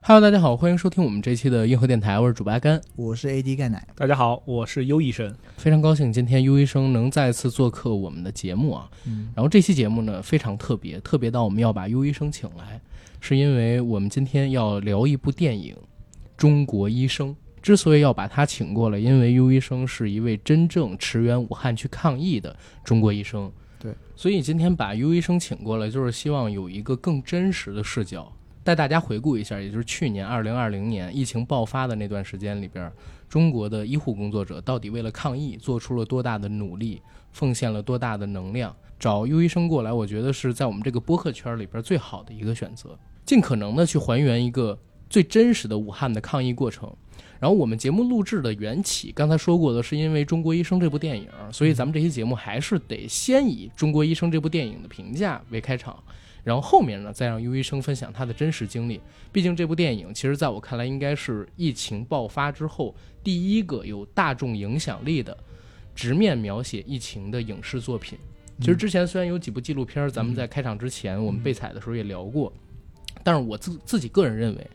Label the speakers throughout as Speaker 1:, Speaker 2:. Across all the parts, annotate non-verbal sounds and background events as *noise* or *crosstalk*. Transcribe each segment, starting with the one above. Speaker 1: Hello，大家好，欢迎收听我们这期的硬核电台，我是主播阿甘。
Speaker 2: 我是 AD 钙奶，
Speaker 3: 大家好，我是优医生。
Speaker 1: 非常高兴今天优医生能再次做客我们的节目啊。
Speaker 2: 嗯，
Speaker 1: 然后这期节目呢非常特别，特别到我们要把优医生请来，是因为我们今天要聊一部电影《中国医生》。之所以要把他请过来，因为优医生是一位真正驰援武汉去抗疫的中国医生。
Speaker 2: 对，
Speaker 1: 所以今天把优医生请过来，就是希望有一个更真实的视角，带大家回顾一下，也就是去年二零二零年疫情爆发的那段时间里边，中国的医护工作者到底为了抗疫做出了多大的努力，奉献了多大的能量。找优医生过来，我觉得是在我们这个播客圈里边最好的一个选择，尽可能的去还原一个最真实的武汉的抗疫过程。然后我们节目录制的缘起，刚才说过的是因为《中国医生》这部电影，所以咱们这期节目还是得先以《中国医生》这部电影的评价为开场，然后后面呢再让优医生分享他的真实经历。毕竟这部电影，其实在我看来应该是疫情爆发之后第一个有大众影响力的直面描写疫情的影视作品。其实之前虽然有几部纪录片儿，咱们在开场之前我们被采的时候也聊过，但是我自自己个人认为，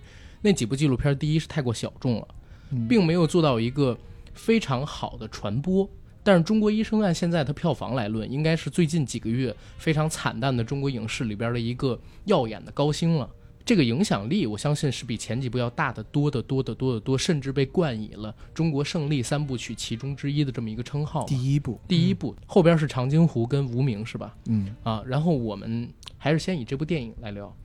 Speaker 1: 那几部纪录片儿第一是太过小众了，
Speaker 2: 嗯
Speaker 1: 并没有做到一个非常好的传播。但是《中国医生》按现在它票房来论，应该是最近几个月非常惨淡的中国影视里边的一个耀眼的高星了。这个影响力，我相信是比前几部要大得多得多得多得多，甚至被冠以了“中国胜利三部曲”其中之一的这么一个称号嘛。
Speaker 2: 第一部，
Speaker 1: 第一部后边是长津湖跟无名是吧？
Speaker 2: 嗯，
Speaker 1: 啊，然后我们还是先以这部电影来聊，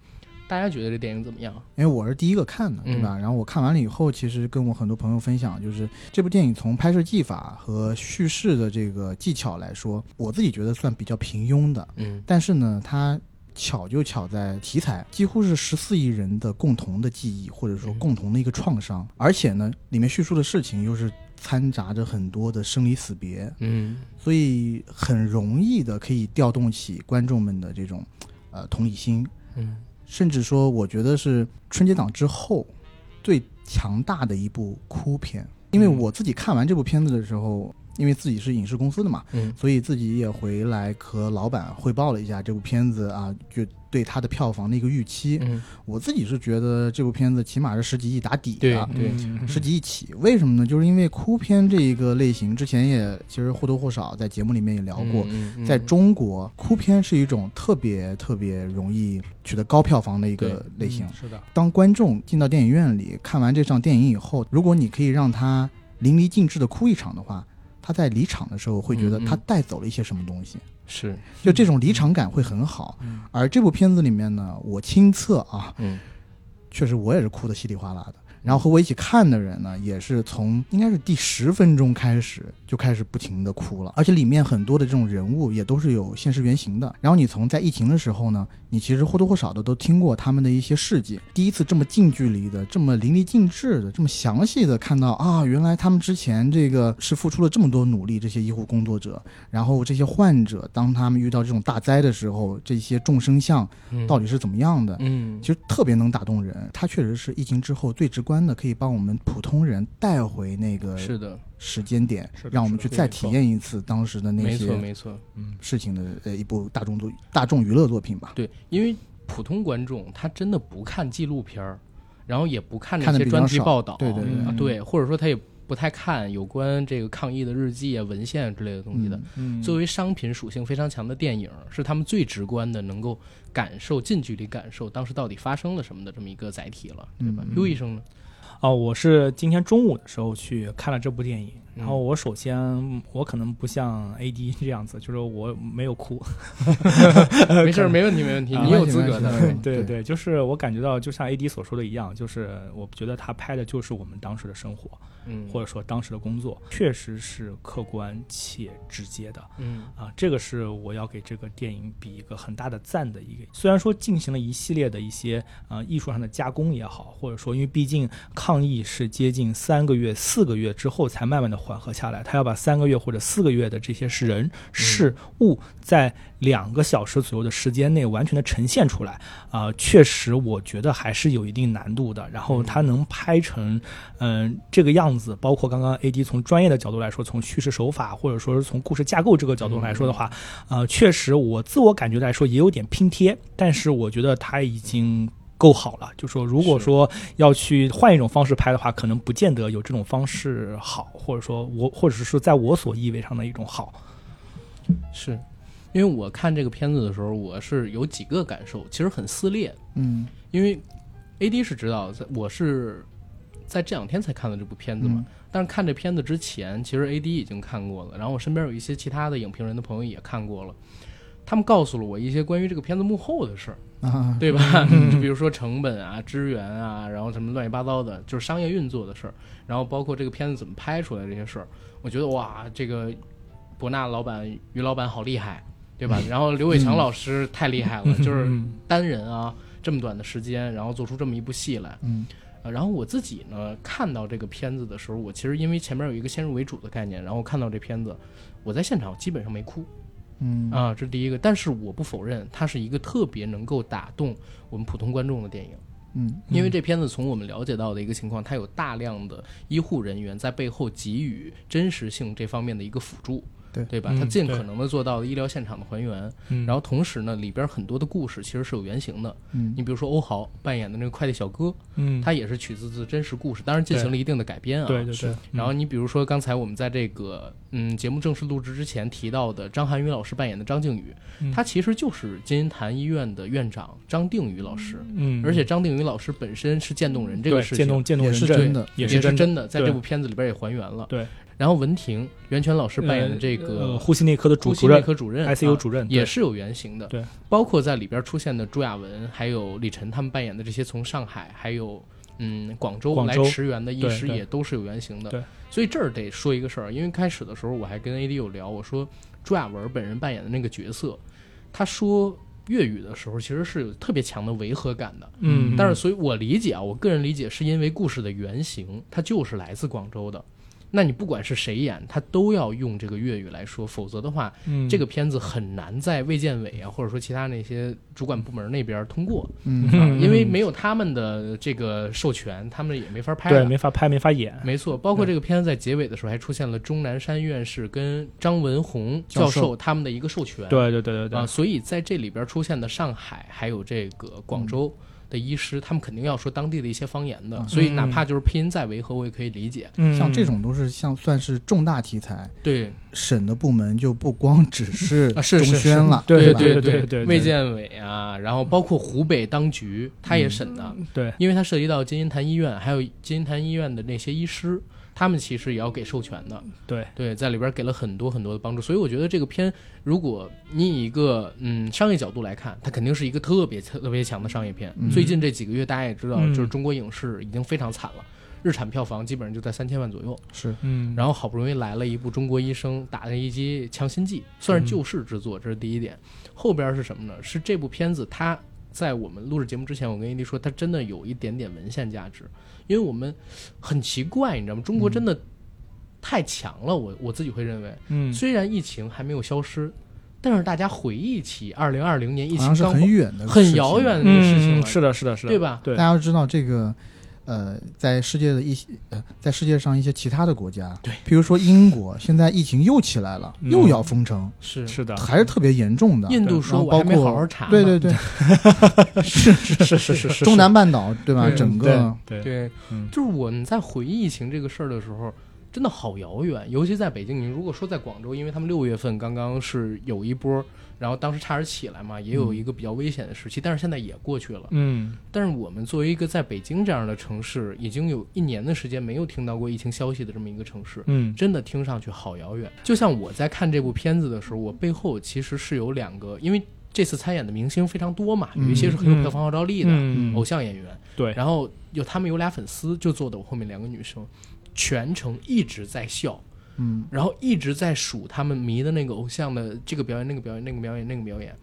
Speaker 1: 大家觉得这电影怎么样？
Speaker 2: 因为我是第一个看的，
Speaker 1: 嗯
Speaker 2: 对吧？然后我看完了以后，其实跟我很多朋友分享，就是这部电影从拍摄技法和叙事的这个技巧来说，我自己觉得算比较平庸的。
Speaker 1: 嗯
Speaker 2: 但是呢，它巧就巧在题材，几乎是十四亿人的共同的记忆，或者说
Speaker 1: 嗯
Speaker 2: 共同的一个创伤，而且呢，里面叙述的事情又是掺杂着很多的生离死别，
Speaker 1: 嗯
Speaker 2: 所以很容易的可以调动起观众们的这种呃同理心，
Speaker 1: 嗯
Speaker 2: 甚至说我觉得是春节档之后最强大的一部哭片。因为我自己看完这部片子的时候，因为自己是影视公司的嘛，
Speaker 1: 嗯
Speaker 2: 所以自己也回来和老板汇报了一下这部片子啊，就对它的票房的一个预期。
Speaker 1: 嗯，
Speaker 2: 我自己是觉得这部片子起码是十几亿打底的，
Speaker 1: 对
Speaker 3: 对，
Speaker 1: 嗯
Speaker 2: 十几亿起，为什么呢？就是因为哭片这一个类型，之前也其实或多或少在节目里面也聊过，
Speaker 1: 嗯，嗯
Speaker 2: 在中国哭片是一种特别特别容易取得高票房的一个
Speaker 1: 嗯
Speaker 2: 类型。
Speaker 3: 是的，
Speaker 2: 当观众进到电影院里看完这场电影以后，如果你可以让他淋漓尽致的哭一场的话，他在离场的时候会觉得
Speaker 1: 嗯嗯
Speaker 2: 他带走了一些什么东西，
Speaker 1: 是
Speaker 2: 就这种离场感会很好。
Speaker 3: 嗯
Speaker 2: 而这部片子里面呢，我亲测啊，
Speaker 1: 嗯
Speaker 2: 确实我也是哭得稀里哗啦的。然后和我一起看的人呢，也是从应该是第十分钟开始就开始不停地哭了，而且里面很多的这种人物也都是有现实原型的。然后你从在疫情的时候呢，你其实或多或少的都听过他们的一些事迹，第一次这么近距离的、这么淋漓尽致的、这么详细的看到啊，原来他们之前这个是付出了这么多努力，这些医护工作者，然后这些患者当他们遇到这种大灾的时候，这些众生相
Speaker 1: 嗯
Speaker 2: 到底是怎么样的？
Speaker 1: 嗯
Speaker 2: 其实特别能打动人。它确实是疫情之后最直观的，可以帮我们普通人带回那个
Speaker 1: 是的，
Speaker 2: 时间点
Speaker 3: 是的，
Speaker 2: 让我们去
Speaker 3: 是的
Speaker 2: 再
Speaker 3: 没
Speaker 2: 体
Speaker 3: 错
Speaker 2: 验一次当时的那
Speaker 1: 没错
Speaker 2: 些
Speaker 1: 没错，
Speaker 3: 嗯，
Speaker 2: 事情的呃一部大众作大众娱乐作品吧。
Speaker 1: 对，因为普通观众他真的不看纪录片儿，然后也不看那
Speaker 2: 看得
Speaker 1: 些
Speaker 2: 比较
Speaker 1: 专题
Speaker 2: 少
Speaker 1: 报道，
Speaker 2: 对对
Speaker 3: 对
Speaker 1: 啊
Speaker 3: 嗯
Speaker 1: 对，或者说他也不太看有关这个抗疫的日记啊、文献之类的东西的。
Speaker 2: 嗯
Speaker 3: 嗯
Speaker 1: 作为商品属性非常强的电影，是他们最直观的能够感受、近距离感受当时到底发生了什么的这么一个载体了，对吧
Speaker 2: 嗯？
Speaker 1: 优医生呢？
Speaker 3: 哦，我是今天中午的时候去看了这部电影。
Speaker 1: 嗯
Speaker 3: 然后我首先，我可能不像 AD *laughs* 这样子，就是我没有哭。呃
Speaker 1: 没事儿，没问题，没问题，
Speaker 3: 啊
Speaker 1: 你有资格
Speaker 2: 没问
Speaker 1: 的
Speaker 2: 题没。问题
Speaker 3: *laughs* 对
Speaker 2: 对
Speaker 3: 对，就是我感觉到，就像 AD 所说的一样，就是我觉得他拍的就是我们当时的生活，
Speaker 1: 嗯，
Speaker 3: 或者说当时的工作，确实是客观且直接的。
Speaker 1: 嗯
Speaker 3: 啊，这个是我要给这个电影比一个很大的赞的一个。虽然说进行了一系列的一些呃艺术上的加工也好，或者说因为毕竟抗疫是接近三个月、四个月之后才慢慢的缓和下来，他要把三个月或者四个月的这些是人事物在两个小时左右的时间内完全的呈现出来啊、确实我觉得还是有一定难度的。然后他能拍成嗯、这个样子，包括刚刚 AD 从专业的角度来说，从叙事手法或者说是从故事架构这个角度来说的话，
Speaker 1: 嗯
Speaker 3: 呃，确实我自我感觉来说也有点拼贴，但是我觉得他已经够好了。就说如果说要去换一种方式拍的话，可能不见得有这种方式好，或者说我或者是在我所意味上的一种好。
Speaker 1: 是因为我看这个片子的时候，我是有几个感受，其实很撕裂。
Speaker 2: 嗯
Speaker 1: 因为 AD 是知道，在我是在这两天才看的这部片子嘛。
Speaker 2: 嗯
Speaker 1: 但是看这片子之前，其实 AD 已经看过了，然后我身边有一些其他的影评人的朋友也看过了，他们告诉了我一些关于这个片子幕后的事儿，
Speaker 2: 啊，
Speaker 1: 对吧？
Speaker 3: 嗯
Speaker 1: 就比如说成本啊、支援啊，然后什么乱七八糟的，就是商业运作的事儿，然后包括这个片子怎么拍出来这些事儿，我觉得哇，这个博纳老板、于老板好厉害，对
Speaker 3: *laughs*
Speaker 1: 吧？然后刘伟强老师太厉害了，就是
Speaker 3: 嗯
Speaker 1: 单人啊，这么短的时间，然后做出这么一部戏来。
Speaker 2: 嗯
Speaker 1: 呃然后我自己呢，看到这个片子的时候，我其实因为前面有一个先入为主的概念，然后看到这片子，我在现场基本上没哭
Speaker 2: 嗯
Speaker 1: 啊，这是第一个。但是我不否认，它是一个特别能够打动我们普通观众的电影，
Speaker 2: 嗯
Speaker 1: 因为这片子从我们了解到的一个情况，它有大量的医护人员在背后给予真实性这方面的一个辅助，
Speaker 2: 对
Speaker 1: 对吧？
Speaker 3: 嗯
Speaker 1: 它尽
Speaker 3: 对
Speaker 1: 可能的做到了医疗现场的还原，
Speaker 3: 嗯
Speaker 1: 然后同时呢，里边很多的故事其实是有原型的。
Speaker 2: 嗯
Speaker 1: 你比如说欧豪扮演的那个快递小哥，
Speaker 3: 嗯，
Speaker 1: 他也是取自自真实故事，当然进行了一定的改编啊。
Speaker 3: 对嗯对
Speaker 1: 是
Speaker 3: 对，
Speaker 1: 然后你比如说刚才我们在这个嗯节目正式录制之前提到的张涵予老师扮演的张靖宇，
Speaker 3: 嗯
Speaker 1: 他其实就是金银潭医院的院长张定宇老师，
Speaker 3: 嗯，
Speaker 1: 而且张定宇老师本身是渐冻人这
Speaker 3: 对
Speaker 1: 个事
Speaker 3: 渐
Speaker 1: 情。
Speaker 3: 冻渐冻
Speaker 2: 也
Speaker 3: 人
Speaker 2: 是
Speaker 3: 症
Speaker 2: 真的，
Speaker 3: 也
Speaker 1: 也是
Speaker 3: 真的。
Speaker 1: 真的，在
Speaker 3: 对
Speaker 1: 这部片子里边也还原了。
Speaker 3: 对，
Speaker 1: 然后文婷、袁泉老师扮演的这
Speaker 3: 呃，
Speaker 1: 个
Speaker 3: 呼吸内科的主
Speaker 1: 呼吸
Speaker 3: 主
Speaker 1: 内
Speaker 3: 任
Speaker 1: 科主任
Speaker 3: ，ICU
Speaker 1: 啊
Speaker 3: 主任
Speaker 1: 也
Speaker 3: 是
Speaker 1: 是有原型的。
Speaker 3: 对，
Speaker 1: 包括在里边出现的朱亚文，还有李晨他们扮演的这些从上海还有嗯广州
Speaker 3: 广
Speaker 1: 来
Speaker 3: 州
Speaker 1: 驰援的医师，
Speaker 3: 对对
Speaker 1: 也都是有原型的。
Speaker 3: 对，
Speaker 1: 所以这儿得说一个事儿，因为开始的时候我还跟 AD 有聊，我说朱亚文本人扮演的那个角色，他说粤语的时候其实是有特别强的违和感的。
Speaker 3: 嗯，
Speaker 1: 但是，所以我理解啊，我个人理解是因为故事的原型它就是来自广州的，那你不管是谁演，他都要用这个粤语来说，否则的话，
Speaker 3: 嗯
Speaker 1: 这个片子很难在卫健委啊，或者说其他那些主管部门那边通过，
Speaker 2: 嗯
Speaker 1: 啊因为没有他们的这个授权，他们也没法拍嗯
Speaker 3: 对
Speaker 1: 了。
Speaker 3: 没法拍没法演，
Speaker 1: 没错，包括这个片子在结尾的时候还出现了钟南山院士跟张文宏教
Speaker 2: 教授
Speaker 1: 授他们的一个授权。
Speaker 3: 对对对对对
Speaker 1: 啊，，所以在这里边出现的上海还有这个广州的医师，他们肯定要说当地的一些方言的，
Speaker 2: 嗯
Speaker 1: 所以哪怕就是拼音再违和，我也可以理解。
Speaker 3: 嗯
Speaker 2: 像这种都是像算是重大题材，
Speaker 1: 对，
Speaker 2: 审的部门就不光只是
Speaker 1: 啊是
Speaker 2: 中
Speaker 1: 是是
Speaker 2: 宣了，
Speaker 3: 对
Speaker 2: 吧？
Speaker 1: 对
Speaker 3: 对对对
Speaker 1: 卫健委啊，然后包括湖北当局，他也审的。
Speaker 3: 对
Speaker 1: 因为它涉及到金银潭医院，还有金银潭医院的那些医师，他们其实也要给授权的。
Speaker 3: 对
Speaker 1: 对，在里边给了很多很多的帮助，所以我觉得这个片，如果你以一个嗯商业角度来看，它肯定是一个特别特别强的商业片。
Speaker 2: 嗯
Speaker 1: 最近这几个月大家也知道，
Speaker 3: 嗯
Speaker 1: 就是中国影视已经非常惨了。日产票房基本上就在三千万左右，
Speaker 2: 是
Speaker 3: 嗯，
Speaker 1: 然后好不容易来了一部《中国医生》，打了一剂强心剂，算是
Speaker 3: 嗯
Speaker 1: 救世之作，这是第一点。后边是什么呢？是这部片子它在我们录制节目之前，我跟伊迪说，它真的有一点点文献价值，因为我们很奇怪，你知道吗？中国真的太强了，我我自己会认为，
Speaker 3: 嗯
Speaker 1: 虽然疫情还没有消失，但是大家回忆起二零二零年疫
Speaker 2: 好
Speaker 1: 情
Speaker 2: 像是
Speaker 1: 刚
Speaker 2: 很远的，
Speaker 1: 很遥远。的那个事情
Speaker 3: 嗯
Speaker 1: 了，
Speaker 3: 是的是的是的，
Speaker 1: 对吧
Speaker 3: 对
Speaker 2: 大，家要知道这个，呃，在世界的一些呃，在世界上一些其他的国家，
Speaker 1: 对，
Speaker 2: 比如说英国，现在疫情又起来了，
Speaker 3: 嗯
Speaker 2: 又要封城，
Speaker 1: 是
Speaker 3: 是的，啊
Speaker 2: 还是特别严重的。
Speaker 1: 印度
Speaker 2: 然
Speaker 1: 说
Speaker 2: 后
Speaker 1: 我还没
Speaker 2: 包括
Speaker 1: 好好查呢，
Speaker 2: 对对对，是 *laughs* 是
Speaker 3: 是是是是
Speaker 2: 中南半岛对吧？
Speaker 1: 对
Speaker 2: 整个
Speaker 3: 对对
Speaker 1: 对，
Speaker 3: 嗯
Speaker 1: 就是我们在回忆疫情这个事儿的时候，真的好遥远。尤其在北京，你如果说在广州，因为他们六月份刚刚是有一波，然后当时差点起来嘛，也有一个比较危险的时期，但是现在也过去了。
Speaker 3: 嗯
Speaker 1: 但是我们作为一个在北京这样的城市，已经有一年的时间没有听到过疫情消息的这么一个城市。
Speaker 3: 嗯
Speaker 1: 真的听上去好遥远，就像我在看这部片子的时候，我背后其实是有两个，因为这次参演的明星非常多嘛，有一些是很有票房号召力的，
Speaker 3: 嗯
Speaker 1: 偶像演员，
Speaker 3: 对
Speaker 1: 然后有他们有俩粉丝就坐在我后面，两个女生，全程一直在笑，
Speaker 2: 嗯，
Speaker 1: 然后一直在数他们迷的那个偶像的这个表演、那个表演、那个表演、那个表演，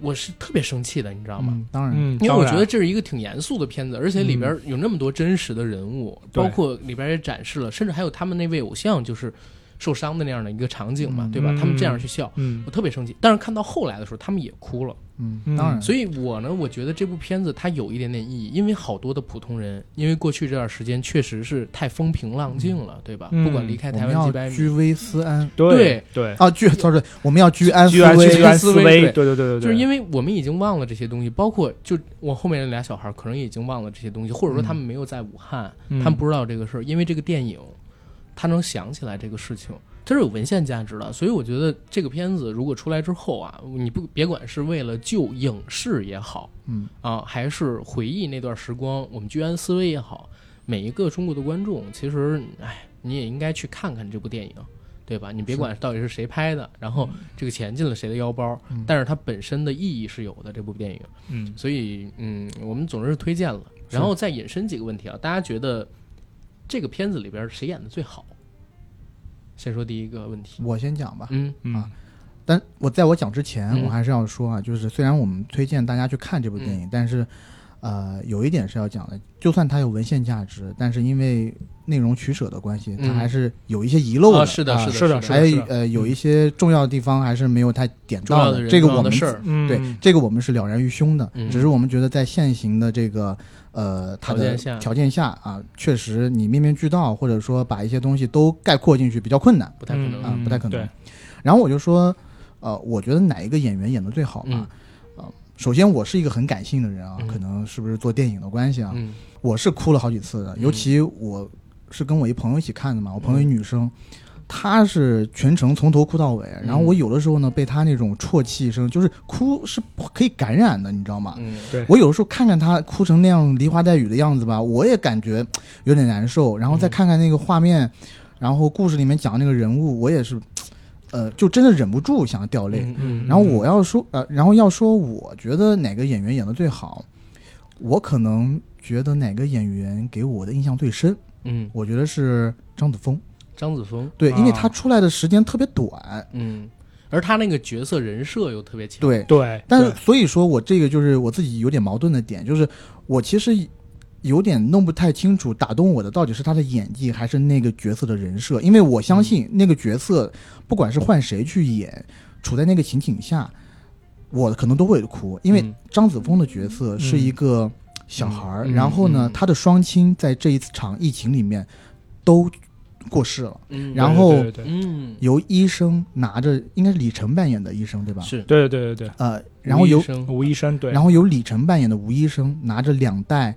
Speaker 1: 我是特别生气的，你知道吗？
Speaker 2: 嗯当然，
Speaker 3: 嗯，
Speaker 1: 因为我
Speaker 3: 当然
Speaker 1: 觉得这是一个挺严肃的片子，而且里边有那么多真实的人物，
Speaker 3: 对
Speaker 1: 包括里边也展示了，甚至还有他们那位偶像，就是受伤的那样的一个场景嘛
Speaker 2: 嗯，
Speaker 1: 对吧
Speaker 3: 嗯？
Speaker 1: 他们这样去笑，
Speaker 3: 嗯
Speaker 1: 我特别生气。但是看到后来的时候，他们也哭了。
Speaker 2: 嗯
Speaker 3: 嗯，
Speaker 2: 当然，
Speaker 1: 所以我呢，我觉得这部片子它有一点点意义，因为好多的普通人，因为过去这段时间确实是太风平浪静了，对吧？
Speaker 3: 嗯
Speaker 1: 不管离开
Speaker 2: 我
Speaker 1: 台
Speaker 2: 们
Speaker 1: 湾几
Speaker 2: 要
Speaker 1: 百米，
Speaker 2: 居威思安
Speaker 3: 对
Speaker 1: 对
Speaker 3: 对，
Speaker 2: 啊，居，sorry，我们要居安
Speaker 3: 居
Speaker 2: 思
Speaker 3: 安
Speaker 2: 危，
Speaker 3: 居安思
Speaker 1: 思
Speaker 3: 危，
Speaker 1: 危
Speaker 3: 对
Speaker 1: 对
Speaker 3: 对对对，
Speaker 1: 就是因
Speaker 3: 为
Speaker 1: 为我们已经忘了这些东西，包括就我后面的俩小孩，可能已经忘了这些东西，或者说他们没有在武汉，
Speaker 3: 嗯
Speaker 1: 他们不知道这个事儿，因为这个电影，他能想起来这个事情，这是有文献价值的。所以我觉得这个片子如果出来之后啊，你不别管是为了救影视也好
Speaker 2: 嗯，
Speaker 1: 啊，还是回忆那段时光，我们居安思危也好，每一个中国的观众，其实哎，你也应该去看看这部电影。对吧？你别管到底是谁拍的，然后这个钱进了谁的腰包，
Speaker 2: 嗯
Speaker 1: 但是它本身的意义是有的。这部电影，
Speaker 3: 嗯
Speaker 1: 所以嗯，我们总之是推荐了，
Speaker 2: 是
Speaker 1: 然后再引申几个问题啊，大家觉得这个片子里边谁演的最好？先说第一个问题，
Speaker 2: 我先讲吧。
Speaker 1: 嗯
Speaker 3: 嗯
Speaker 2: 啊但我在我讲之前，
Speaker 1: 嗯
Speaker 2: 我还是要说啊，就是虽然我们推荐大家去看这部电影，但是，呃，有一点是要讲的，就算它有文献价值，但是因为内容取舍的关系，它
Speaker 1: 嗯
Speaker 2: 还是有一些遗漏
Speaker 1: 啊
Speaker 2: 的。
Speaker 1: 是的
Speaker 2: 啊
Speaker 1: 是
Speaker 3: 是的
Speaker 1: 的嗯
Speaker 3: 是的
Speaker 2: 还有呃有一些重要的地方还是没有太点
Speaker 1: 重
Speaker 2: 到
Speaker 1: 要的人
Speaker 2: 这个
Speaker 1: 重要
Speaker 2: 我们
Speaker 1: 的事儿，
Speaker 3: 嗯
Speaker 2: 对，这个我们是了然于胸的，
Speaker 1: 嗯
Speaker 2: 只是我们觉得在现行的这个呃
Speaker 1: 条
Speaker 2: 它的
Speaker 1: 件下
Speaker 2: 条件下啊，确实你面面俱到，或者说把一些东西都概括进去比较困难
Speaker 1: 不太可能
Speaker 2: 啊
Speaker 3: 嗯，
Speaker 2: 不太可能
Speaker 3: 对。
Speaker 2: 然后我就说，呃，我觉得哪一个演员演的最好嘛？呃，首先我是一个很感性的人啊，
Speaker 1: 嗯
Speaker 2: 可能是不是做电影的关系啊，
Speaker 1: 嗯
Speaker 2: 我是哭了好几次的，
Speaker 1: 嗯
Speaker 2: 尤其我是跟我一朋友一起看的嘛，我朋友一女生。她是全程从头哭到尾，然
Speaker 1: 嗯
Speaker 2: 后我有的时候呢被她那种啜泣声，就是哭是可以感染的，你知道吗？
Speaker 1: 嗯
Speaker 3: 对
Speaker 2: *laughs* 我有的时候看看她哭成那样梨花带雨的样子吧，我也感觉有点难受。然后再
Speaker 1: 嗯
Speaker 2: 看看那个画面，然后故事里面讲那个人物，我也是，呃，就真的忍不住想要掉泪。
Speaker 1: 嗯嗯
Speaker 2: 然后我要说，呃，然后要说，我觉得哪个演员演的最好，我可能觉得哪个演员给我的印象最深，
Speaker 1: 嗯，
Speaker 2: 我觉得是张子枫。
Speaker 1: 张子枫，
Speaker 2: 对，因为
Speaker 3: 啊
Speaker 2: 他出来的时间特别短，
Speaker 1: 嗯，而他那个角色人设又特别强，
Speaker 2: 对。
Speaker 3: 对，
Speaker 2: 但
Speaker 3: 对
Speaker 2: 是所以说我这个就是我自己有点矛盾的点，就是我其实有点弄不太清楚打动我的到底是他的演技还是那个角色的人设，因为我相信
Speaker 1: 嗯
Speaker 2: 那个角色不管是换谁去演，处在那个情景下，我可能都会哭，因为
Speaker 1: 嗯
Speaker 2: 张子枫的角色是一个小孩儿，
Speaker 1: 嗯嗯
Speaker 2: 然后呢，
Speaker 1: 嗯
Speaker 2: 他的双亲在这一场疫情里面都过世了，
Speaker 1: 嗯
Speaker 2: 然后
Speaker 3: 对对对
Speaker 1: 嗯
Speaker 2: 由医生拿着，应该是李晨扮演的医生对吧？
Speaker 1: 是，
Speaker 3: 对对对对
Speaker 2: 呃，然后由
Speaker 1: 吴医生
Speaker 3: 对，吴医生对，
Speaker 2: 然后由李晨扮演的吴医生拿着两袋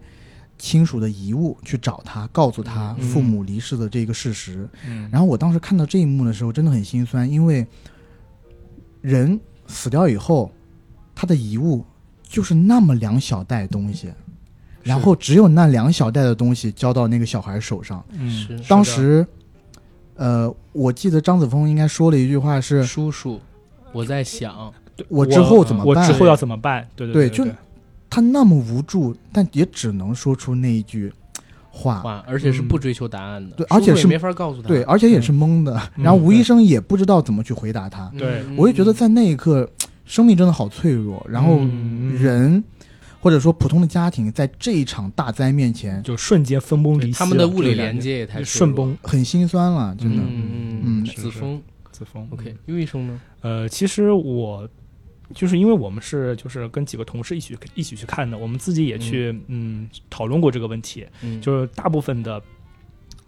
Speaker 2: 亲属的遗物去找他，告诉他
Speaker 3: 嗯
Speaker 2: 父母离世的这个事实。
Speaker 3: 嗯
Speaker 2: 然后我当时看到这一幕的时候，真的很心酸，因为人死掉以后，他的遗物就是那么两小袋东西，然后只有那两小袋的东西交到那个小孩手上。
Speaker 3: 嗯
Speaker 1: 是是
Speaker 2: 当
Speaker 1: 的
Speaker 2: 时，呃，我记得张子枫应该说了一句话是啊
Speaker 1: 叔叔，我在想，
Speaker 3: 对
Speaker 2: 我之后怎么
Speaker 3: 我
Speaker 2: 办
Speaker 3: 之后要怎么办？对
Speaker 2: 对
Speaker 3: 对
Speaker 2: 就他那么无助，但也只能说出那一句话。
Speaker 1: 哇，而且是不追求答案的，
Speaker 2: 嗯对而且
Speaker 1: 叔叔也
Speaker 2: 是
Speaker 1: 没法告诉他，
Speaker 2: 对，而且也是懵的。
Speaker 3: 嗯
Speaker 2: 然后吴
Speaker 3: 对
Speaker 2: 医生也不知道怎么去回答他。
Speaker 1: 嗯，
Speaker 3: 对
Speaker 1: 嗯
Speaker 2: 我也觉得在那一刻，生命真的好脆弱。然后
Speaker 3: 嗯嗯
Speaker 2: 人，或者说普通的家庭，在这一场大灾面前，
Speaker 3: 就瞬间分崩离
Speaker 1: 对
Speaker 3: 析了，
Speaker 1: 他们的物理
Speaker 3: 这个感
Speaker 1: 连
Speaker 3: 觉
Speaker 1: 接也太脆
Speaker 3: 顺
Speaker 1: 弱了，
Speaker 3: 崩。
Speaker 2: 很心酸了，真的。
Speaker 1: 嗯
Speaker 2: 嗯
Speaker 3: 是
Speaker 1: 子
Speaker 3: 是
Speaker 1: 枫
Speaker 3: 子枫
Speaker 1: ，OK，优医生呢？
Speaker 3: 呃，其实我就是因为我们是就是跟几个同事一起一起去看的，我们自己也去嗯讨论过这个问题，
Speaker 1: 嗯
Speaker 3: 就是大部分的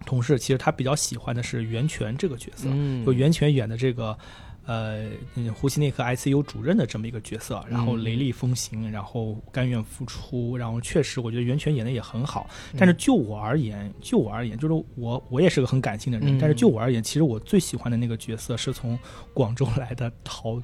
Speaker 3: 同事其实他比较喜欢的是袁泉这个角色，
Speaker 1: 嗯，
Speaker 3: 就袁泉演的这个。呃，嗯，呼吸内科 ICU 主任的这么一个角色，然后
Speaker 1: 嗯
Speaker 3: 雷厉风行，然后甘愿付出，然后确实我觉得袁泉演的也很好，
Speaker 1: 嗯
Speaker 3: 但是就我而言，就我而言，就是我我也是个很感性的人，
Speaker 1: 嗯
Speaker 3: 但是就我而言，其实我最喜欢的那个角色是从广州来的陶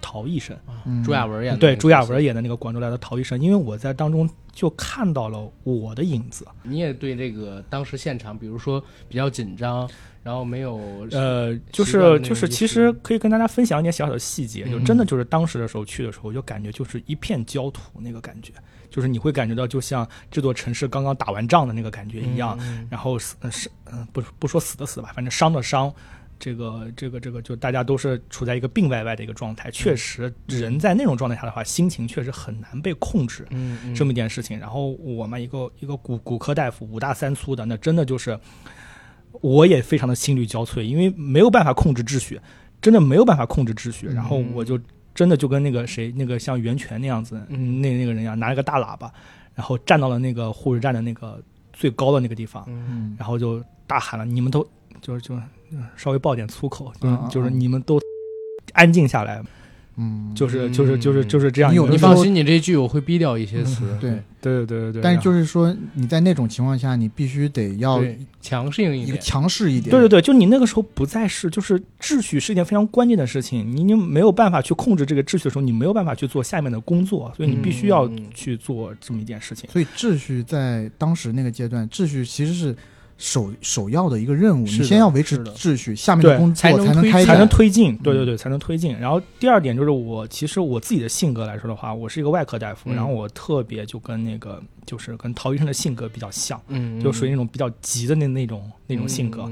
Speaker 3: 陶医生，
Speaker 1: 啊
Speaker 2: 嗯
Speaker 1: 朱亚文演的
Speaker 3: 对
Speaker 1: 那个
Speaker 3: 朱亚
Speaker 1: 角色
Speaker 3: 文，演的那个广州来的陶医生，因为我在当中就看到了我的影子，
Speaker 1: 你也对这个当时现场，比如说比较紧张，然后没有
Speaker 3: 呃，就
Speaker 1: 习惯
Speaker 3: 是
Speaker 1: 的那
Speaker 3: 就
Speaker 1: 种
Speaker 3: 是，
Speaker 1: 就是
Speaker 3: 其实可以跟大家分享一点小小的细节，就
Speaker 1: 嗯
Speaker 3: 真的就是当时的时候去的时候，就感觉就是一片焦土那个感觉，就是你会感觉到就像这座城市刚刚打完仗的那个感觉一样，，
Speaker 1: 嗯
Speaker 3: 然后死呃是嗯不不说死的死吧，反正伤的伤，这个这个这个就大家都是处在一个病歪歪的一个状态，确实人在那种状态下的话，心情确实很难被控制，
Speaker 1: 嗯嗯，
Speaker 3: 这么一件事情。然后我们一个一个骨骨科大夫五大三粗的，那真的就是我也非常的心力交瘁，因为没有办法控制秩序，真的没有办法控制秩序。然后我就真的就跟那个谁，那个像袁泉那样子，嗯，那那个人一样，拿了个大喇叭，然后站到了那个护士站的那个最高的那个地方，
Speaker 1: 嗯，
Speaker 3: 然后就大喊了：“你们都就是就是嗯稍微爆点粗口，
Speaker 2: 嗯嗯
Speaker 3: 就是你们都 *laughs* 安静下来。”
Speaker 2: 嗯，
Speaker 3: 就是就是就是
Speaker 1: 嗯
Speaker 3: 就是这样
Speaker 2: 你
Speaker 3: 一个。
Speaker 1: 你
Speaker 2: 有的时
Speaker 1: 放
Speaker 2: 候嗯
Speaker 1: 心，你这句我会逼掉一些词，
Speaker 2: 对，
Speaker 3: 对对对对，
Speaker 2: 但是
Speaker 3: 然后
Speaker 2: 就是说你在那种情况下，你必须得要
Speaker 1: 对，强性一
Speaker 2: 一个
Speaker 1: 点，
Speaker 2: 强势一点，
Speaker 3: 对对对，就你那个时候不再是，就是秩序是一件非常关键的事情，你你没有办法去控制这个秩序的时候，你没有办法去做下面的工作，所以你必须要
Speaker 1: 嗯嗯嗯
Speaker 3: 去做这么一件事情。
Speaker 2: 所以秩序在当时那个阶段，秩序其实是首首要的一个任务，
Speaker 1: 是的
Speaker 2: 你先要维持
Speaker 1: 是的
Speaker 2: 秩序，下面的
Speaker 3: 对
Speaker 2: 工作
Speaker 1: 才能
Speaker 2: 能
Speaker 1: 推
Speaker 2: 开
Speaker 1: 进
Speaker 2: 展，
Speaker 3: 才能推进，对
Speaker 2: 嗯
Speaker 3: 对对，才能推进。然后第二点就是我，其实我自己的性格来说的话，我是一个外科大夫，
Speaker 1: 嗯
Speaker 3: 然后我特别就跟那个就是跟陶医生的性格比较像，
Speaker 1: 嗯，
Speaker 3: 就属于那种比较急的那那种
Speaker 1: 那
Speaker 3: 那种性格。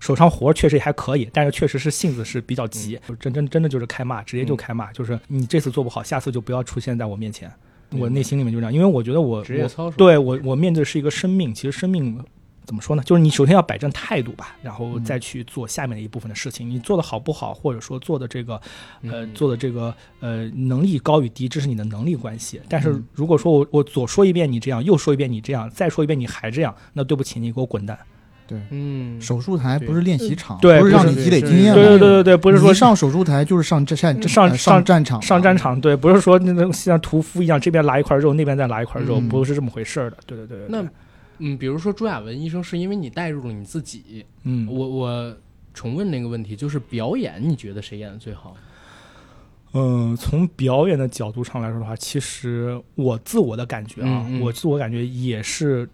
Speaker 3: 手上活儿确实也还可以，但是确实是性子是比较急，
Speaker 1: 嗯
Speaker 3: 就真真真的就是开骂，直接就开骂，就是你这次做不好，下次就不要出现在我面前。
Speaker 1: 明白
Speaker 3: 我内心里面就这样，因为我觉得我
Speaker 1: 职业
Speaker 3: 我
Speaker 1: 操守，
Speaker 3: 对我我面对的是一个生命，其实生命怎么说呢？就是你首先要摆正态度吧，然后
Speaker 1: 嗯
Speaker 3: 再去做下面的一部分的事情。你做的好不好，或者说做的这个呃
Speaker 1: 嗯
Speaker 3: 做的这个呃能力高与低，这是你的能力关系。但是
Speaker 2: 嗯
Speaker 3: 如果说我我左说一遍你这样，右说一遍你这样，再说一遍你还这样，那对不起，你给我滚蛋。
Speaker 2: 对。
Speaker 1: 嗯，
Speaker 2: 手术台不是练习场，
Speaker 3: 对
Speaker 2: 不是让
Speaker 3: 不
Speaker 2: 你
Speaker 1: 是
Speaker 2: 积累经
Speaker 1: 对
Speaker 2: 验
Speaker 3: 对
Speaker 2: 的，
Speaker 3: 对对对对，不是
Speaker 2: 你
Speaker 3: 说
Speaker 2: 一上手术台就是上战战
Speaker 3: 上
Speaker 2: 呃
Speaker 3: 上
Speaker 2: 战场，
Speaker 3: 上战场，对，不是说那种像屠夫一样，这边拿一块肉，那边再拿一块肉，
Speaker 2: 嗯
Speaker 3: 不是这么回事儿的。对对对对。对
Speaker 1: 那嗯，比如说朱亚文医生，是因为你带入了你自己，
Speaker 3: 嗯，
Speaker 1: 我我重问那个问题，就是表演，你觉得谁演的最好？
Speaker 3: 嗯，从表演的角度上来说的话，其实我自我的感觉啊，
Speaker 1: 嗯嗯
Speaker 3: 我自我感觉也是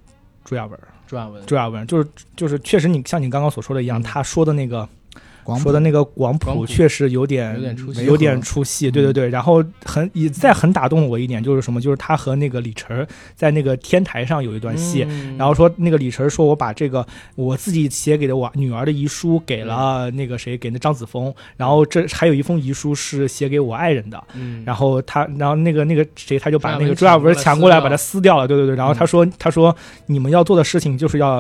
Speaker 3: 朱亚文儿，
Speaker 1: 朱亚文，
Speaker 3: 朱亚文儿就是就是确实你像你刚刚所说的一样，
Speaker 1: 嗯
Speaker 3: 他说的那个
Speaker 2: 啊广
Speaker 3: 说的那个广
Speaker 1: 广
Speaker 3: 谱
Speaker 1: 谱
Speaker 3: 确实有点
Speaker 1: 有点出戏
Speaker 3: 有点出戏，嗯对对对。然后很也再很打动我一点就是什么，就是他和那个李晨儿在那个天台上有一段戏，
Speaker 1: 嗯
Speaker 3: 然后说那个李晨说，我把这个我自己写给的我女儿的遗书给了那个谁，给那张子枫，然后这还有一封遗书是写给我爱人的，
Speaker 1: 嗯，
Speaker 3: 然后他，然后那个那个谁，他就把那个朱
Speaker 1: 朱
Speaker 3: 亚
Speaker 1: 亚
Speaker 3: 文
Speaker 1: 文
Speaker 3: 抢
Speaker 1: 抢
Speaker 3: 过
Speaker 1: 过
Speaker 3: 来
Speaker 1: 来
Speaker 3: 把它撕掉嗯了，对对对，然后他说他说你们要做的事情就是要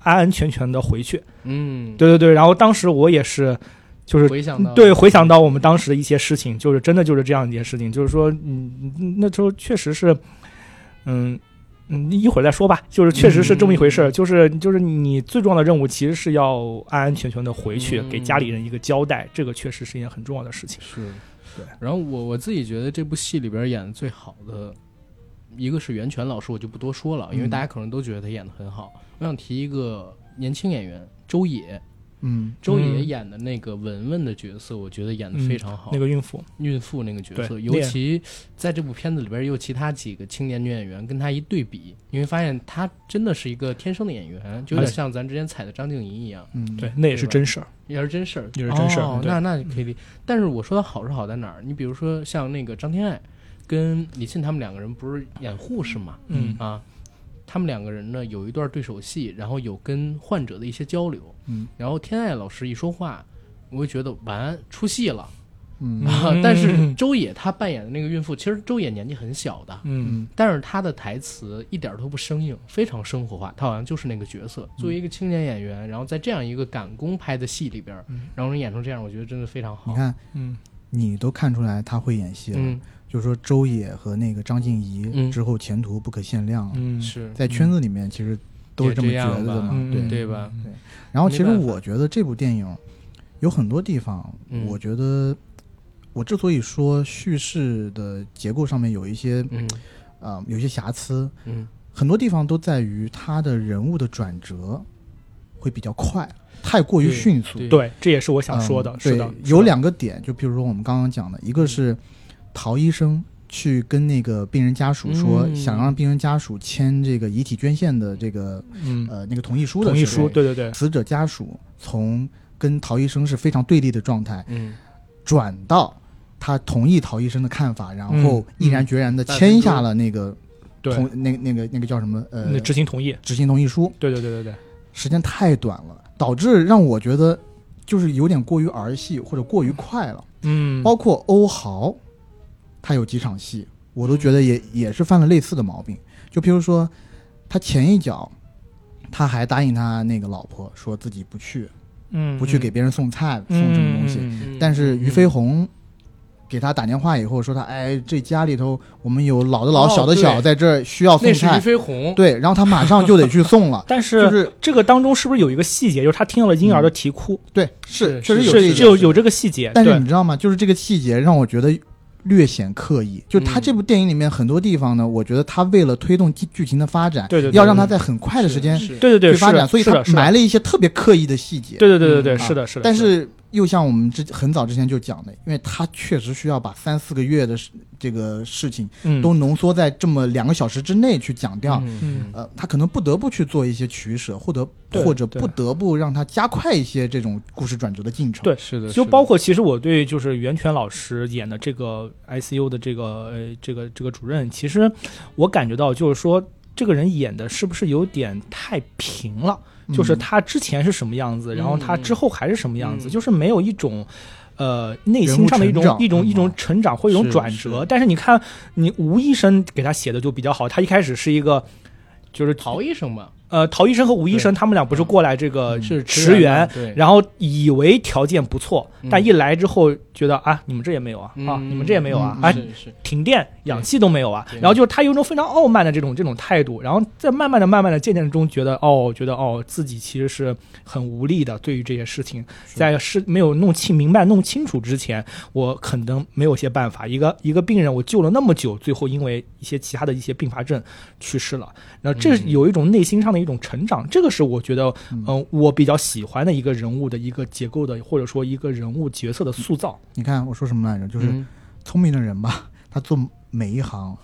Speaker 3: 安安全全的回去，
Speaker 1: 嗯，
Speaker 3: 对对对，然后当时我也是。就是嗯
Speaker 1: 回想到
Speaker 3: 对，回想到我们当时的一些事情，就是真的就是这样一件事情，就是说，嗯，那时候确实是，嗯嗯，一会儿再说吧，就是确实是这么一回
Speaker 1: 嗯
Speaker 3: 事儿，就是就是你最重要的任务其实是要安安全全的回去，
Speaker 1: 嗯
Speaker 3: 给家里人一个交代，这个确实是一件很重要的事情。
Speaker 1: 是，
Speaker 3: 对。
Speaker 1: 然后我我自己觉得这部戏里边演的最好的，一个是袁泉老师，我就不多说了，因为
Speaker 3: 嗯
Speaker 1: 大家可能都觉得他演的很好。我想提一个年轻演员周也，
Speaker 2: 嗯，
Speaker 1: 周也
Speaker 3: 嗯
Speaker 1: 演的那个文文的角色，我觉得演的非常好。嗯
Speaker 3: 那个孕妇，
Speaker 1: 孕妇那个角色，
Speaker 3: 对
Speaker 1: 尤其在这部片子里边，也有其他几个青年女演员跟她一对比，你会发现她真的是一个天生的演员，就有
Speaker 3: 而
Speaker 1: 点
Speaker 3: 且
Speaker 1: 像咱之前踩的张婧仪一样。
Speaker 2: 嗯，
Speaker 3: 对，，那也
Speaker 1: 对
Speaker 3: 是
Speaker 1: 吧
Speaker 3: 真事儿。
Speaker 1: 也是真事儿，
Speaker 3: 也是真事儿
Speaker 1: 哦，
Speaker 3: 对嗯
Speaker 1: 那那可以理。但是我说它好是好在哪儿？你比如说像那个张天爱跟李沁他们两个人不是演护士嘛？
Speaker 3: 嗯
Speaker 1: 啊，他们两个人呢有一段对手戏，然后有跟患者的一些交流。
Speaker 2: 嗯，
Speaker 1: 然后天爱老师一说话，我就觉得完出戏了。
Speaker 2: 嗯
Speaker 1: 啊 *laughs*
Speaker 3: 嗯，
Speaker 1: 但是周也他扮演的那个孕妇，其实周也年纪很小的，
Speaker 3: 嗯，
Speaker 1: 但是他的台词一点儿都不生硬，非常生活化。他好像就是那个角色。作为一个青年演员，然后在这样一个赶工拍的戏里边儿，然后能演成这样，我觉得真的非常
Speaker 2: 你
Speaker 1: 好。
Speaker 2: 看
Speaker 3: 嗯
Speaker 2: 你都看出来他会演戏了，
Speaker 1: 嗯，
Speaker 2: 就是说周也和那个张婧
Speaker 1: 嗯
Speaker 2: 仪之后前途不可限量了，
Speaker 3: 嗯
Speaker 1: 是，
Speaker 2: 在圈子里面其实都是么觉得的嘛，
Speaker 1: 嗯
Speaker 2: 对
Speaker 3: 嗯
Speaker 1: 对吧？
Speaker 2: 然后其实
Speaker 1: 没办法
Speaker 2: 我觉得这部电影有很多地方，
Speaker 1: 嗯
Speaker 2: 我觉得我之所以说叙事的结构上面有一些
Speaker 1: 嗯
Speaker 2: 啊、呃有一些瑕疵，
Speaker 1: 嗯，
Speaker 2: 很多地方都在于它的人物的转折会比较快，太过于
Speaker 1: 对
Speaker 2: 迅速。
Speaker 1: 对
Speaker 3: 对，这也是我想说的，
Speaker 2: 嗯
Speaker 3: 是的嗯
Speaker 2: 对，有
Speaker 3: 是的，
Speaker 2: 两个点，就比如说我们刚刚讲的，一个是陶医生去跟那个病人家属说，
Speaker 1: 嗯
Speaker 2: 想让病人家属签这个遗体捐献的这个
Speaker 3: 嗯，
Speaker 2: 呃那个同意书的
Speaker 3: 同意
Speaker 2: 时候
Speaker 3: 书，对对对，
Speaker 2: 死者家属从跟陶医生是非常对立的状态，
Speaker 1: 嗯，
Speaker 2: 转到他同意陶医生的看法，然后毅然决然的
Speaker 1: 嗯
Speaker 2: 签下了那个
Speaker 3: 对
Speaker 2: 同、那那个那个叫什么呃
Speaker 3: 那执行同意，
Speaker 2: 执行同意书，
Speaker 3: 对对
Speaker 1: 嗯
Speaker 3: 对对对，
Speaker 2: 时间太短了，导致让我觉得就是有点过于儿戏或者过于快了。
Speaker 3: 嗯，
Speaker 2: 包括欧豪，他有几场戏，我都觉得也也是犯了类似的毛病。就譬如说，他前一脚他还答应他那个老婆说自己不去，
Speaker 3: 嗯，
Speaker 2: 不去给别人送菜、送什么东西。
Speaker 3: 嗯嗯嗯。
Speaker 2: 但是俞飞鸿给他打电话以后说他，哎，这家里头我们有老的老、
Speaker 1: 哦
Speaker 2: 小的小，
Speaker 1: 对
Speaker 2: 在这儿需要
Speaker 1: 那
Speaker 2: 送
Speaker 1: 是俞
Speaker 2: 菜，
Speaker 1: 飞鸿，
Speaker 2: 对，然后他马上就得去送了
Speaker 3: 但是、
Speaker 2: 就是
Speaker 3: 这个当中是不是有一个细节，就是他听到了婴儿的啼哭，
Speaker 2: 对，嗯
Speaker 1: 是
Speaker 2: 是确实有
Speaker 1: 是
Speaker 2: 这个
Speaker 3: 是
Speaker 1: 细节
Speaker 3: 就有这个细节，
Speaker 2: 但是
Speaker 3: 对
Speaker 2: 你知道吗？就是这个细节让我觉得略显刻意。就是他
Speaker 1: 嗯
Speaker 2: 这部电影里面很多地方呢，我觉得他为了推动剧剧情的发展，
Speaker 3: 对对对
Speaker 2: 要让他在很快的时间
Speaker 1: 是
Speaker 3: 对对对
Speaker 2: 去发
Speaker 3: 是
Speaker 2: 展，
Speaker 3: 的
Speaker 2: 所以
Speaker 3: 是
Speaker 2: 他
Speaker 3: 的是的
Speaker 2: 埋了一些特别刻意的细节。
Speaker 3: 对对对对对，
Speaker 1: 嗯
Speaker 3: 是的是的，
Speaker 2: 但
Speaker 3: 的
Speaker 2: 是又像我们之很早之前就讲的，因为他确实需要把三四个月的事这个事情
Speaker 3: 嗯
Speaker 2: 都浓缩在这么两个小时之内去讲掉。
Speaker 1: 嗯
Speaker 2: 呃，他可能不得不去做一些取舍，或者
Speaker 3: 对
Speaker 2: 或者
Speaker 3: 对
Speaker 2: 不得不让他加快一些这种故事转折的进程。
Speaker 3: 对
Speaker 1: 是的，
Speaker 3: 就包括其实我对就是袁泉老师演的这个 ICU 的这个呃这个这个主任，其实我感觉到就是说这个人演的是不是有点太平了？
Speaker 2: 嗯，
Speaker 3: 就是他之前是什么样子，然后他之后还是什么样子，
Speaker 1: 嗯
Speaker 3: 就是没有一种。呃，内
Speaker 2: 人
Speaker 3: 心
Speaker 2: 物
Speaker 3: 上的一
Speaker 2: 成
Speaker 3: 种
Speaker 2: 长
Speaker 3: 一种一种
Speaker 2: 嗯
Speaker 3: 成长或一种
Speaker 1: 是
Speaker 3: 转
Speaker 1: 是
Speaker 3: 折，但是你看，你吴医生给他写的就比较好，他一开始是一个，就是
Speaker 1: 陶医生吧，
Speaker 3: 呃，陶医生和吴医生他们俩不是
Speaker 1: 嗯
Speaker 3: 过来这个
Speaker 2: 嗯
Speaker 1: 是
Speaker 3: 驰援
Speaker 1: 的，对，
Speaker 3: 然后以为条件不错，
Speaker 1: 嗯
Speaker 3: 但一来之后觉得啊，你们这也没有啊，啊，
Speaker 1: 嗯
Speaker 3: 你们这也没有啊，
Speaker 2: 嗯
Speaker 3: 啊，
Speaker 1: 是是，
Speaker 3: 停电、氧气都没有啊
Speaker 1: 对。
Speaker 3: 然后就是他有一种非常傲慢的这种这种态度，然后在慢慢的、慢慢的、渐渐中觉得哦，觉得哦，自己其实是很无力的，对于这些事情，
Speaker 2: 是
Speaker 3: 在是没有弄清明白、弄清楚之前，我可能没有些办法。一个一个病人，我救了那么久，最后因为一些其他的一些并发症去世了，然后这
Speaker 1: 嗯
Speaker 3: 有一种内心上的一种成长，这个是我觉得
Speaker 2: 嗯
Speaker 3: 嗯、我比较喜欢的一个人物的一个结构的，或者说一个人物角色的塑造。
Speaker 2: 你看我说什么来着？就是
Speaker 1: 嗯
Speaker 2: 聪明的人吧， *laughs* 他做每一行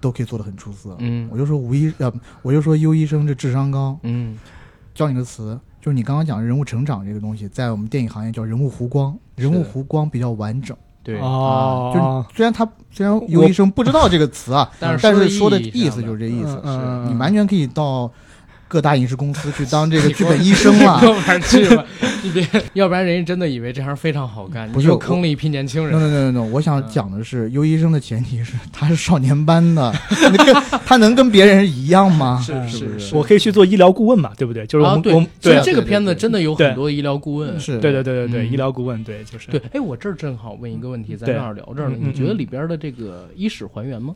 Speaker 2: 都可以做得很出色。
Speaker 1: 嗯
Speaker 2: 我就说吴医呃，我就说优医生这智商高。
Speaker 1: 嗯
Speaker 2: 教你个词，就是你刚刚讲的人物成长这个东西，在我们电影行业叫人物弧光，人物
Speaker 1: 是的
Speaker 2: 弧光比较完整。
Speaker 1: 对，
Speaker 2: 啊
Speaker 3: 哦
Speaker 2: 就是虽然他虽然优医生不知道这个词啊，
Speaker 1: *laughs* 但是
Speaker 2: 但是
Speaker 1: 说
Speaker 2: 说
Speaker 1: 的
Speaker 2: 的
Speaker 1: 意义
Speaker 2: 意
Speaker 1: 上
Speaker 2: 思
Speaker 1: 的
Speaker 2: 就是这意思。
Speaker 3: 嗯
Speaker 2: 你完全可以到各大影视公司去当这个剧本
Speaker 1: *laughs*
Speaker 2: 医
Speaker 1: 你
Speaker 2: 生嘛。
Speaker 1: 哥们儿去吧，你别，要不然人家真的以为这行非常好干，
Speaker 2: 不
Speaker 1: 你
Speaker 2: 是
Speaker 1: 又坑了一批年轻
Speaker 2: no
Speaker 1: 人。
Speaker 2: no no no
Speaker 3: 嗯
Speaker 2: no，我想讲的是，优医生的前提是他是少年班
Speaker 3: *laughs*
Speaker 2: 的，他能跟他能跟别人一样吗？
Speaker 1: 是
Speaker 2: 是
Speaker 1: 是
Speaker 2: 不是
Speaker 1: 是，
Speaker 3: 嗯我可以去做医疗顾问嘛，对不对？就是我
Speaker 1: 啊
Speaker 3: 们、
Speaker 1: 对
Speaker 3: 我们，
Speaker 1: 其
Speaker 3: 对
Speaker 1: 实
Speaker 3: 啊
Speaker 1: 这个
Speaker 2: 对对
Speaker 1: 片子
Speaker 2: 对
Speaker 1: 真的有
Speaker 3: 对
Speaker 1: 很多医疗顾问。
Speaker 2: 是
Speaker 3: 对对对对对，
Speaker 1: 嗯
Speaker 3: 医疗顾问对就是
Speaker 1: 对，哎，我这儿正好问一个问题，咱
Speaker 3: 对
Speaker 1: 正好聊这儿了。
Speaker 3: 嗯嗯
Speaker 1: 你觉得里边的这个医史还原吗？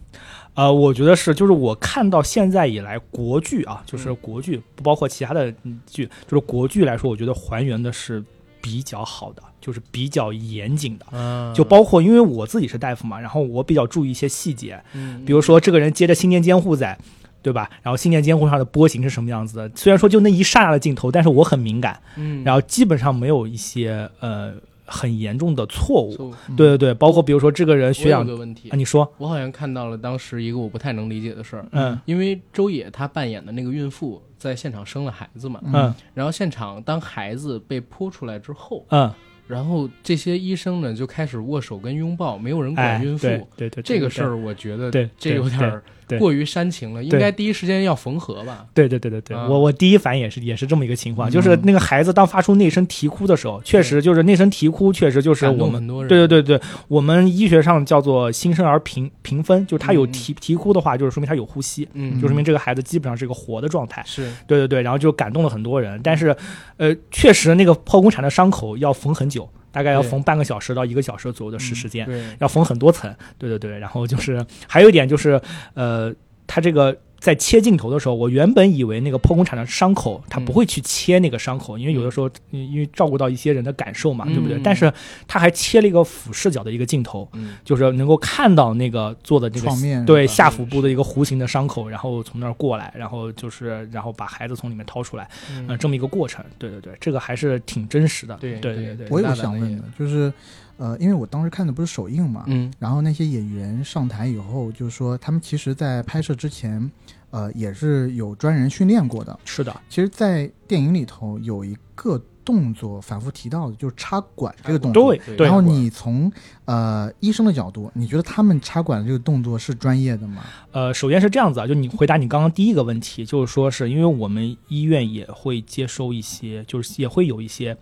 Speaker 3: 呃，我觉得是，就是我看到现在以来国剧
Speaker 1: 嗯
Speaker 3: 啊，就是国剧，不包括其他的嗯剧，就是国剧来说，我觉得还原的是比较好的，就是比较严谨的。
Speaker 1: 啊
Speaker 3: 就包括因为我自己是大夫嘛，然后我比较注意一些细节，
Speaker 1: 嗯
Speaker 3: 比如说这个人接着心电监护在。对吧？然后心电监护上的波形是什么样子的？虽然说就那一刹那的镜头，但是我很敏感，
Speaker 1: 嗯，
Speaker 3: 然后基本上没有一些呃很严重的错误。
Speaker 1: 后
Speaker 3: 对对对，包括比如说这个
Speaker 1: 嗯
Speaker 3: 人
Speaker 1: 我
Speaker 3: 血氧
Speaker 1: 有个问题
Speaker 3: 啊，，你说，
Speaker 1: 我好像看到了当时一个我不太能理解的事儿，
Speaker 3: 嗯
Speaker 1: 因为周也他扮演的那个孕妇在现场生了孩子嘛，
Speaker 3: 嗯
Speaker 1: 然后现场当孩子被剖出来之后，
Speaker 3: 嗯，
Speaker 1: 然后这些医生呢就开始握手跟拥抱，没有人
Speaker 3: 哎
Speaker 1: 管，孕妇。
Speaker 3: 对对对，
Speaker 1: 这个
Speaker 3: 对
Speaker 1: 事，儿我觉得
Speaker 3: 对
Speaker 1: 这
Speaker 3: 对
Speaker 1: 有点儿
Speaker 3: 对对
Speaker 1: 过于煽情了，应该第一时间要缝合吧？
Speaker 3: 对对对对对，
Speaker 1: 啊
Speaker 3: 我我第一反应也是也是这么一个情况，就是
Speaker 2: 嗯
Speaker 3: 那个孩子当发出那声啼哭的时候，确实就是那声啼哭，确实就是
Speaker 1: 感
Speaker 3: 我
Speaker 1: 动
Speaker 3: 们。
Speaker 1: 很多人，
Speaker 3: 对对对对，我们医学上叫做新生儿评评分，就是他有
Speaker 1: 嗯
Speaker 3: 啼啼哭的话，就是说明他有呼吸，
Speaker 1: 嗯，
Speaker 3: 就
Speaker 1: 嗯
Speaker 3: 说明这个孩子基本上是一哎个活的状态。
Speaker 1: 是
Speaker 3: 对对对，然后就感动了很多人。但是，呃，确实那个剖宫产的伤口要缝很久，大概要
Speaker 1: 对
Speaker 3: 缝半个小时到一个小时左右的时时间，
Speaker 1: 对，
Speaker 3: 要缝很多层。对对对，然后就是 *laughs* 还有一点就是，呃，它这个。在切镜头的时候，我原本以为那个剖宫产的伤口，它不会去切那个伤口，因为有的时候，因因为照顾到一些人的感受嘛，
Speaker 1: 嗯
Speaker 3: 对不对？但是他还切了一个俯视角的一个镜头，
Speaker 1: 嗯，
Speaker 3: 就是能够看到那个做的这个
Speaker 2: 创面
Speaker 3: 对
Speaker 2: 是吧
Speaker 3: 下腹
Speaker 1: 嗯
Speaker 3: 部的一个弧形的伤口，然后从那儿过来，然后就是然后把孩子从里面掏出来，
Speaker 1: 嗯
Speaker 3: 呃，这么一个过程。对对对，这个还是挺真实的。
Speaker 1: 对
Speaker 3: 对
Speaker 1: 对
Speaker 3: 对
Speaker 2: 我
Speaker 1: 也
Speaker 2: 有想问的，就是呃，因为我当时看的不是首映嘛，
Speaker 1: 嗯
Speaker 2: 然后那些演员上台以后，就是说他们其实，在拍摄之前，呃，也是有专人训练过的。
Speaker 3: 是的，
Speaker 2: 其实，在电影里头有一个动作反复提到的，就是插管这个动作。
Speaker 3: 对对
Speaker 2: 然后你从呃医生的角度，你觉得他们插管这个动作是专业的吗？
Speaker 3: 呃，首先是这样子啊，就你回答你刚刚第一个问题，就是说是因为我们医院也会接收一些，就是也会有一些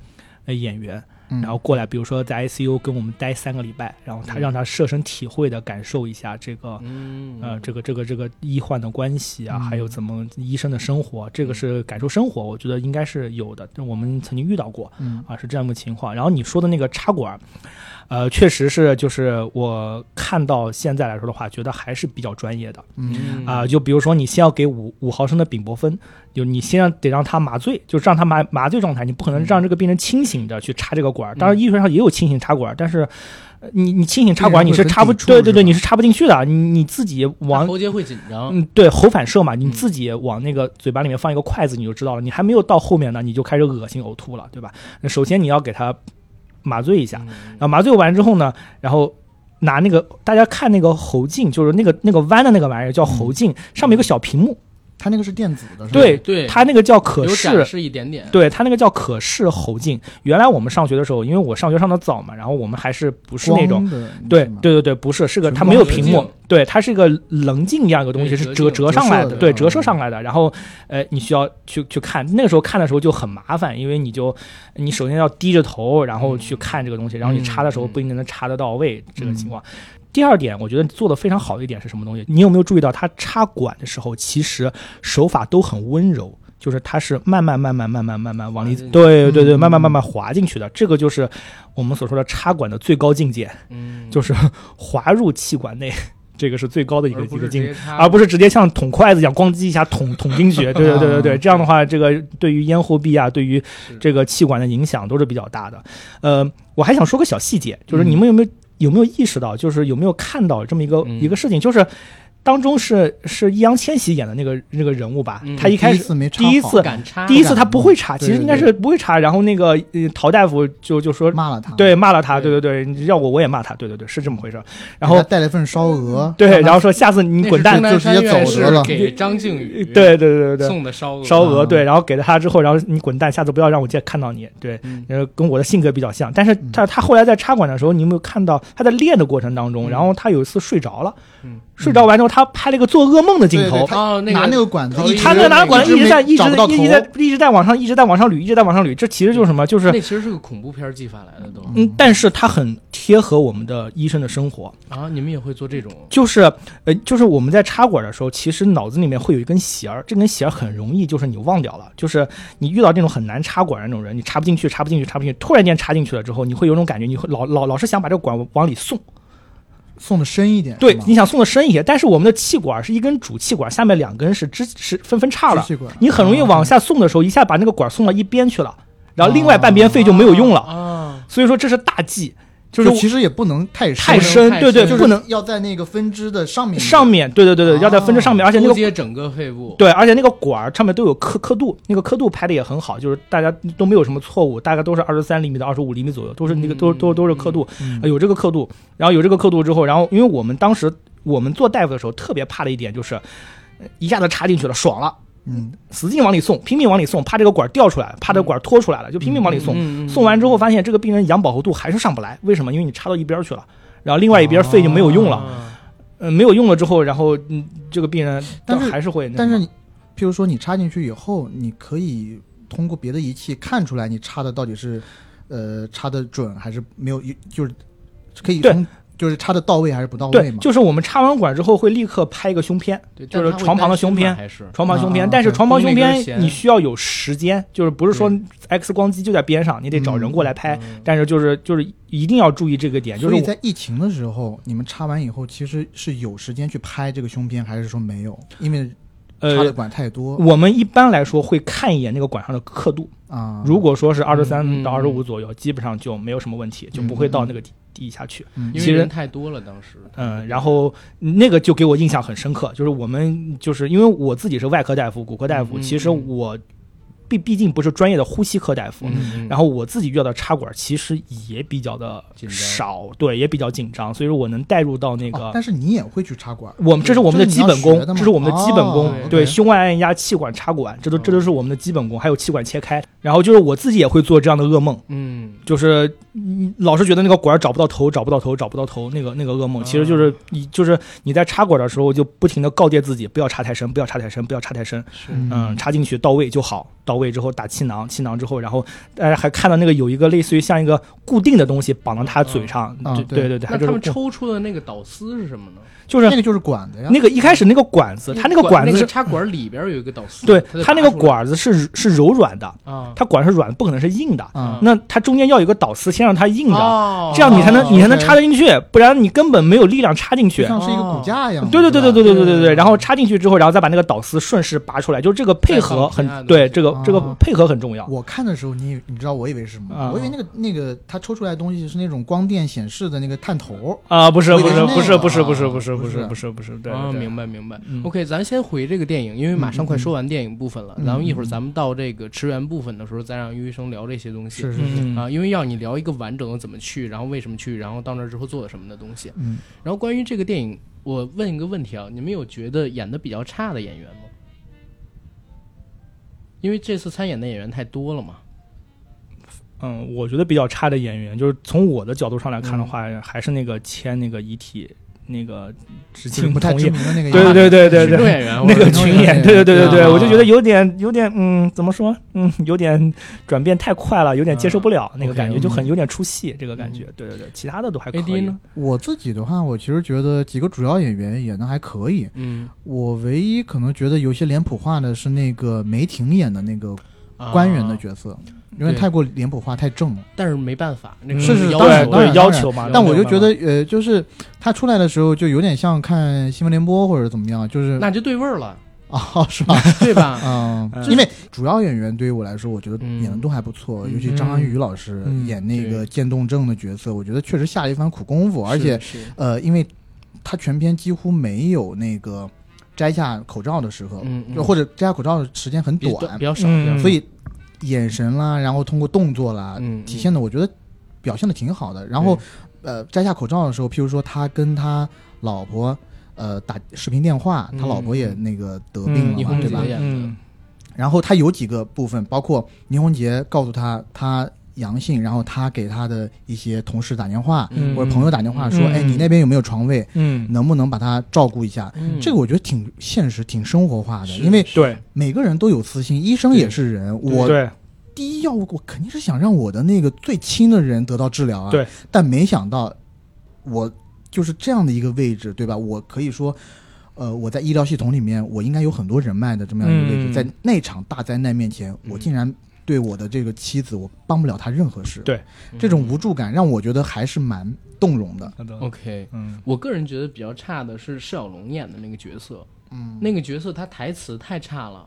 Speaker 3: 呃演员，
Speaker 2: 嗯
Speaker 3: 然后过来，比如说在 ICU 跟我们待三个礼拜，然后他
Speaker 1: 嗯
Speaker 3: 让他设身体会的感受一下这个。
Speaker 1: 嗯
Speaker 3: 呃，这个这个这个医患的关系啊，
Speaker 2: 嗯
Speaker 3: 还有怎么医生的生活，这个是感受生活，我觉得应该是有的，我们曾经遇到过
Speaker 2: 嗯
Speaker 3: 啊，是这样的情况。然后你说的那个插管儿，呃，确实是，就是我看到现在来说的话，觉得还是比较专业的。
Speaker 2: 嗯
Speaker 3: 啊、就比如说你先要给五五毫升的丙泊酚，就你先要得让他麻醉，就是让他麻麻醉状态，你不可能
Speaker 2: 嗯
Speaker 3: 让这个病人清醒着去插这个管儿。当然，
Speaker 1: 嗯
Speaker 3: 医学上也有清醒插管儿，但是。呃你你清醒插管儿
Speaker 2: 病人
Speaker 3: 你
Speaker 2: 会
Speaker 3: 是
Speaker 2: 很
Speaker 3: 插不
Speaker 2: 抵触
Speaker 3: 对对对
Speaker 2: 是吧
Speaker 3: 你是插不进去的，你你自己往
Speaker 1: 喉结会紧张，
Speaker 3: 嗯对喉反射嘛，你
Speaker 1: 啊嗯
Speaker 3: 自己往那个嘴巴里面放一个筷子你就知道了，你还没有到后面呢你就开始恶心呕吐了，对吧？那首先你要给他麻醉一下，然
Speaker 1: 嗯
Speaker 3: 后麻醉完之后呢，然后拿那个大家看那个喉镜，就是那个那个弯的那个玩意儿叫喉镜，上面有个小屏幕，
Speaker 2: 他那个是电子的，是吧？
Speaker 3: 对
Speaker 1: 嗯哎对，
Speaker 3: 它那个叫可
Speaker 1: 有展
Speaker 3: 视。
Speaker 1: 示一点点，
Speaker 3: 对它那个叫可视喉镜，原来我们上学的时候，因为我上学上的早嘛，然后我们还是不是那种，
Speaker 2: 光的，
Speaker 3: 对
Speaker 2: 嗯是吗，
Speaker 3: 对对对，不是，是个
Speaker 2: 纯
Speaker 3: 它没有
Speaker 1: 光学
Speaker 3: 屏幕
Speaker 1: 镜，
Speaker 3: 对，它是一个棱镜一样一个东西，
Speaker 1: 对
Speaker 3: 是折
Speaker 1: 折
Speaker 3: 折
Speaker 2: 镜
Speaker 3: 上
Speaker 2: 折
Speaker 3: 来
Speaker 2: 射
Speaker 3: 的，
Speaker 2: 的
Speaker 3: 对，
Speaker 2: 嗯
Speaker 3: 折射上来的。然后，呃，你需要去去看，那个时候看的时候就很麻烦，因为你就你首先要低着头，然后去看这个东西，然后你插的时候
Speaker 1: 嗯
Speaker 3: 不一定能插得到位，这个情况。第二点，我觉得做的非常好的一点是什么东西？你有没有注意到，它插管的时候其实手法都很温柔，就是它是慢慢慢慢慢慢慢慢往里
Speaker 1: 滑进，去
Speaker 3: 对对对，慢慢
Speaker 2: 嗯
Speaker 3: 慢慢滑进去的。这个就是我们所说的插管的最高境界。
Speaker 1: 嗯，
Speaker 3: 就是滑入气管内，这个是最高的一个
Speaker 1: 而
Speaker 3: 一
Speaker 1: 不
Speaker 3: 个
Speaker 1: 是
Speaker 3: 境
Speaker 1: 直
Speaker 3: 界。
Speaker 1: 接插，
Speaker 3: 而不是直接像捅筷子一样咣叽一下捅捅进去，对对对对
Speaker 1: 啊
Speaker 3: 对，这样的话，这个对于咽喉壁啊，对于这个气管的影响都是比较大的。呃，我还想说个小细节，就是你们有没有、有没有意识到，就是有没有看到这么一个、
Speaker 1: 嗯
Speaker 3: 一个事情，就是当中是是易烊千玺演的那个那个人物吧，
Speaker 1: 嗯
Speaker 3: 他一开
Speaker 2: 第一
Speaker 3: 始
Speaker 2: 次没插
Speaker 3: 第一
Speaker 2: 好
Speaker 3: 次
Speaker 1: 敢插，
Speaker 3: 第一次
Speaker 2: 敢
Speaker 3: 他不会查，
Speaker 2: 对
Speaker 3: 其实应该
Speaker 2: 对
Speaker 3: 是不会查，然后那个呃陶大夫就就说
Speaker 2: 骂了他，
Speaker 3: 对，骂了他，对
Speaker 1: 对
Speaker 3: 对对，你要我我也骂他，对对对，是这么回事儿。然
Speaker 2: 给他
Speaker 3: 后
Speaker 2: 带了份烧鹅，
Speaker 1: 嗯
Speaker 3: 对，然后说下次你
Speaker 1: 那
Speaker 3: 滚
Speaker 1: 是
Speaker 3: 蛋
Speaker 1: 钟，南
Speaker 2: 就直
Speaker 1: 山
Speaker 2: 接
Speaker 1: 院
Speaker 2: 走
Speaker 1: 士
Speaker 2: 得了
Speaker 1: 给张靖宇
Speaker 3: 对对对对对。
Speaker 1: 送的烧鹅，
Speaker 3: 烧鹅
Speaker 2: 啊
Speaker 3: 对，然后给了他之后，然后你滚蛋，下次不要让我见看到你。对，
Speaker 1: 嗯
Speaker 3: 呃，跟我的性格比较像。但是
Speaker 2: 嗯
Speaker 3: 他他后来在插管的时候，你有没有看到他在练的过程当中，
Speaker 1: 嗯
Speaker 3: 然后他有一次睡着了，
Speaker 1: 嗯
Speaker 3: 睡着完之后，他拍了一个做噩梦的镜
Speaker 2: 对对
Speaker 3: 头，
Speaker 2: 他
Speaker 1: 哦，那
Speaker 2: 拿那
Speaker 1: 个
Speaker 2: 个管子
Speaker 1: 头
Speaker 2: 一
Speaker 1: 一
Speaker 2: 直，
Speaker 3: 他那个拿管
Speaker 2: 一
Speaker 3: 子
Speaker 2: 直
Speaker 3: 一直在
Speaker 2: 没
Speaker 3: 一直
Speaker 2: 找不到
Speaker 3: 在
Speaker 2: 头，
Speaker 3: 一直在一直在往上一直在往上捋，一直在往上捋，这其实就是什么？就是
Speaker 1: 那其实是个恐怖片技法来的都
Speaker 3: 嗯，但是他很贴合我们的医生的生活。
Speaker 1: 啊，你们也会做这种，
Speaker 3: 就是呃，就是我们在插管的时候，其实脑子里面会有一根弦儿，这根弦儿很容易就是你忘掉了。就是你遇到这种很难插管的那种人，你插不进去，插不进去，插不进去，突然间插进去了之后，你会有种感觉，你会老老老是想把这个管往里送。
Speaker 2: 送的深一点，
Speaker 3: 对
Speaker 2: 是，吗
Speaker 3: 你想送的深一些，但是我们的气管是一根主气管，下面两根是支是分分叉
Speaker 2: 支
Speaker 3: 了，
Speaker 2: 气管，嗯
Speaker 3: 你很容易往下送的时候，一下把那个管送到一边去了，然后另外半边肺就没有用了。
Speaker 1: 啊，
Speaker 3: 所以说这是大忌，就
Speaker 2: 就是其实也不能太
Speaker 3: 太
Speaker 1: 深
Speaker 3: 深，
Speaker 1: 太
Speaker 3: 对对，
Speaker 1: 深
Speaker 2: 就是
Speaker 3: 不能
Speaker 2: 要在那个分支的上面
Speaker 3: 上面，对对对对，要在分支上
Speaker 2: 啊
Speaker 3: 面，而且那
Speaker 1: 勾
Speaker 3: 个
Speaker 1: 接整个肺部，
Speaker 3: 对，而且那个管儿上面都有刻刻度，那个刻度拍的也很好，就是大家都没有什么错误，大概都是二十三厘米到二十五厘米左右，都是那个、都都都是刻度、
Speaker 2: 嗯
Speaker 3: 呃有这个刻度，然后有这个刻度之后，然后因为我们当时我们做大夫的时候特别怕的一点就是，呃一下子插进去了，爽了，
Speaker 2: 嗯，
Speaker 3: 使劲往里送，拼命往里送，怕这个管儿掉出来，怕这个管儿拖出来了，就拼命往里送。
Speaker 1: 嗯，嗯
Speaker 3: 送完之后发现这个病人氧饱和度还是上不来，为什么？因为你插到一边儿去了，然后另外一边儿肺就没有用了，嗯、
Speaker 1: 啊
Speaker 3: 没有用了之后，然后嗯这个病人
Speaker 2: 但是
Speaker 3: 还是会那什么，
Speaker 2: 但是你，譬如说你插进去以后，你可以通过别的仪器看出来你插的到底是，呃，插的准还是没有，就是可以
Speaker 3: 对
Speaker 2: 从就是插的到位还是不到位
Speaker 3: 对，
Speaker 2: 嘛？
Speaker 3: 就是我们插完管之后会立刻拍一个胸片，
Speaker 1: 对
Speaker 3: 就是
Speaker 1: 但他会
Speaker 3: 床旁
Speaker 1: 担心
Speaker 3: 的胸
Speaker 1: 嘛
Speaker 3: 片
Speaker 1: 还是
Speaker 3: 床旁胸片。
Speaker 2: 啊
Speaker 3: 但是
Speaker 2: 对
Speaker 3: 床旁胸
Speaker 1: 绷那根
Speaker 3: 片
Speaker 1: 弦
Speaker 3: 你需要有时间，就是不是说 X 光机就在边上，你得找人过来拍。
Speaker 1: 嗯
Speaker 3: 但是就是就是一定要注意这个点，就
Speaker 2: 所
Speaker 3: 是
Speaker 2: 以
Speaker 3: 我
Speaker 2: 在疫情的时候，你们插完以后，其实是有时间去拍这个胸片，还是说没有？因为插的
Speaker 3: 呃。
Speaker 2: 管太多
Speaker 3: 我们一般来说会看一眼那个管上的刻度，
Speaker 2: 啊。
Speaker 3: 嗯如果说是二十
Speaker 1: 嗯
Speaker 3: 三
Speaker 1: 嗯
Speaker 3: 到二十五左右，基本上就没有什么问题，就不会到那个底底下去。
Speaker 2: 嗯
Speaker 1: 因
Speaker 3: 其
Speaker 1: 为
Speaker 3: 实
Speaker 1: 人太多了，当时，
Speaker 3: 嗯，然后那个就给我印象很深刻，就是我们就是因为我自己是外科大夫、骨科大夫，
Speaker 1: 嗯嗯
Speaker 3: 其实
Speaker 1: 嗯
Speaker 3: 我毕毕竟不是专业的呼吸科大夫，然
Speaker 1: 后
Speaker 3: 后我自己遇到的插管其实也比较的
Speaker 1: 嗯紧张
Speaker 3: 少，对，也比较紧张，所以说我能带入到那个。嗯
Speaker 2: 哦但是你也会去插管，
Speaker 3: 我们这是我们的基本
Speaker 2: 这是你
Speaker 3: 功
Speaker 2: 要学的，吗
Speaker 3: 这是我们的基本功
Speaker 1: 哦，对
Speaker 3: 对，
Speaker 2: OK
Speaker 3: 胸外按压、气管插管，这都这都是我们的基本功，还有气管切开。然后就是我自己也会做这样的噩梦，
Speaker 1: 嗯，
Speaker 3: 就是嗯老是觉得那个管儿找不到头，找不到头，找不到头，那个那个噩梦，其实就是你就是你在插管的时候就不停的告诫自己不要插太深，不要插太深，不要插太深，
Speaker 1: 是
Speaker 2: 嗯
Speaker 3: 嗯，插进去到位就好。到位之后打气囊，气囊之后，然后但是还看到那个有一个类似于像一个固定的东西绑到他嘴上，
Speaker 2: 嗯
Speaker 3: 对
Speaker 2: 嗯
Speaker 3: 对对对，
Speaker 1: 那
Speaker 3: 就
Speaker 1: 他们
Speaker 3: 是
Speaker 1: 抽出的那个导丝是什么呢？
Speaker 3: 就是
Speaker 2: 那个就是管子呀，
Speaker 3: 那个一开始那个管子，它那个管
Speaker 1: 那
Speaker 3: 子
Speaker 1: 个
Speaker 3: 是
Speaker 1: 插管里边有一个导丝，
Speaker 3: 对
Speaker 1: 就
Speaker 3: 它那
Speaker 1: 拔
Speaker 3: 个
Speaker 1: 出来
Speaker 3: 管子是是柔软的，
Speaker 1: 啊，
Speaker 3: 它管是软的，不可能是硬的。
Speaker 2: 啊
Speaker 1: 嗯
Speaker 3: 那它中间要有一个导丝，先让它硬着，
Speaker 1: 哦
Speaker 3: 这样你才能、
Speaker 2: 哦
Speaker 3: 你才能
Speaker 2: OK
Speaker 3: 插得进去，不然你根本没有力量插进
Speaker 2: 就
Speaker 3: 去。
Speaker 2: 像是一个骨架一样的。
Speaker 3: 哦对对对对对
Speaker 2: 对吧，
Speaker 3: 对对对
Speaker 1: 对
Speaker 3: 对，然后插进去之后，然后再把那个导丝顺势拔出来，就是这个配合
Speaker 1: 再放其他的
Speaker 3: 很
Speaker 1: 东
Speaker 3: 对，
Speaker 1: 西哦
Speaker 3: 这个
Speaker 2: 啊
Speaker 3: 这个配合很重要。
Speaker 2: 我看的时候你以你知道我以为是什
Speaker 3: 啊
Speaker 2: 么？我以为那个那个它抽出来的东西是那种光电显示的那个探头，
Speaker 3: 啊，不是
Speaker 2: 我以
Speaker 3: 不
Speaker 2: 为
Speaker 3: 是
Speaker 2: 是
Speaker 3: 不是
Speaker 2: 那
Speaker 3: 不是
Speaker 2: 个
Speaker 3: 不是
Speaker 2: 啊
Speaker 3: 不是不
Speaker 2: 不
Speaker 3: 是
Speaker 2: 是
Speaker 3: 不是不是，对
Speaker 1: 啊，
Speaker 3: 对对
Speaker 1: 明白明白。
Speaker 3: 嗯
Speaker 1: OK，咱先回这个电影，因为马上快说完电影部分了，
Speaker 2: 嗯嗯嗯
Speaker 1: 咱们一会儿咱们到这个驰援部分的时候，再让于医生聊这些东西。
Speaker 2: 是是是，
Speaker 3: 嗯
Speaker 1: 啊，因为要你聊一个完整的怎么去，然后为什么去，然后到那儿之后做了什么的东西。
Speaker 2: 嗯，
Speaker 1: 然后关于这个电影，我问一个问题啊，你们有觉得演的比较差的演员吗？因为这次参演的演员太多了嘛。
Speaker 3: 嗯，我觉得比较差的演员，就是从我的角度上来
Speaker 1: 嗯
Speaker 3: 看的话，还是那个签那个遗体那个执
Speaker 2: 就是
Speaker 3: 行
Speaker 2: 不太
Speaker 3: 同
Speaker 2: 知
Speaker 3: 意，
Speaker 2: 名的那个，
Speaker 3: 对对对对对
Speaker 1: 群众
Speaker 3: 对。
Speaker 1: 演员，
Speaker 3: 那个
Speaker 1: 我
Speaker 3: 群演，对对对对
Speaker 1: 对
Speaker 3: 对，
Speaker 1: 啊
Speaker 3: 我就觉得有点有点，嗯，怎么说，嗯，有点转变太快了，有点接受不了那个感觉，
Speaker 1: 嗯 OK，
Speaker 3: 就很有点出戏，这个感觉，对对对，其他的都还可
Speaker 1: AD
Speaker 3: 以
Speaker 1: 呢。
Speaker 2: 我自己的话，我其实觉得几个主要演员演的还可以。
Speaker 1: 嗯，
Speaker 2: 我唯一可能觉得有些脸谱化的是那个梅婷演的那个官员的
Speaker 1: 啊，
Speaker 2: 角色，因为
Speaker 1: 对
Speaker 2: 太过脸谱化太正了。
Speaker 1: 啊但是没办法，那个
Speaker 3: 嗯
Speaker 2: 是是
Speaker 1: 要
Speaker 2: 当然
Speaker 1: 求
Speaker 2: 当
Speaker 3: 对
Speaker 2: 然
Speaker 3: 对要求嘛，
Speaker 2: 但我
Speaker 3: 要
Speaker 2: 就
Speaker 3: 求
Speaker 2: 觉
Speaker 3: 嘛
Speaker 2: 得，呃，就是他出来的时候就有点像看新闻联播或者怎么样，就是
Speaker 1: 那就对味儿了，
Speaker 2: *laughs* 啊，是吧？
Speaker 1: 对吧？
Speaker 2: 嗯
Speaker 3: 嗯，
Speaker 2: 因为主要演员对于我来说，我觉得
Speaker 1: 嗯
Speaker 2: 演的都还不错，
Speaker 1: 嗯
Speaker 2: 尤其张涵予老师
Speaker 3: 嗯
Speaker 2: 演那
Speaker 1: 对
Speaker 2: 个渐冻症的角色，我觉得确实下了一番苦功夫，而且
Speaker 1: 是是
Speaker 2: 呃，因为他全篇几乎没有那个摘下口罩的时刻，
Speaker 1: 嗯嗯
Speaker 2: 就或者摘下口罩的时间很
Speaker 1: 比
Speaker 2: 短
Speaker 1: 比，较少，
Speaker 3: 嗯
Speaker 1: 比较少
Speaker 2: 所以眼神啦，然后通过动作啦，
Speaker 1: 嗯，
Speaker 2: 啊体现的我觉得表现的挺好的。然后呃，摘下口罩的时候，譬如说他跟他老婆。呃，打视频电话，他老婆也那个得病
Speaker 1: 嗯
Speaker 2: 了嘛，
Speaker 1: 嗯
Speaker 2: 对吧
Speaker 1: 嗯？
Speaker 3: 嗯
Speaker 2: 然后他有几个部分，包括倪虹洁告诉他他阳性，然后他给他的一些同事打电话、
Speaker 1: 嗯
Speaker 2: 或者朋友打电话说：“
Speaker 3: 嗯
Speaker 2: 哎，你那边有没有床位？
Speaker 3: 嗯，
Speaker 2: 能不能把他照顾一下？”
Speaker 1: 嗯
Speaker 2: 这个我觉得挺现实、挺生活化的，
Speaker 1: 是
Speaker 2: 因为
Speaker 3: 对
Speaker 2: 每个人都有私心，医生也是人。我
Speaker 3: 对
Speaker 2: 第一要务，我肯定是想让我的那个最亲的人得到治疗啊。
Speaker 3: 对，
Speaker 2: 但没想到我就是这样的一个位置，对吧？我可以说，呃，我在医疗系统里面，我应该有很多人脉的这么样一个位置，
Speaker 3: 嗯
Speaker 2: 在那场大灾难面前，
Speaker 1: 嗯
Speaker 2: 我竟然对我的这个妻子，我帮不了她任何事。
Speaker 3: 对
Speaker 2: 这种无助感让我觉得还是蛮动容的。
Speaker 3: 好的
Speaker 1: OK。
Speaker 3: 嗯
Speaker 1: 我个人觉得比较差的是释小龙演的那个角色，
Speaker 2: 嗯，
Speaker 1: 那个角色他台词太差了，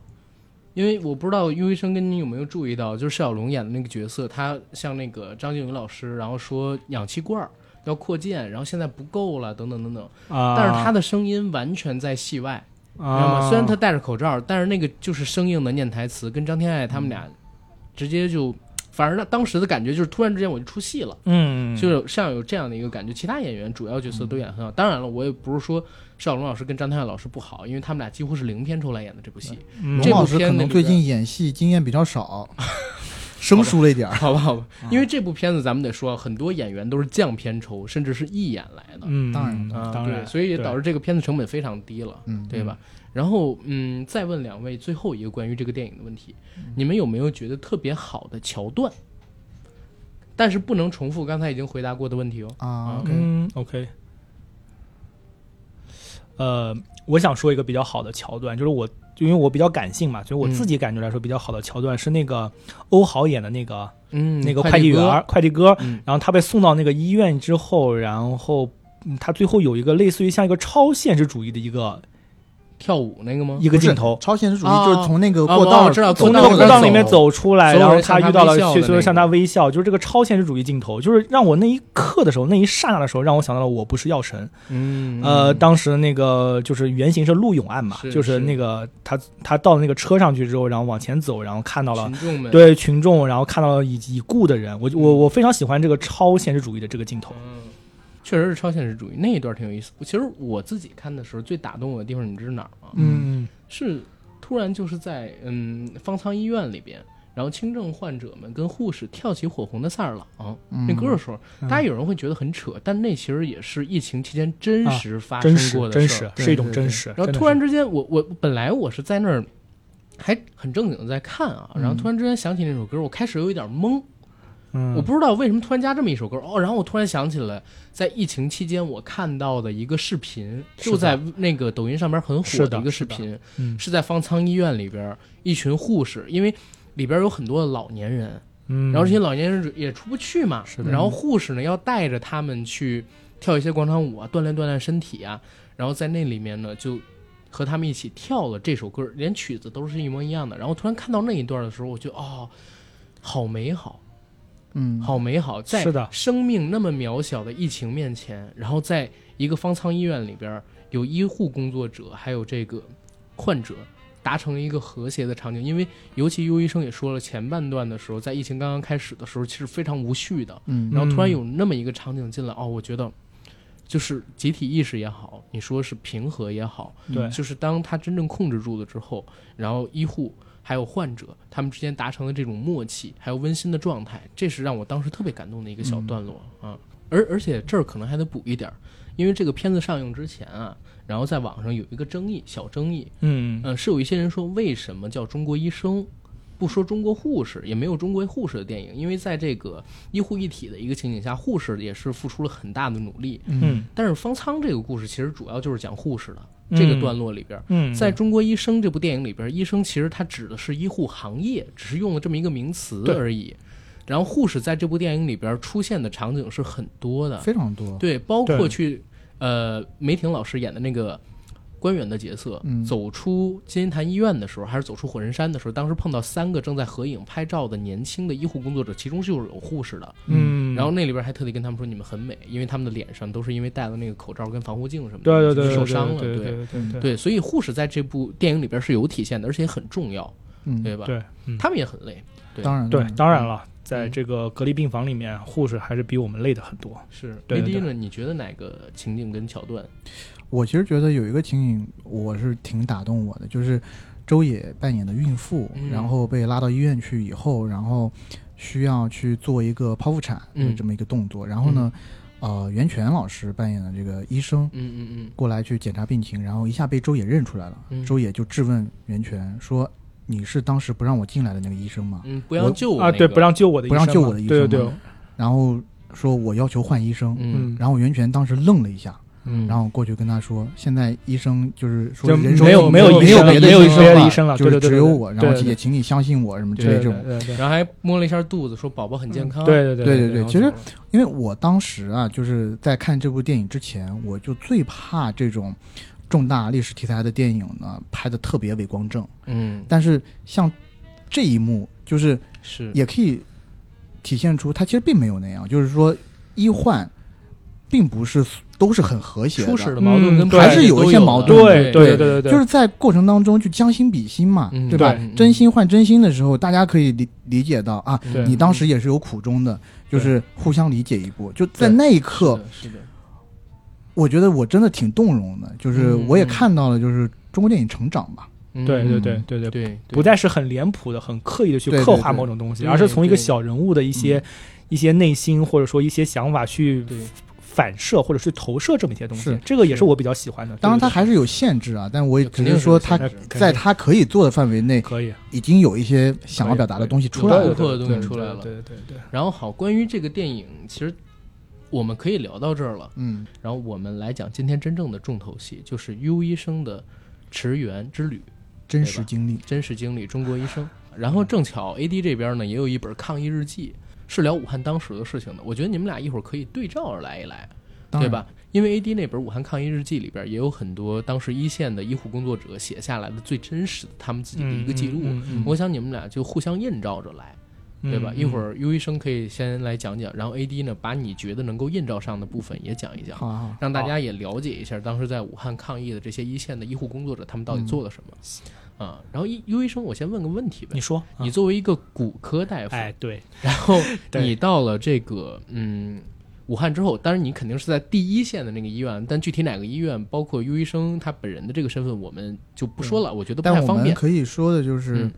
Speaker 1: 因为我不知道优医生跟你有没有注意到，就是释小龙演的那个角色，他像那个张静宇老师，然后说氧气罐儿要扩建，然后现在不够了，等等等等，
Speaker 3: 啊，
Speaker 1: 但是他的声音完全在戏外，你知道
Speaker 3: 啊，
Speaker 1: 吗？虽然他戴着口罩，但是那个就是生硬的念台词，跟张天爱他们俩
Speaker 3: 嗯
Speaker 1: 直接就，反正那当时的感觉就是突然之间我就出戏了，
Speaker 3: 嗯
Speaker 1: 就是像有这样的一个感觉。其他演员主要角色都演得很好，当然了，我也不是说邵龙老师跟张天爱老师不好，因为他们俩几乎是零片酬来演的这部
Speaker 3: *laughs*
Speaker 1: 戏，
Speaker 3: 嗯
Speaker 2: 龙
Speaker 1: 这部
Speaker 2: 老师
Speaker 1: 片
Speaker 2: 可
Speaker 1: 那
Speaker 2: 能
Speaker 1: 个
Speaker 2: 最
Speaker 1: 是
Speaker 2: 近演戏经验比较
Speaker 3: *laughs*
Speaker 2: 少，生疏了一点儿。
Speaker 1: 好吧好吧？因为这部片子咱们得说，很多演员都是降片酬，甚至是一演来的，
Speaker 3: 嗯，
Speaker 2: 当然
Speaker 1: 啊，
Speaker 3: 当然，
Speaker 1: 对，所以也导
Speaker 3: 致
Speaker 1: 致这个片子成本非常低了。
Speaker 2: 嗯，
Speaker 1: 对吧？然后，嗯，再问两位最后一个关于这个电影的问题，
Speaker 3: 嗯
Speaker 1: 你们有没有觉得特别好的桥段？但是不能重复刚才已经回答过的问题哦。
Speaker 2: 啊，OK，
Speaker 3: 嗯 OK。呃，我想说一个比较好的桥段，就是我因为我比较感性嘛，所以
Speaker 1: 嗯
Speaker 3: 我自己感觉来说比较好的桥段是那个欧豪演的那个
Speaker 1: 嗯
Speaker 3: 那个快递员
Speaker 1: 哥，
Speaker 3: 儿、快递哥，
Speaker 1: 嗯
Speaker 3: 然后他被送到那个医院之后，然后嗯他最后有一个类似于像一个超现实主义的一个
Speaker 1: 跳舞那个吗？
Speaker 3: 一个镜头，
Speaker 2: 超现实主
Speaker 1: 啊
Speaker 2: 义就是从那个
Speaker 1: 啊
Speaker 2: 过
Speaker 1: 我
Speaker 2: 道，
Speaker 1: 知道
Speaker 2: 从
Speaker 3: 从
Speaker 1: 那
Speaker 3: 那
Speaker 1: 个过
Speaker 3: 个过
Speaker 1: 道
Speaker 3: 道
Speaker 1: 走
Speaker 3: 里面走出
Speaker 1: 所
Speaker 3: 来，
Speaker 1: 有
Speaker 3: 然后
Speaker 1: 人向
Speaker 3: 他
Speaker 1: 他
Speaker 3: 遇到了
Speaker 1: 微笑的
Speaker 3: 去，所有人
Speaker 1: 那
Speaker 3: 向他
Speaker 1: 个
Speaker 3: 微笑，就是这个超现实主义镜头，就是让我那一刻的时候，那一刹那的时候，让我想到了我不是药神，
Speaker 1: 嗯
Speaker 3: 呃，当时那个就是原型是陆勇案嘛，
Speaker 1: 是
Speaker 3: 就是是那个他他到那个车上去之后，然后往前走，然后看到了
Speaker 1: 群众嗯们，
Speaker 3: 对群众，然后看到了已已故的人，我我我非常喜欢这个超现实主义的这个镜头，
Speaker 1: 嗯，确实是超现实主义那一段挺有意思。其实我自己看的时候，最打动我的地方，你知道哪儿吗？
Speaker 3: 嗯
Speaker 1: 是突然就是在嗯方舱医院里边，然后轻症患者们跟护士跳起火红的萨尔朗。那歌的时候，
Speaker 3: 嗯
Speaker 1: 大家有人会觉得很扯，但那其实也是疫情期间真实发
Speaker 3: 啊真
Speaker 1: 生过
Speaker 3: 实
Speaker 1: 的
Speaker 3: 真
Speaker 1: 事
Speaker 3: 实
Speaker 1: 儿。
Speaker 2: 对
Speaker 3: 是一种
Speaker 2: 对
Speaker 3: 真
Speaker 2: 对
Speaker 3: 实，
Speaker 1: 然后
Speaker 3: 真的
Speaker 1: 突
Speaker 3: 是
Speaker 1: 然之间，我我本来我是在那儿还很正经的在看啊，然后
Speaker 3: 嗯
Speaker 1: 突然之间想起那首歌，我开始有一点懵，
Speaker 3: 嗯
Speaker 1: 我不知道为什么突然加这么一首歌哦，然后我突然想起来，在疫情期间我看到的一个视频，
Speaker 3: 是
Speaker 1: 就
Speaker 3: 的
Speaker 1: 在那个抖音上面很火
Speaker 3: 是
Speaker 1: 的
Speaker 3: 的
Speaker 1: 一个视频，
Speaker 3: 嗯
Speaker 1: 是在方舱医院里边一群护士，因为里边有很多的老年人，
Speaker 3: 嗯，
Speaker 1: 然后这些老年人也出不去嘛，
Speaker 3: 是的
Speaker 1: 然后护士呢要带着他们去跳一些广场舞啊，锻炼锻炼身体啊，然后在那里面呢就和他们一起跳了这首歌，连曲子都是一模一样的。然后突然看到那一段的时候，我就哦，好美好，
Speaker 2: 嗯，
Speaker 1: 好美好，在
Speaker 3: 是的
Speaker 1: 生命那么渺小的疫情面前，然后在一个方舱医院里边，有医护工作者还有这个患者达成一个和谐的场景。因为尤其优医生也说了，前半段的时候，在疫情刚刚开始的时候，其实非常无序的，
Speaker 2: 嗯，
Speaker 1: 然后突然有那么一个场景进来，哦，我觉得就是集体意识也好，你说是平和也好，
Speaker 3: 对
Speaker 1: 就是当他真正控制住了之后，然后医护还有患者他们之间达成的这种默契，还有温馨的状态，这是让我当时特别感动的一个小段落、啊。而而且这儿可能还得补一点儿，因为这个片子上映之前啊，然后在网上有一个争议，小争议，
Speaker 3: 嗯
Speaker 1: 嗯、是有一些人说为什么叫中国医生，不说中国护士，也没有中国护士的电影，因为在这个医护一体的一个情景下，护士也是付出了很大的努力。
Speaker 3: 嗯
Speaker 1: 但是方舱这个故事其实主要就是讲护士的、
Speaker 3: 嗯
Speaker 1: 这个段落里边，
Speaker 3: 嗯，
Speaker 1: 在中国医生这部电影里边，医生其实他指的是医护行业，只是用了这么一个名词
Speaker 3: 对
Speaker 1: 而已。然后护士在这部电影里边出现的场景是很多的，
Speaker 2: 非常多，
Speaker 1: 对，包括
Speaker 3: 对
Speaker 1: 去呃梅婷老师演的那个官员的角色，
Speaker 2: 嗯
Speaker 1: 走出金银潭医院的时候，还是走出火神山的时候，当时碰到三个正在合影拍照的年轻的医护工作者，其中就是有护士的。
Speaker 3: 嗯，
Speaker 1: 然后那里边还特地跟他们说你们很美，因为他们的脸上都是因为戴了那个口罩跟防护镜什么的，
Speaker 3: 对对对对
Speaker 1: 受伤了，
Speaker 3: 对
Speaker 1: 对嗯
Speaker 3: 对对
Speaker 1: 对，所以护士在这部电影里边是有体现的，而且很重要，
Speaker 2: 嗯，
Speaker 1: 对吧？
Speaker 3: 对，嗯
Speaker 1: 他们也很累，对
Speaker 2: 当然
Speaker 3: 对，当然，了，在
Speaker 1: 嗯
Speaker 3: 这个隔离病房里面，护士还是比我们累的很多。
Speaker 1: 是。
Speaker 3: 对
Speaker 1: 梅
Speaker 3: 对
Speaker 1: 迪
Speaker 3: 对
Speaker 1: 呢？你觉得哪个情景跟桥段？
Speaker 2: 我其实觉得有一个情景，我是挺打动我的，就是周也扮演的孕妇，
Speaker 1: 嗯
Speaker 2: 然后被拉到医院去以后，然后需要去做一个剖腹产
Speaker 1: 嗯
Speaker 2: 的这么一个动作，然后呢，呃，袁泉老师扮演的这个医生
Speaker 1: 嗯嗯嗯，
Speaker 2: 过来去检查病情，然后一下被周也认出来了，
Speaker 1: 嗯
Speaker 2: 周也就质问袁泉说：“你是当时不让我进来的那个医生吗？”
Speaker 1: 嗯，不要救我、那
Speaker 3: 啊，
Speaker 1: 个
Speaker 3: 对，不让救我的医
Speaker 2: 不
Speaker 3: 生
Speaker 2: 让
Speaker 3: 嘛，
Speaker 2: 救我的医生
Speaker 3: 对对对
Speaker 2: 嘛，然后说我要求换医生，
Speaker 1: 嗯
Speaker 2: 然后袁泉当时愣了一下，
Speaker 1: 嗯，
Speaker 2: 然后过去跟他说，现在医生就是说
Speaker 3: 就
Speaker 2: 人手
Speaker 3: 没有
Speaker 2: 里
Speaker 3: 没有
Speaker 2: 没
Speaker 1: 医
Speaker 2: 有
Speaker 1: 生
Speaker 2: 别的
Speaker 1: 没有
Speaker 3: 别的
Speaker 2: 了
Speaker 3: 医生了
Speaker 2: 就是
Speaker 3: 对对对
Speaker 2: 只有
Speaker 3: 对
Speaker 2: 我，然后
Speaker 3: 对对
Speaker 2: 也请你相信我什么之类这种。
Speaker 3: 对对
Speaker 1: 然后还摸了一下肚子，说宝宝很健康。
Speaker 3: 嗯对对
Speaker 2: 对对
Speaker 3: 对
Speaker 2: 对，其实因为我当时啊，就是在看这部电影之前，我就最怕这种重大历史题材的电影呢拍的特别伪光正，
Speaker 1: 嗯，
Speaker 2: 但是像这一幕，就是
Speaker 1: 是
Speaker 2: 也可以体现出它其实并没有那样，就是说医患并不是都是很和谐
Speaker 1: 初始
Speaker 2: 的，
Speaker 1: 的矛盾跟
Speaker 3: 嗯
Speaker 1: 排
Speaker 2: 还
Speaker 1: 斥
Speaker 2: 是有一些
Speaker 1: 都
Speaker 2: 矛
Speaker 1: 的
Speaker 2: 盾
Speaker 3: 对
Speaker 1: 对
Speaker 3: 对对对，
Speaker 2: 就是在过程当中就将心比心嘛，
Speaker 1: 嗯
Speaker 2: 对吧？
Speaker 3: 对
Speaker 2: 真心换真心的时候，大家可以理理解到啊，
Speaker 1: 嗯
Speaker 3: 对
Speaker 2: 你当时也是有苦衷的，就是互相理解一步。就在那一刻，
Speaker 1: 是的，
Speaker 2: 我觉得我真的挺动容的，就是
Speaker 1: 嗯
Speaker 2: 我也看到了，就是中国电影成长吧。
Speaker 1: 嗯
Speaker 3: 对对
Speaker 2: 嗯
Speaker 3: 对对对，
Speaker 1: 对，
Speaker 3: 不再是很脸谱的、很刻意的去
Speaker 2: 对对
Speaker 3: 刻画
Speaker 2: 对
Speaker 3: 某种东西，
Speaker 1: 对
Speaker 3: 而是从一个
Speaker 1: 对
Speaker 3: 小人物的一些一些内心或者说一些想法去
Speaker 1: 对
Speaker 3: 反射或者去投射这么一些东西
Speaker 2: 是，
Speaker 3: 这个也是
Speaker 1: 是
Speaker 3: 我比较喜欢的。
Speaker 2: 当然，
Speaker 3: 对
Speaker 2: 它
Speaker 3: 对
Speaker 2: 还是有限制啊，但我也只
Speaker 1: 肯定
Speaker 2: 是说
Speaker 1: 是
Speaker 2: 它
Speaker 1: 有
Speaker 3: 限制
Speaker 2: 在它可以做的范围内
Speaker 3: 对，可以
Speaker 2: 已经有一些想要表达的东西出来
Speaker 1: 有
Speaker 2: 了
Speaker 1: 突。破的东西
Speaker 3: 对
Speaker 1: 出来了
Speaker 3: 对对对对，对
Speaker 1: 然后好，关于这个电影，其实我们可以聊到这儿了。
Speaker 2: 嗯
Speaker 1: 然后我们来讲今天真正的重头戏，就是优医生的驰援之旅，
Speaker 2: 真实经历，
Speaker 1: 真实经历中国医生。然后正巧 A D 这边呢也有一本抗疫日记，是聊武汉当时的事情的。我觉得你们俩一会儿可以对照着来一来。
Speaker 2: 当
Speaker 1: 对
Speaker 2: 然？
Speaker 1: 吧？因为 AD 那本《武汉抗疫日记》里边也有很多当时一线的医护工作者写下来的最真实的他们自己的一个记录。
Speaker 3: 嗯嗯嗯
Speaker 1: 我想你们俩就互相映照着来，
Speaker 3: 嗯
Speaker 1: 对吧？
Speaker 3: 嗯
Speaker 1: 一会儿 U 医生可以先来讲讲，然后 AD 呢把你觉得能够映照上的部分也讲一讲，
Speaker 2: 好啊好啊，
Speaker 1: 让大家也了解一下当时在武汉抗疫的这些一线的医护工作者他们
Speaker 2: 嗯
Speaker 1: 到底做了什么。啊，然后 U 医生，我先问个问题呗
Speaker 3: 你，说啊
Speaker 1: 你作为一个骨科大夫，
Speaker 3: 哎对
Speaker 1: 然
Speaker 2: *laughs*
Speaker 1: 后
Speaker 3: 对
Speaker 1: 你到了这个嗯武汉之后，当然你肯定是在第一线的那个医院，但具体哪个医院，包括优医生他本人的这个身份，我们就不说了，我觉得不
Speaker 2: 但
Speaker 1: 太
Speaker 2: 我
Speaker 1: 方
Speaker 2: 们
Speaker 1: 便。
Speaker 2: 可以说的就是
Speaker 1: 嗯，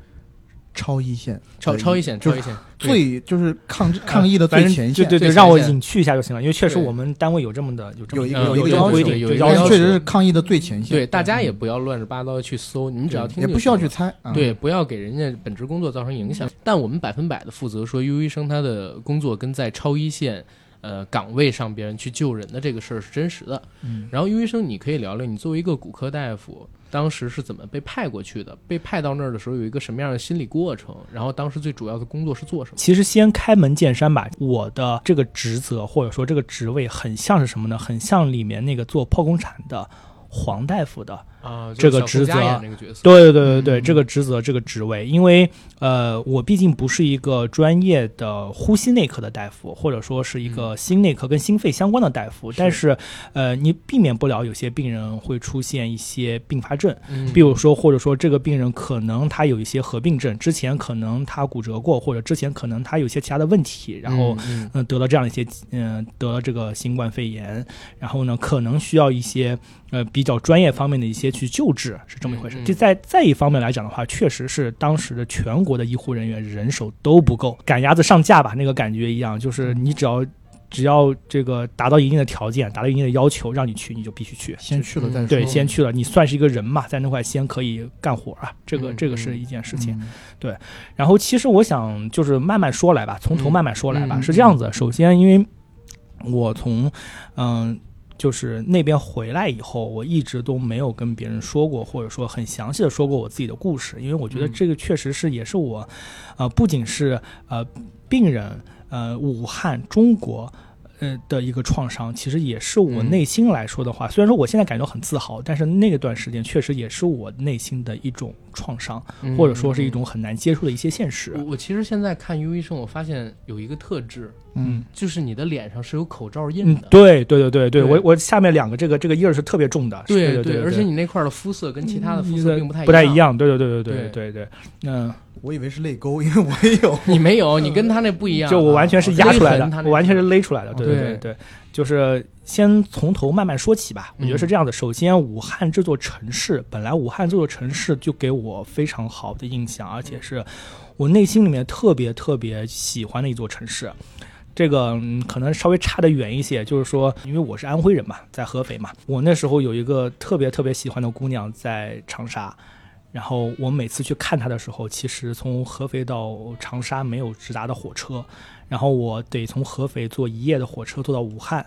Speaker 2: 超一线，
Speaker 1: 超超一线，
Speaker 2: 就
Speaker 1: 超
Speaker 2: 是
Speaker 1: 一线，
Speaker 2: 最就是抗
Speaker 1: 啊
Speaker 2: 抗疫的
Speaker 3: 反
Speaker 2: 最
Speaker 3: 正
Speaker 2: 前
Speaker 3: 对
Speaker 2: 线，
Speaker 3: 对对，
Speaker 1: 最
Speaker 3: 让我
Speaker 1: 前线
Speaker 3: 隐去一下就行了，因为确实
Speaker 1: 对
Speaker 3: 我们单位有这么的有这
Speaker 2: 有
Speaker 3: 么
Speaker 2: 一
Speaker 1: 个
Speaker 3: 有
Speaker 1: 有一个
Speaker 3: 一个
Speaker 1: 要
Speaker 3: 规
Speaker 1: 求
Speaker 3: 定，
Speaker 1: 有一个
Speaker 3: 要
Speaker 1: 要
Speaker 3: 求
Speaker 1: 求
Speaker 2: 确实是抗疫的最前线，嗯
Speaker 1: 对，大家也不要乱七八糟的去搜，你们只要听
Speaker 2: 也
Speaker 1: 就
Speaker 2: 不需要
Speaker 1: 行
Speaker 2: 去
Speaker 1: 了
Speaker 2: 猜，啊、
Speaker 1: 对，不要给人家本职工作造成影响。但我们百分百的负责说，优医生他的工作跟在超一线呃岗位上边去救人的这个事儿是真实的。
Speaker 3: 嗯
Speaker 1: 然后优医生，你可以聊聊你作为一个骨科大夫，当时是怎么被派过去的？被派到那儿的时候有一个什么样的心理过程？然后当时最主要的工作是做什么？
Speaker 3: 其实先开门见山吧，我的这个职责或者说这个职位很像是什么呢？很像里面那个做剖宫产的黄大夫的
Speaker 1: 啊，就是
Speaker 3: 这个
Speaker 1: 小
Speaker 3: 职
Speaker 1: 顾佳
Speaker 3: 责
Speaker 1: 演这个角色，
Speaker 3: 对对对对对，
Speaker 2: 嗯
Speaker 3: 这个职责这个职位，因为呃，我毕竟不是一个专业的呼吸内科的大夫，或者说是一个心内科跟心肺相关的大夫，
Speaker 1: 是
Speaker 3: 但嗯是呃，你避免不了有些病人会出现一些并发症，
Speaker 1: 嗯
Speaker 3: 比如说或者说这个病人可能他有一些合并症，之前可能他骨折过，或者之前可能他有一些其他的问题，然后。
Speaker 1: 嗯
Speaker 3: 嗯，得了这样一些，嗯、得了这个新冠肺炎，然后呢，可能需要一些呃比较专业方面的一些去救治，是这么一回事
Speaker 1: 嗯嗯。
Speaker 3: 这在在一方面来讲的话，确实是当时的全国的医护人员人手都不够，赶鸭子上架吧，那个感觉一样，就是
Speaker 1: 嗯
Speaker 3: 你只要只要这个达到一定的条件，达到一定的要求，让你去你就必须去。
Speaker 2: 先去了再说，
Speaker 3: 对，
Speaker 1: 嗯
Speaker 3: 先去了，你算是一个人嘛，在那块先可以干活啊，这个
Speaker 1: 嗯
Speaker 3: 这个
Speaker 1: 嗯
Speaker 3: 是一件事
Speaker 2: 嗯
Speaker 3: 情。然后其实我想就是慢慢说来吧，从头
Speaker 1: 嗯
Speaker 3: 慢慢说来吧，
Speaker 1: 嗯
Speaker 3: 是这样子。首先，因为我从嗯、就是那边回来以后，我一直都没有跟别人说过，或者说很详细的说过我自己的故事，因为我觉得
Speaker 1: 嗯
Speaker 3: 这个确实是也是我，呃，不仅是呃病人，呃，武汉中国。呃的一个创伤，其实也是我
Speaker 1: 嗯
Speaker 3: 内心来说的话，虽然说我现在感觉很自豪，但是那段时间确实也是我内心的一种创伤。
Speaker 1: 嗯
Speaker 3: *laughs* 或者说是
Speaker 1: 嗯
Speaker 3: 一。
Speaker 1: 嗯嗯
Speaker 3: 种很难接触的一些现实
Speaker 1: 我。我其实现在看优医生，我发现有一个特质，
Speaker 2: 嗯，
Speaker 1: 就是你的脸上是有口罩印
Speaker 3: 嗯
Speaker 1: 的。，
Speaker 3: 对对对对对，
Speaker 1: 对
Speaker 3: 我我下面两个这个这个印儿是特别重的，是
Speaker 1: 对
Speaker 3: 对对，
Speaker 1: 而且你那块儿的肤色跟其他的肤色并
Speaker 3: 不
Speaker 1: 不太
Speaker 3: 不太
Speaker 1: 一
Speaker 3: 一
Speaker 1: 样，
Speaker 3: 样，对对对对
Speaker 1: 对
Speaker 3: 对对对，嗯，
Speaker 2: 我以为是泪沟，因为我也有，
Speaker 1: *laughs* 你没有，你跟他那不一样啊。
Speaker 3: 就我完全是压出来
Speaker 1: 勒
Speaker 3: 的
Speaker 1: 痕他，那嗯
Speaker 3: 我完全是勒出来的，对对
Speaker 1: 对
Speaker 3: 对对，就是先从头慢慢说起吧。我觉得是
Speaker 1: 嗯
Speaker 3: 这样的，首先武汉这座城市，本来武汉这座城市就给我非常好的印象，而且是我内心里面特别特别喜欢的一座城市。这个、嗯、可能稍微差得远一些，就是说，因为我是安徽人嘛，在合肥嘛，我那时候有一个特别特别喜欢的姑娘在长沙，然后我每次去看她的时候，其实从合肥到长沙没有直达的火车，然后我得从合肥坐一夜的火车坐到武汉，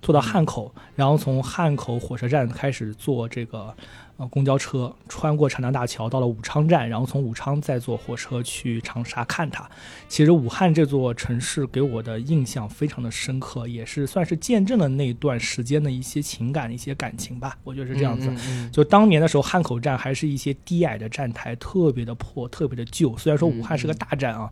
Speaker 3: 坐到汉口，然后从汉口火车站开始坐这个呃公交车，穿过长江大桥到了武昌站，然后从武昌再坐火车去长沙看她。其实武汉这座城市给我的印象非常的深刻，也是算是见证了那段时间的一些情感、一些感情吧，我觉得是这样子。
Speaker 1: 嗯嗯嗯
Speaker 3: 就当年的时候，汉口站还是一些低矮的站台，特别的破，特别的旧。虽然说武
Speaker 1: 嗯
Speaker 3: 汉是个大站啊，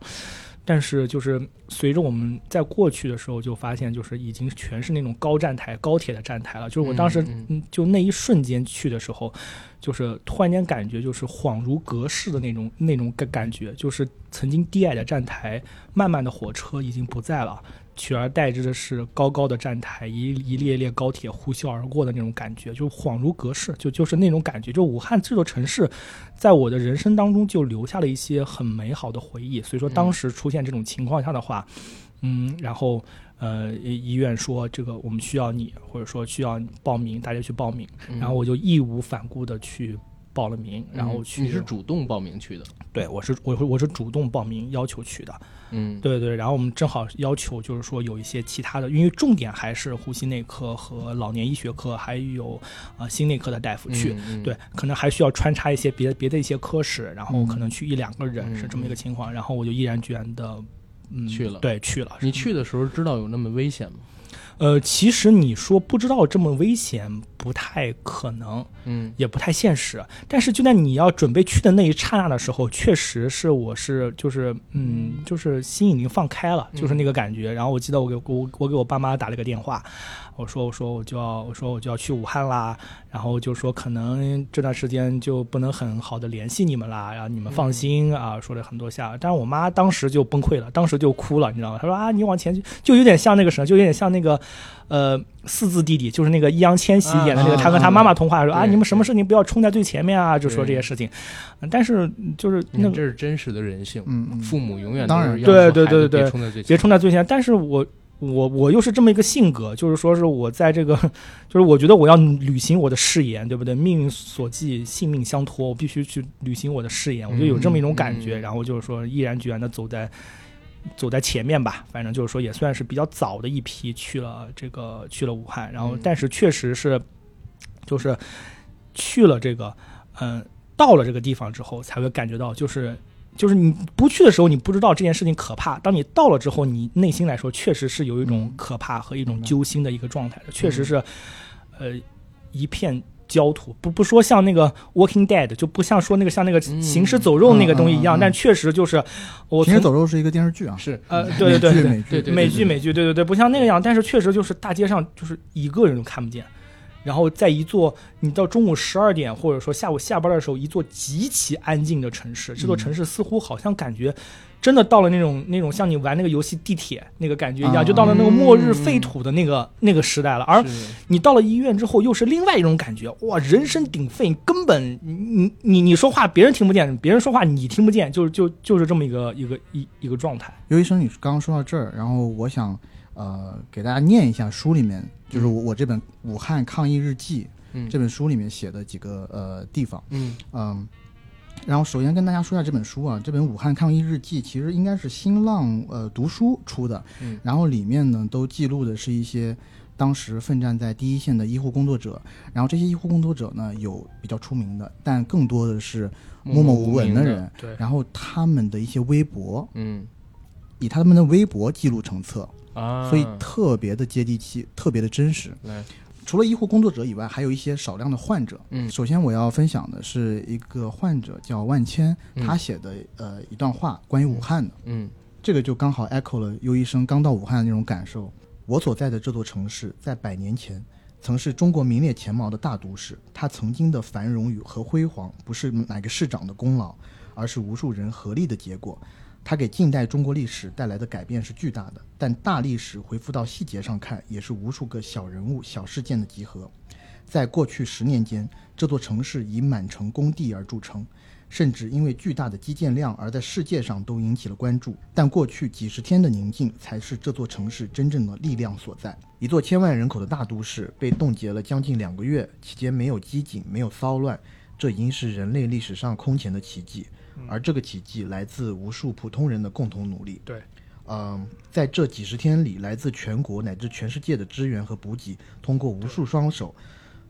Speaker 3: 但是就是随着我们在过去的时候，就发现就是已经全是那种高站台、高铁的站台了。就是我当时
Speaker 1: 嗯嗯，
Speaker 3: 嗯，就那一瞬间去的时候，就是突然间感觉就是恍如隔世的那种那种感感觉，就是曾经低矮的站台，慢慢的火车已经不在了。取而代之的是高高的站台，一一列列高铁呼啸而过的那种感觉，就恍如隔世，就就是那种感觉。就武汉这座城市，在我的人生当中就留下了一些很美好的回忆。所以说，
Speaker 1: 嗯
Speaker 3: 当时出现这种情况下的话，嗯，然后呃，医院说这个我们需要你，或者说需要报名，大家去报名。
Speaker 1: 嗯
Speaker 3: 然后我就义无反顾的去报了名，然后
Speaker 1: 嗯
Speaker 3: 去、
Speaker 1: 你是主动报名去的，
Speaker 3: 对我是我我是主动报名要求去的。
Speaker 1: 嗯，
Speaker 3: 对对，然后我们正好要求就是说有一些其他的，因为重点还是呼吸内科和老年医学科，还有啊、呃心内科的大夫
Speaker 1: 嗯，
Speaker 3: 去。
Speaker 1: 嗯
Speaker 3: 对，，可能还需要穿插一些别别的一些科室，然后可能去一两个人、
Speaker 1: 嗯
Speaker 3: 是这么一个情况，然后我就毅然决然的，嗯，
Speaker 1: 去了
Speaker 3: 对，去了。
Speaker 1: 你去的时候知道有那么危险吗？
Speaker 3: 呃，其实你说不知道这么危险，不太可能，
Speaker 1: 嗯
Speaker 3: 也不太现实。但是就在你要准备去的那一刹那的时候，确实是我是就是嗯，就是心已经放开了，就是那个感觉。然后我记得我给我我给我爸妈打了个电话，我说我说我就要我说我就要去武汉啦，然后就说可能这段时间就不能很好的联系你们啦，然后你们放心啊，说了很多下，但是我妈当时就崩溃了，当时就哭了，你知道吗？她说啊，你往前去，就有点像那个什么，就有点像那个，呃，四字弟弟，就是那个易烊千玺演的那
Speaker 1: 啊
Speaker 3: 个，他和
Speaker 1: 啊啊
Speaker 3: 他妈妈通话说啊，
Speaker 1: 对
Speaker 3: 你们什么事情不要冲在最前面啊，就说这
Speaker 1: 对
Speaker 3: 些事情，嗯但是就是
Speaker 1: 你
Speaker 3: 那
Speaker 1: 看
Speaker 3: 个
Speaker 1: 这是真实的人性，
Speaker 2: 嗯嗯
Speaker 1: 父母永远
Speaker 2: 当然
Speaker 1: 都是要求
Speaker 3: 对对对
Speaker 1: 孩子别
Speaker 3: 对对
Speaker 1: 冲在最
Speaker 3: 别
Speaker 1: 前
Speaker 3: 冲在最前，但是我我我又是这么一个性格，就是说是我在这个，就是我觉得我要履行我的誓言，对不对？命运所寄，性命相托，我必须去履行我的誓言，我就有这么一种感觉，
Speaker 1: 嗯嗯
Speaker 3: 然后就是说毅然决然的走在。走在前面吧，反正就是说也算是比较早的一批去了这个去了武汉，然后
Speaker 1: 嗯
Speaker 3: 但是确实是，就是去了这个，嗯、到了这个地方之后才会感觉到，就是就是你不去的时候，你不知道这件事情可怕；当你到了之后，你内心来说确实是有一种
Speaker 2: 嗯
Speaker 3: 可怕和一种
Speaker 2: 明白
Speaker 3: 揪心的一个状态的，确实是，呃，一片。焦土不不说像那个《Walking Dead》，就不像说那个像那个
Speaker 1: 嗯
Speaker 3: 行尸走肉那个东西一
Speaker 2: 嗯嗯嗯
Speaker 3: 样，
Speaker 2: 嗯嗯
Speaker 3: 但确实就是我
Speaker 2: 行尸
Speaker 3: 从
Speaker 2: 走肉是一个电视剧啊，
Speaker 1: 是
Speaker 3: 呃对对对
Speaker 2: 美剧
Speaker 1: *laughs*
Speaker 2: 美
Speaker 3: 对
Speaker 1: 对
Speaker 2: 剧
Speaker 1: 对
Speaker 3: 美剧美剧，对对对，不像那个样，但是确实就是大街上就是一个人都看不见，然后在一座你到中午十二点或者说下午下班的时候，一座极其安静的城市，这座
Speaker 2: 嗯
Speaker 3: 城市似乎好像感觉。真的到了那种那种像你玩那个游戏地铁那个感觉一样，
Speaker 2: 啊
Speaker 3: 就到了那个末日
Speaker 1: 嗯
Speaker 3: 废土的那个、那个时代了。而
Speaker 1: 是
Speaker 3: 你到了医院之后，又是另外一种感觉，哇，人声鼎沸，你根本你你你你说话别人听不见，别人说话你听不见，就是就就是这么一个一个一一个状态。
Speaker 2: 尤医生，你刚刚说到这儿，然后我想呃给大家念一下书里面，就是我我这本《武汉抗疫日记》
Speaker 1: 嗯
Speaker 2: 这本书里面写的几个呃地方，
Speaker 1: 嗯
Speaker 2: 嗯。然后首先跟大家说一下这本书啊，这本《武汉抗疫日记》其实应该是新浪呃读书出的，
Speaker 1: 嗯
Speaker 2: 然后里面呢都记录的是一些当时奋战在第一线的医护工作者，然后这些医护工作者呢有比较出名的，但更多的是默默无闻
Speaker 1: 的
Speaker 2: 人，，
Speaker 3: 对
Speaker 2: 然后他们的一些微博，
Speaker 1: 嗯
Speaker 2: 以他们的微博记录成册，
Speaker 1: 啊，
Speaker 2: 所以特别的接地气，特别的真实。
Speaker 1: 来
Speaker 2: 除了医护工作者以外，还有一些少量的患者。
Speaker 1: 嗯
Speaker 2: 首先我要分享的是一个患者叫万千，
Speaker 1: 嗯
Speaker 2: 他写的呃一段话关于武汉的，
Speaker 1: 嗯
Speaker 2: 这个就刚好 echo 了优医生刚到武汉的那种感受。我所在的这座城市，在百年前曾是中国名列前茅的大都市，它曾经的繁荣与和辉煌，不是哪个市长的功劳，而是无数人合力的结果。它给近代中国历史带来的改变是巨大的，但大历史回复到细节上看，也是无数个小人物、小事件的集合。在过去十年间，这座城市以满城工地而著称，甚至因为巨大的基建量而在世界上都引起了关注。但过去几十天的宁静才是这座城市真正的力量所在。一座千万人口的大都市被冻结了将近两个月，期间没有机警，没有骚乱，这已经是人类历史上空前的奇迹。
Speaker 3: 嗯
Speaker 2: 而这个奇迹来自无数普通人的共同努力。
Speaker 3: 对，
Speaker 2: 嗯，在这几十天里，来自全国乃至全世界的支援和补给，通过无数双手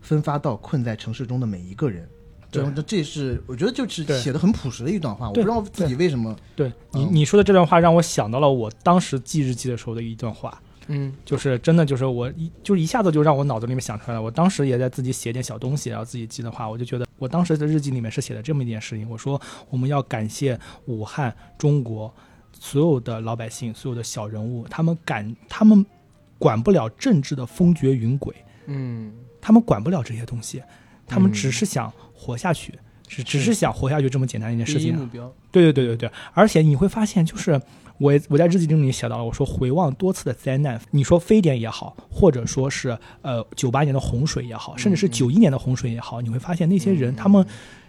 Speaker 2: 分发到困在城市中的每一个人。这
Speaker 3: 对
Speaker 2: 这这是我觉得就是
Speaker 3: 对
Speaker 2: 写的很朴实的一段话，我不
Speaker 3: 对
Speaker 2: 知道自己为什么
Speaker 3: 对你
Speaker 2: 嗯
Speaker 3: 你说的这段话让我想到了我当时记日记的时候的一段话，
Speaker 1: 嗯
Speaker 3: 就是真的就是我一就是一下子就让我脑子里面想出来了。我当时也在自己写点小东西，然后自己记的话，我就觉得我当时的日记里面是写的这么一件事情，我说我们要感谢武汉中国所有的老百姓、所有的小人物，他们敢他们管不了政治的风绝云诡，
Speaker 1: 嗯
Speaker 3: 他们管不了这些东西，他们
Speaker 1: 嗯
Speaker 3: 只是想活下去，只只是想活下去这么简单一件事
Speaker 1: 第一
Speaker 3: 情。啊
Speaker 1: 目标
Speaker 3: 对对对对对，而且你会发现，就是我我在日记中也写到了，我说回望多次的灾难，你说非典也好，或者说是呃九八年的洪水也好，甚至是
Speaker 1: 嗯嗯
Speaker 3: 九一年的洪水也好，你会发现那
Speaker 1: 那
Speaker 3: 些人他们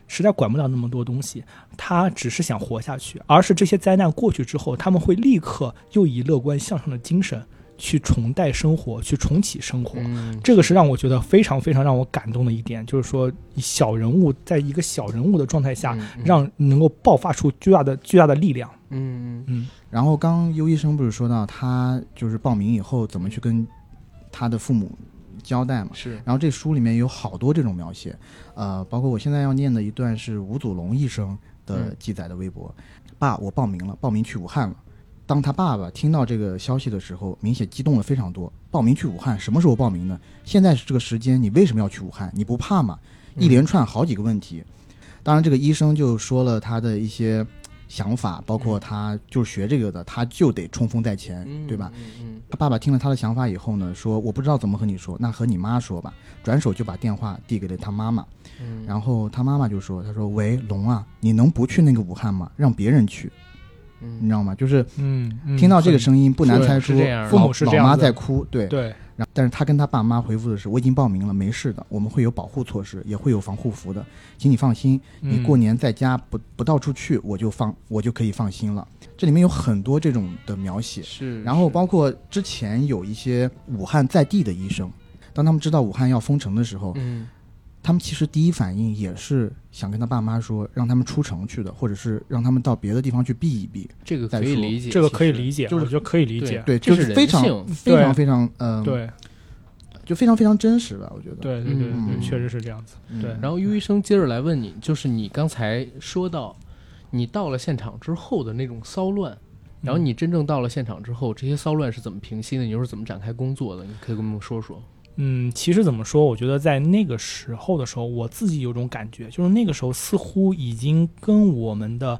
Speaker 3: 实在管不了那么多东西，他只是想活下去，而是这些灾难过去之后，他们会立刻又以乐观向上的精神去重待生活，去重启生活。
Speaker 1: 嗯
Speaker 3: 这个是让我觉得非常非常让我感动的一点，就是说小人物在一个小人物的状态下，
Speaker 1: 嗯嗯
Speaker 3: 让能够爆发出巨大的巨大的力量。
Speaker 1: 嗯
Speaker 3: 嗯，
Speaker 2: 然后刚刚优医生不是说到他就是报名以后怎么去跟他的父母交代嘛？
Speaker 1: 是
Speaker 2: 然后这书里面有好多这种描写，呃，包括我现在要念的一段是吴祖龙医生的
Speaker 1: 嗯
Speaker 2: 记载的微博：“爸，我报名了，报名去武汉了。”当他爸爸听到这个消息的时候，明显激动了非常多。报名去武汉，什么时候报名呢？现在是这个时间，你为什么要去武汉？你不
Speaker 1: 嗯
Speaker 2: 怕吗？一连串好几个问题。当然，这个医生就说了他的一些想法，包括他就是学这个的，他就得冲锋在前，对吧？？
Speaker 1: 嗯
Speaker 2: 他爸爸听了他的想法以后呢，说我不知道怎么和你说，那和你妈说吧。转手就把电话递给了他妈妈，
Speaker 1: 嗯，
Speaker 2: 然后他妈妈就说：“他说喂，龙啊，你能不去那个武汉吗？让别人去，你知
Speaker 1: 嗯
Speaker 2: 道吗？就是
Speaker 3: 嗯，嗯
Speaker 2: 听到这个声音，不难
Speaker 1: 是
Speaker 2: 猜出
Speaker 1: 是这样的
Speaker 2: 父
Speaker 3: 父
Speaker 2: 母
Speaker 3: 母是
Speaker 2: 老
Speaker 3: 这样
Speaker 2: 妈
Speaker 3: 子
Speaker 2: 在哭，对。
Speaker 3: 对，
Speaker 2: 然后，但是他跟他爸妈回复的是：我已经报名了，没事的，我们会有保护措施，也会有防护服的，请你放心。你过
Speaker 3: 嗯
Speaker 2: 年在家不不到处去，我就放我就可以放心了。这里面有很多这种的描写，
Speaker 1: 嗯是，
Speaker 2: 然后包括之前有一些武汉在地的医生，当他们知道武汉要封城的时候，
Speaker 1: 嗯
Speaker 2: 他们其实第一反应也是想跟他爸妈说，让他们出城去的，或者是让他们到别的地方去避一避。
Speaker 1: 这个可以理解，
Speaker 3: 这个可以
Speaker 1: 其实
Speaker 3: 理解，
Speaker 1: 就
Speaker 3: 我
Speaker 1: 是
Speaker 3: 觉得可以理
Speaker 1: 对
Speaker 3: 解，啊
Speaker 2: 对，
Speaker 1: 这
Speaker 2: 就是非
Speaker 1: 人
Speaker 2: 常
Speaker 1: 性
Speaker 2: 非常非常嗯，，
Speaker 3: 对
Speaker 2: 就非常非常真实吧，我觉得。
Speaker 3: 对对对
Speaker 1: 嗯
Speaker 3: 对，
Speaker 2: 嗯
Speaker 3: 确实是这样子。
Speaker 2: 嗯，
Speaker 3: 对
Speaker 1: 然后于医生接着来问你，就是你刚才说到，你到了现场之后的那种骚乱，然后
Speaker 3: 嗯
Speaker 1: 你真正到了现场之后，这些骚乱是怎么平息的？你又是怎么展开工作的？你可以跟我们说说。
Speaker 3: 嗯，其实怎么说？我觉得在那个时候的时候，我自己有种感觉，就是那个时候似乎已经跟我们的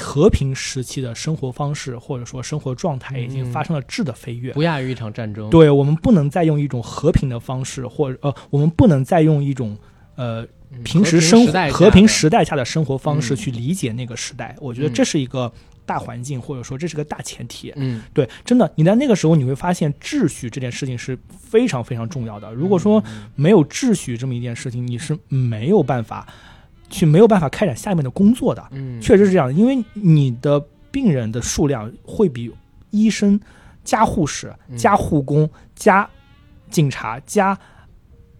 Speaker 3: 和平时期的生活方式或者说生活状态已经
Speaker 1: 嗯
Speaker 3: 发生了质的飞跃。
Speaker 1: 不亚于一场战争。，
Speaker 3: 对我们不能再用一种和平的方式，或者呃，我们不能再用一种呃平时生活
Speaker 1: 代
Speaker 3: 和平
Speaker 1: 嗯时
Speaker 3: 时代下的生活方式
Speaker 1: 嗯
Speaker 3: 去理解那个时代。我觉得
Speaker 1: 嗯
Speaker 3: 这是一个大环境，或者说这是个大前提
Speaker 1: 代。的，嗯，
Speaker 3: 对，真的，你在那个时候你会发现秩序这件事情是非常非常重要的。如果说
Speaker 1: 嗯
Speaker 3: 没有秩序这么一件事情，你是没有办法去没有办法开展下面的工作的。
Speaker 1: 嗯，
Speaker 3: 确实是这样的，因为你的病人的数量会比医生、加护士、
Speaker 1: 嗯
Speaker 3: 加护工、加警察、加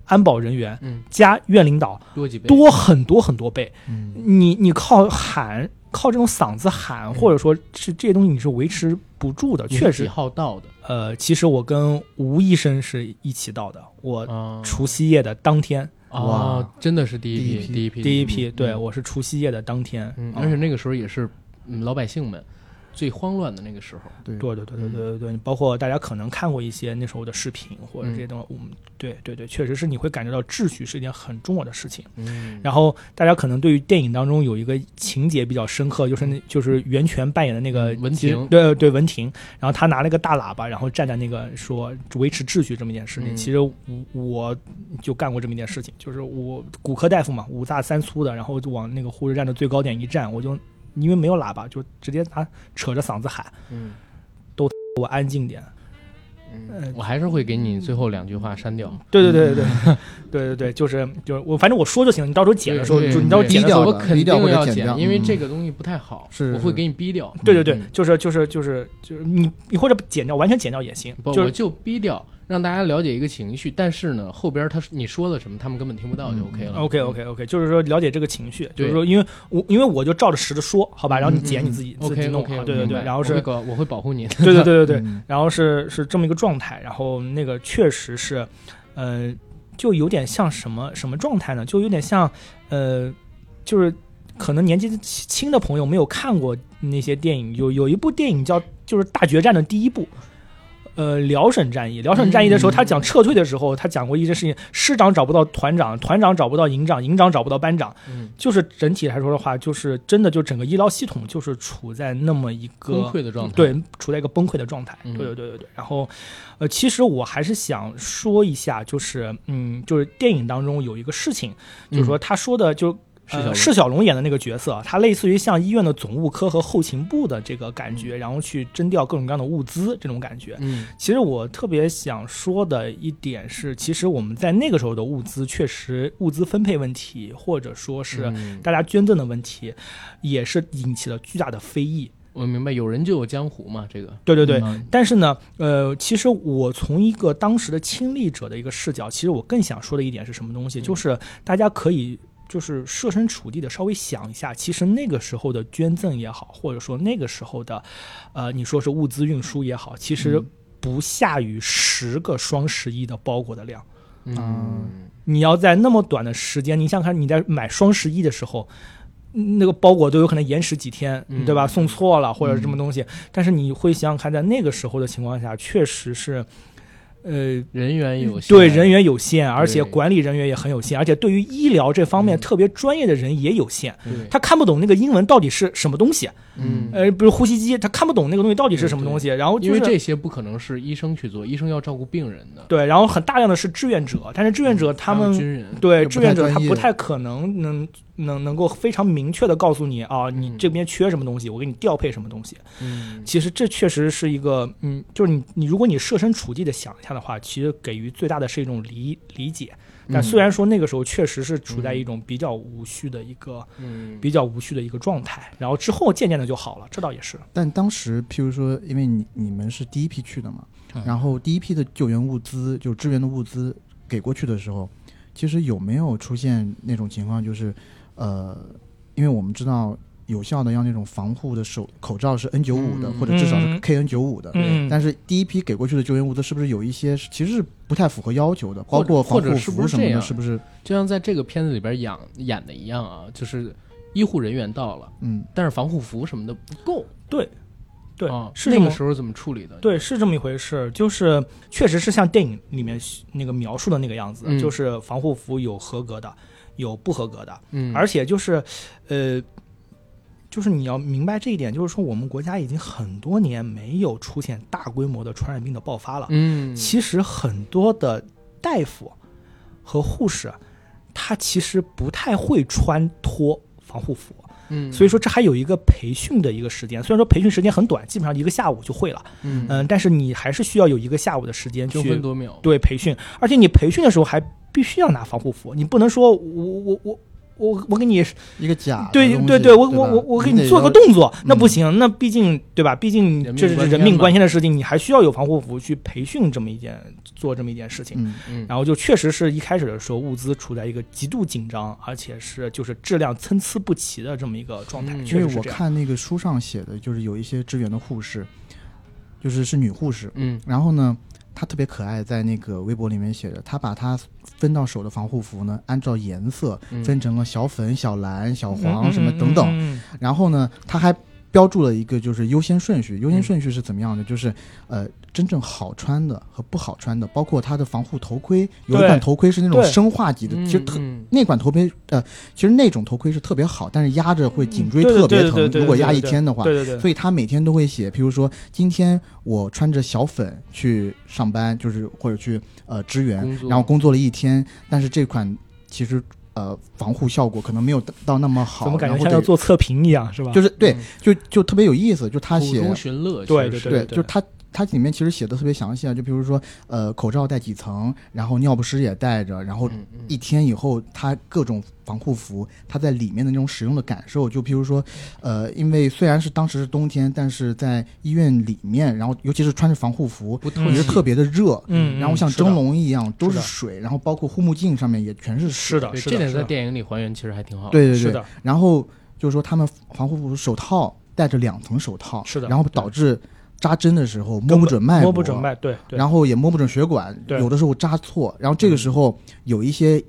Speaker 3: 安保人员、
Speaker 1: 嗯
Speaker 3: 加院领导
Speaker 1: 多几倍，
Speaker 3: 多很多很多倍。
Speaker 2: 嗯
Speaker 3: 你你靠喊，靠这种嗓子喊，
Speaker 1: 嗯
Speaker 3: 或者说是这些东西你是维持不住的。
Speaker 1: 你是
Speaker 3: 确
Speaker 1: 几
Speaker 3: 实，
Speaker 1: 号到的
Speaker 3: 呃，其实我跟吴医生是一起到的，我
Speaker 1: 啊，
Speaker 3: 除夕夜的当天，
Speaker 1: 哦，真的是第
Speaker 2: 第
Speaker 1: 一
Speaker 2: 一
Speaker 1: 批，
Speaker 2: 批
Speaker 1: 第一批，
Speaker 3: 第一批，对
Speaker 1: 嗯
Speaker 3: 我是除夕夜的当天，
Speaker 1: 嗯，
Speaker 3: 啊
Speaker 1: 而且那个时候也是嗯老百姓们最慌乱的那个时候，
Speaker 2: 对
Speaker 3: 对对对对
Speaker 1: 嗯
Speaker 3: 对对对，包括大家可能看过一些那时候的视频或者
Speaker 1: 嗯
Speaker 3: 这些东西，嗯，对对对，确实是你会感觉到秩序是一件很重要的事情。
Speaker 1: 嗯，
Speaker 3: 然后大家可能对于电影当中有一个情节比较深刻，就是那就是袁泉扮演的那个
Speaker 1: 嗯文
Speaker 3: 其实
Speaker 1: 婷
Speaker 3: 对对文婷，然后她拿了个大喇叭，然后站在那个说维持秩序这么一件事情。
Speaker 1: 嗯
Speaker 3: 其实我我就干过这么一件事情，就是我骨科大夫嘛，五大三粗的，然后就往那个护士站的最高点一站，我就因为没有喇叭，就直接拿扯着嗓子喊，
Speaker 1: 嗯
Speaker 3: 我安静点。呃
Speaker 1: 嗯，我还是会给你最后两句话删掉，
Speaker 3: 对对对对 *laughs* 对对对对，就是就是我反正我说就行，你到时候剪的时候
Speaker 1: 对
Speaker 3: 就你
Speaker 1: 对
Speaker 3: 到时候
Speaker 1: 对
Speaker 3: 剪的时
Speaker 2: 低调
Speaker 3: 候
Speaker 1: 我
Speaker 2: 的
Speaker 1: 肯
Speaker 2: 低
Speaker 1: 定
Speaker 2: 调或者
Speaker 1: 要
Speaker 2: 剪
Speaker 1: 剪，
Speaker 2: 掉
Speaker 1: 因为
Speaker 2: 嗯
Speaker 1: 这个东西不太好，
Speaker 2: 是
Speaker 1: 我
Speaker 2: 是
Speaker 1: 会给你逼掉，
Speaker 3: 对对对
Speaker 1: 嗯，
Speaker 3: 就是就是就是就是你你或者剪掉，完全剪掉也行
Speaker 1: 不，，
Speaker 3: 就
Speaker 1: 我
Speaker 3: 是
Speaker 1: 就逼掉，让大家了解一个情绪，但是呢，后边他你说了什么，他们根本听不到就
Speaker 2: 嗯
Speaker 1: OK 了。
Speaker 3: OK OK OK，就是说了解这个情绪，就
Speaker 1: 对
Speaker 3: 是说因为我因为我就照着实的说，好吧，然后你剪
Speaker 2: 嗯
Speaker 3: 你自己自己
Speaker 1: OK
Speaker 3: 弄
Speaker 1: OK，
Speaker 3: 好，对对对，然后是
Speaker 1: 我会搞我会保护你。
Speaker 3: *laughs* 对对对对对，
Speaker 2: 嗯
Speaker 3: 然后是是这么一个状态，然后那个确实是，呃，就有点像什么什么状态呢？就有点像，呃，就是可能年纪轻的朋友没有看过那些电影，有有一部电影叫就是《大决战》的第一部。呃，辽沈战役，辽沈战役的时候，
Speaker 1: 嗯
Speaker 3: 他讲撤退的时候，他讲过一些事情：师长找不到团长，团长找不到营长，营长找不到班长。
Speaker 1: 嗯，
Speaker 3: 就是整体来说的话，就是真的，就整个医疗系统就是处在那么一个
Speaker 1: 崩溃的状态。，
Speaker 3: 对，处在一个崩溃的状态。
Speaker 1: 嗯
Speaker 3: 对对对对对。然后，呃，其实我还是想说一下，就是嗯，就是电影当中有一个事情，
Speaker 1: 嗯
Speaker 3: 就是说他说的就。
Speaker 1: 释小
Speaker 3: 呃，
Speaker 1: 龙
Speaker 3: 释小龙演的那个角色，他类似于像医院的总务科和后勤部的这个感觉，然后去征调各种各样的物资这种感觉。
Speaker 1: 嗯，
Speaker 3: 其实我特别想说的一点是，其实我们在那个时候的物资确实物资分配问题，或者说是啊
Speaker 1: 嗯
Speaker 3: 大家捐赠的问题，也是引起了巨大的非议。
Speaker 1: 我明白，有人就有江湖嘛，这个。
Speaker 3: 对对对，
Speaker 2: 嗯
Speaker 3: 但是呢，呃，其实我从一个当时的亲历者的一个视角，其实我更想说的一点是什么东西，
Speaker 1: 嗯
Speaker 3: 就是大家可以。就是设身处地的稍微想一下，其实那个时候的捐赠也好，或者说那个时候的，呃，你说是物资运输也好，其实
Speaker 2: 嗯
Speaker 3: 不下于十个双十一的包裹的量。
Speaker 1: 嗯，
Speaker 3: 你要在那么短的时间，你想想看你在买双十一的时候，嗯那个包裹都有可能延迟几天，
Speaker 1: 嗯
Speaker 3: 对吧？送错了或者
Speaker 2: 嗯
Speaker 3: 什么东西，但是你会想想看，在那个时候的情况下，确实是，呃。
Speaker 1: 人员有限
Speaker 3: 对人员有限，而且
Speaker 1: 对
Speaker 3: 管理人员也很有限，而且对于医疗这方面
Speaker 1: 嗯
Speaker 3: 特别专业的人也有限，
Speaker 1: 对
Speaker 3: 他看不懂那个英文到底是什么东西，
Speaker 2: 嗯
Speaker 3: 呃，比如呼吸机，他看不懂那个东西到底是什么东西，然后
Speaker 1: 因
Speaker 3: 就
Speaker 1: 为
Speaker 3: 是
Speaker 1: 这些不可能是医生去做，医生要照顾病人的，嗯
Speaker 3: 对，然后很大量的是志愿者，但是志愿者他
Speaker 1: 还有
Speaker 3: 们
Speaker 1: 军人
Speaker 3: 对
Speaker 2: 就不
Speaker 3: 志愿
Speaker 2: 太
Speaker 3: 者，
Speaker 2: 专
Speaker 3: 他
Speaker 2: 业
Speaker 3: 不太可能能能能够非常明确的告诉你啊，你
Speaker 1: 嗯
Speaker 3: 这边缺什么东西，我给你调配什么东西。
Speaker 1: 嗯
Speaker 3: 其实这确实是一个，嗯，就是你你如果你设身处地的想一下的话，其实给予最大的是一种理理解。但虽然说那个时候确实是处在一种比较无序的一个、
Speaker 1: 嗯
Speaker 3: 比较无序的一个状态，然后之后渐渐的就好了，这倒也是。
Speaker 2: 但当时，譬如说，因为你你们是第一批去的嘛，
Speaker 1: 嗯
Speaker 2: 然后第一批的救援物资，就支援的物资给过去的时候，其实有没有出现那种情况，就是，呃，因为我们知道有效的要那种防护的手口罩是 N 9 5的，
Speaker 1: 嗯
Speaker 2: 或者至少是
Speaker 3: 嗯
Speaker 2: KN 9 5的，
Speaker 3: 嗯，
Speaker 2: 但是第一批给过去的救援物资是不是有一些是其实是不太符合要求的，包括
Speaker 1: 或
Speaker 2: 防
Speaker 1: 者
Speaker 2: 护
Speaker 1: 是不
Speaker 2: 服
Speaker 1: 是
Speaker 2: 什么
Speaker 1: 这
Speaker 2: 的，
Speaker 1: 样
Speaker 2: 是不是？
Speaker 1: 就像在这个片子里边演演的一样啊，就是医护人员到了，
Speaker 2: 嗯，
Speaker 1: 但是防护服什么的不够，
Speaker 3: 对，
Speaker 1: 啊，
Speaker 3: 是
Speaker 1: 那
Speaker 3: 这么
Speaker 1: 个时候怎么处理的？，
Speaker 3: 对，是这么一回事，就是确实是像电影里面那个描述的那个样子，
Speaker 1: 嗯
Speaker 3: 就是防护服有合格的，有不合格的，
Speaker 1: 嗯，
Speaker 3: 而且就是，呃，就是你要明白这一点，就是说我们国家已经很多年没有出现大规模的传染病的爆发了。
Speaker 1: 嗯，
Speaker 3: 其实很多的大夫和护士，他其实不太会穿脱防护服。
Speaker 1: 嗯，
Speaker 3: 所以说这还有一个培训的一个时间，虽然说培训时间很短，基本上一个下午就会了，
Speaker 1: 嗯
Speaker 3: 嗯，但是你还是需要有一个下午的时间
Speaker 1: 就分
Speaker 3: 去
Speaker 1: 多秒，
Speaker 3: 对培训，而且你培训的时候还必须要拿防护服，你不能说我我我我我给你
Speaker 2: 一个假的
Speaker 3: 对
Speaker 2: 东西
Speaker 3: 对
Speaker 2: 对吧，
Speaker 3: 我我我我给你
Speaker 2: 得
Speaker 3: 做个
Speaker 2: 要
Speaker 3: 动作，那不
Speaker 2: 嗯
Speaker 3: 行，那毕竟对吧？毕竟
Speaker 1: 人
Speaker 3: 这
Speaker 1: 命
Speaker 3: 是
Speaker 1: 关天
Speaker 3: 人命
Speaker 1: 嘛
Speaker 3: 关天的事情，你还需要有防护服去培训这么一件做这么一件事情。
Speaker 2: 嗯
Speaker 1: 嗯，
Speaker 3: 然后就确实是一开始的时候，物资处在一个极度紧张，而且是就是质量参差不齐的这么一个状态，
Speaker 1: 嗯
Speaker 2: 因
Speaker 3: 确
Speaker 2: 为
Speaker 3: 实是
Speaker 2: 我
Speaker 3: 这样。
Speaker 2: 看那个书上写的，就是有一些支援的护士，就是是女护士，
Speaker 1: 嗯
Speaker 2: 然后呢，她特别可爱，在那个微博里面写着，她把她分到手的防护服呢，按照颜色
Speaker 1: 嗯
Speaker 2: 分成了小粉、小蓝、小
Speaker 3: 嗯
Speaker 2: 黄
Speaker 3: 嗯
Speaker 2: 什么
Speaker 3: 嗯
Speaker 2: 等等，
Speaker 3: 嗯
Speaker 2: 然后呢，她还。标注了一个就是优先顺序，优
Speaker 3: 嗯
Speaker 2: 先顺序是怎么样的？就是，呃，真正好穿的和不好穿的，包括它的防护头盔，有一
Speaker 3: 对
Speaker 2: 款头盔是那种
Speaker 3: 对
Speaker 2: 生化级的，
Speaker 1: 嗯
Speaker 2: 其实特
Speaker 1: 嗯
Speaker 2: 那款头盔，呃，其实那种头盔是特别好，但是压着会颈椎
Speaker 3: 嗯对对
Speaker 2: 特别
Speaker 3: 对对
Speaker 2: 疼
Speaker 3: 对，对
Speaker 2: 如果
Speaker 3: 对
Speaker 2: 压
Speaker 3: 对
Speaker 2: 一天的话。
Speaker 3: 对对对，
Speaker 2: 所以他每天都会写，譬如说今天我穿着小粉去上班，就是或者去呃支援，
Speaker 1: 工作，
Speaker 2: 然后工作了一天，但是这款其实呃防护效果可能没有到那么好，
Speaker 3: 怎么感
Speaker 2: 然
Speaker 3: 觉
Speaker 2: 后
Speaker 3: 像
Speaker 2: 就
Speaker 3: 要做测评一样，是吧？
Speaker 2: 就是对
Speaker 1: 嗯，
Speaker 2: 就就特别有意思，就他
Speaker 1: 苦
Speaker 2: 写
Speaker 1: 中寻乐，
Speaker 3: 对
Speaker 1: 其实是
Speaker 2: 对，
Speaker 3: 对
Speaker 2: 就是它它里面其实写的特别详细啊，就比如说呃口罩戴几层，然后尿不湿也带着，然后
Speaker 1: 嗯嗯
Speaker 2: 一天以后，它各种防护服，它在里面的那种使用的感受，就譬如说，呃，因为虽然是当时是冬天，但是在医院里面，然后尤其是穿着防护服，
Speaker 1: 不透
Speaker 3: 嗯
Speaker 2: 也
Speaker 1: 气，
Speaker 2: 是特别的热，
Speaker 3: 嗯，嗯
Speaker 2: 然后像
Speaker 3: 是的
Speaker 2: 蒸笼一样都
Speaker 3: 是
Speaker 2: 是
Speaker 3: 的
Speaker 2: 水，然后包括护目镜上面也全是水
Speaker 3: 是，的，
Speaker 1: 对，
Speaker 3: 是
Speaker 1: 这
Speaker 3: 的
Speaker 1: 点
Speaker 3: 是
Speaker 1: 在
Speaker 3: 的
Speaker 1: 电影里还原其实还挺好，，
Speaker 2: 对
Speaker 3: 是
Speaker 2: 对对，
Speaker 3: 的，
Speaker 2: 然后就是说他们防护服手套戴着两层手套，
Speaker 3: 是的
Speaker 2: 然后导致扎针的时候摸不准脉搏，
Speaker 3: 摸不准脉，对对，
Speaker 2: 然后也摸不准血管，
Speaker 3: 对
Speaker 2: 有的时候扎错，然后这个时候有一些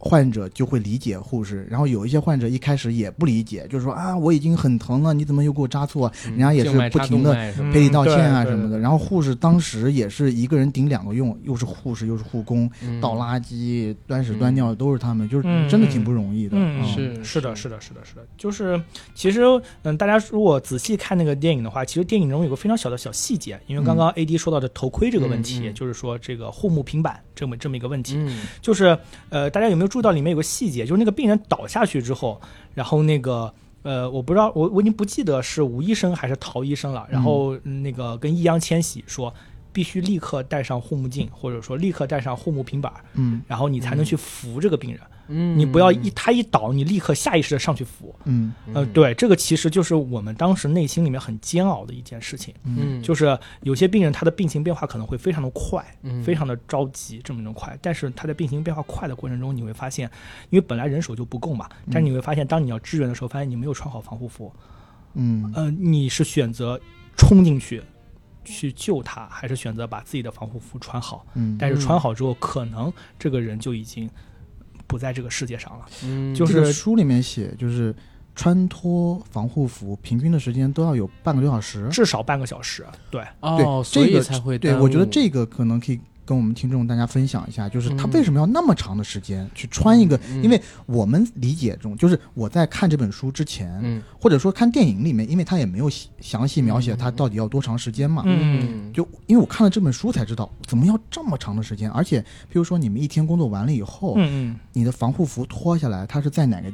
Speaker 2: 患者就会理解护士，然后有一些患者一开始也不理解，就是说啊我已经很疼了，你怎么又给我扎错啊？
Speaker 1: 嗯
Speaker 2: 人家也
Speaker 1: 静
Speaker 2: 是
Speaker 1: 脉
Speaker 2: 不
Speaker 1: 插
Speaker 2: 停
Speaker 1: 动
Speaker 2: 地
Speaker 1: 脉什么
Speaker 3: 嗯
Speaker 2: 赔礼道歉啊
Speaker 3: 对
Speaker 2: 什么的。
Speaker 3: 对
Speaker 2: 然后护士当时也是一个人顶两个用，又是护士又是护工，
Speaker 1: 嗯
Speaker 2: 倒垃圾、端屎端尿都是他们，就是
Speaker 3: 嗯
Speaker 2: 真的挺不容易的。
Speaker 3: 嗯，
Speaker 1: 是
Speaker 3: 是的，
Speaker 1: 是
Speaker 3: 是的，是的，是的，就是其实，嗯，大家如果仔细看那个电影的话，其实电影中有个非常小的小细节，因为
Speaker 2: 嗯
Speaker 3: 刚刚 AD 说到的头盔这个问题，
Speaker 1: 嗯嗯
Speaker 3: 就是说这个护目平板这么这么一个问题，
Speaker 1: 嗯
Speaker 3: 就是呃，大家有没有注意到里面有个细节，就是那个病人倒下去之后，然后那个。呃，我不知道，我我已经不记得是吴医生还是陶医生了。然后嗯那个跟易烊千玺说，必须立刻戴上护目镜，或者说立刻戴上护目平板，
Speaker 2: 嗯
Speaker 3: 然后你才能去扶这个病人。
Speaker 1: 嗯，
Speaker 3: 你不要一他一倒，你立刻下意识的上去扶。
Speaker 2: 嗯
Speaker 3: 呃，
Speaker 1: 嗯，
Speaker 3: 对，这个其实就是我们当时内心里面很煎熬的一件事情，
Speaker 2: 嗯
Speaker 1: 嗯，
Speaker 3: 就是有些病人他的病情变化可能会非常的快，
Speaker 1: 嗯
Speaker 3: 非常的着急，这么一种快，但是他在病情变化快的过程中，你会发现，因为本来人手就不够嘛，但是你会发现，当你要支援的时候，发现你没有穿好防护服，
Speaker 2: 嗯
Speaker 3: 呃，你是选择冲进去去救他，还是选择把自己的防护服穿好？
Speaker 2: 嗯，
Speaker 3: 但是穿好之后，可能这个人就已经不在这个世界上了。
Speaker 1: 嗯
Speaker 3: 就
Speaker 2: 这
Speaker 3: 是
Speaker 2: 个书里面写就是。穿脱防护服平均的时间都要有半个多小时，
Speaker 3: 至少半个小时。对，
Speaker 1: 哦，所
Speaker 2: 这
Speaker 1: 以
Speaker 2: 个
Speaker 1: 才会
Speaker 2: 对，
Speaker 1: 耽
Speaker 2: 我觉得
Speaker 1: 误
Speaker 2: 这个可能可以跟我们听众大家分享一下，就是他
Speaker 1: 嗯
Speaker 2: 为什么要那么长的时间去穿一个？
Speaker 1: 嗯嗯
Speaker 2: 因为我们理解中，就是我在看这本书之前，
Speaker 1: 嗯
Speaker 2: 或者说看电影里面，因为他也没有细详细描写
Speaker 1: 嗯嗯
Speaker 2: 他到底要多长时间嘛。
Speaker 1: 嗯，
Speaker 2: 就因为我看了这本书才知道，怎么要这么长的时间？而且，比如说你们一天工作完了以后，
Speaker 3: 嗯嗯，
Speaker 2: 你的防护服脱下来，它是在哪个？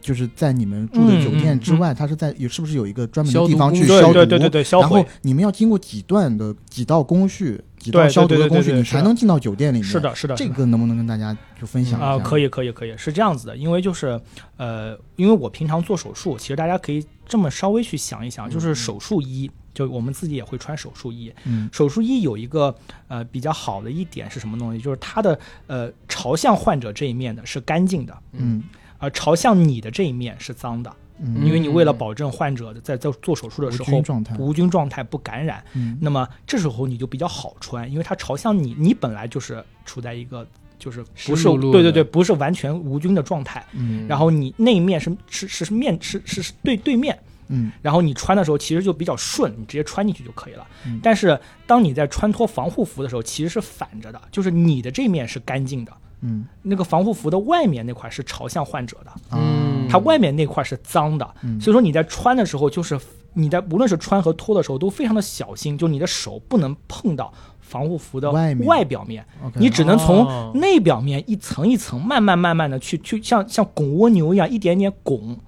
Speaker 2: 就是在你们住的酒店之外，它是在有是不是有一个专门的地方去
Speaker 1: 嗯消
Speaker 2: 消毒？
Speaker 3: 对对对对对，销
Speaker 2: 然
Speaker 3: 毁
Speaker 2: 后你们要经过几段的几道工序，几道
Speaker 3: 对对
Speaker 2: 消毒的
Speaker 3: 对对
Speaker 2: 工序，
Speaker 3: 对对
Speaker 2: 你
Speaker 3: 是
Speaker 2: 才
Speaker 3: 的
Speaker 2: 能进到酒店里面。
Speaker 3: 是，的，是的，
Speaker 2: 这
Speaker 3: 是的
Speaker 2: 个能不能跟大家就分享一
Speaker 3: 啊、
Speaker 2: 下？
Speaker 3: 可
Speaker 2: 以，
Speaker 3: 以，可以，可以，是这样子的，因为就是，呃，因为我平常做手术，其实大家可以这么稍微去想一想，就
Speaker 1: 嗯
Speaker 3: 是
Speaker 1: 嗯
Speaker 3: 手术衣，就我们自己也会穿手术衣。
Speaker 2: 嗯
Speaker 3: 手术衣有一个呃比较好的一点是什么东西？就是它的呃朝向患者这一面的是干净的，
Speaker 2: 嗯
Speaker 3: 而朝向你的这一面是脏的，
Speaker 2: 嗯，
Speaker 3: 因为你为了
Speaker 1: 嗯
Speaker 3: 保证患者在在做手术的
Speaker 2: 无
Speaker 3: 时
Speaker 2: 菌
Speaker 3: 候
Speaker 2: 状态，
Speaker 3: 无菌状态不感染，
Speaker 2: 嗯
Speaker 3: 那么这时候你就比较好穿，因为它朝向你，你本来就是处在一个就是
Speaker 1: 湿
Speaker 3: 不是
Speaker 1: 漉漉
Speaker 3: 对
Speaker 1: 的
Speaker 3: 对对，不是完全无菌的状态。
Speaker 2: 嗯
Speaker 3: 然后你那一面是是是是面是是是对对面，
Speaker 2: 嗯
Speaker 3: 然后你穿的时候其实就比较顺，你直接穿进去就可以了。
Speaker 2: 嗯
Speaker 3: 但是当你在穿脱防护服的时候，其实是反着的，就是你的这面是干净的，
Speaker 2: 嗯
Speaker 3: 那个防护服的外面那块是朝向患者的，
Speaker 2: 啊
Speaker 1: 嗯
Speaker 3: 它外面那块是脏的，
Speaker 2: 嗯
Speaker 3: 所以说你在穿的时候，就是你在无论是穿和脱的时候都非常的小心，就你的手不能碰到防护服的
Speaker 2: 外面
Speaker 3: 外表面，
Speaker 2: ，OK，
Speaker 3: 你只能
Speaker 1: 哦
Speaker 3: 从内表面一层一层慢慢慢慢的去去像像拱蜗牛一样一点点拱，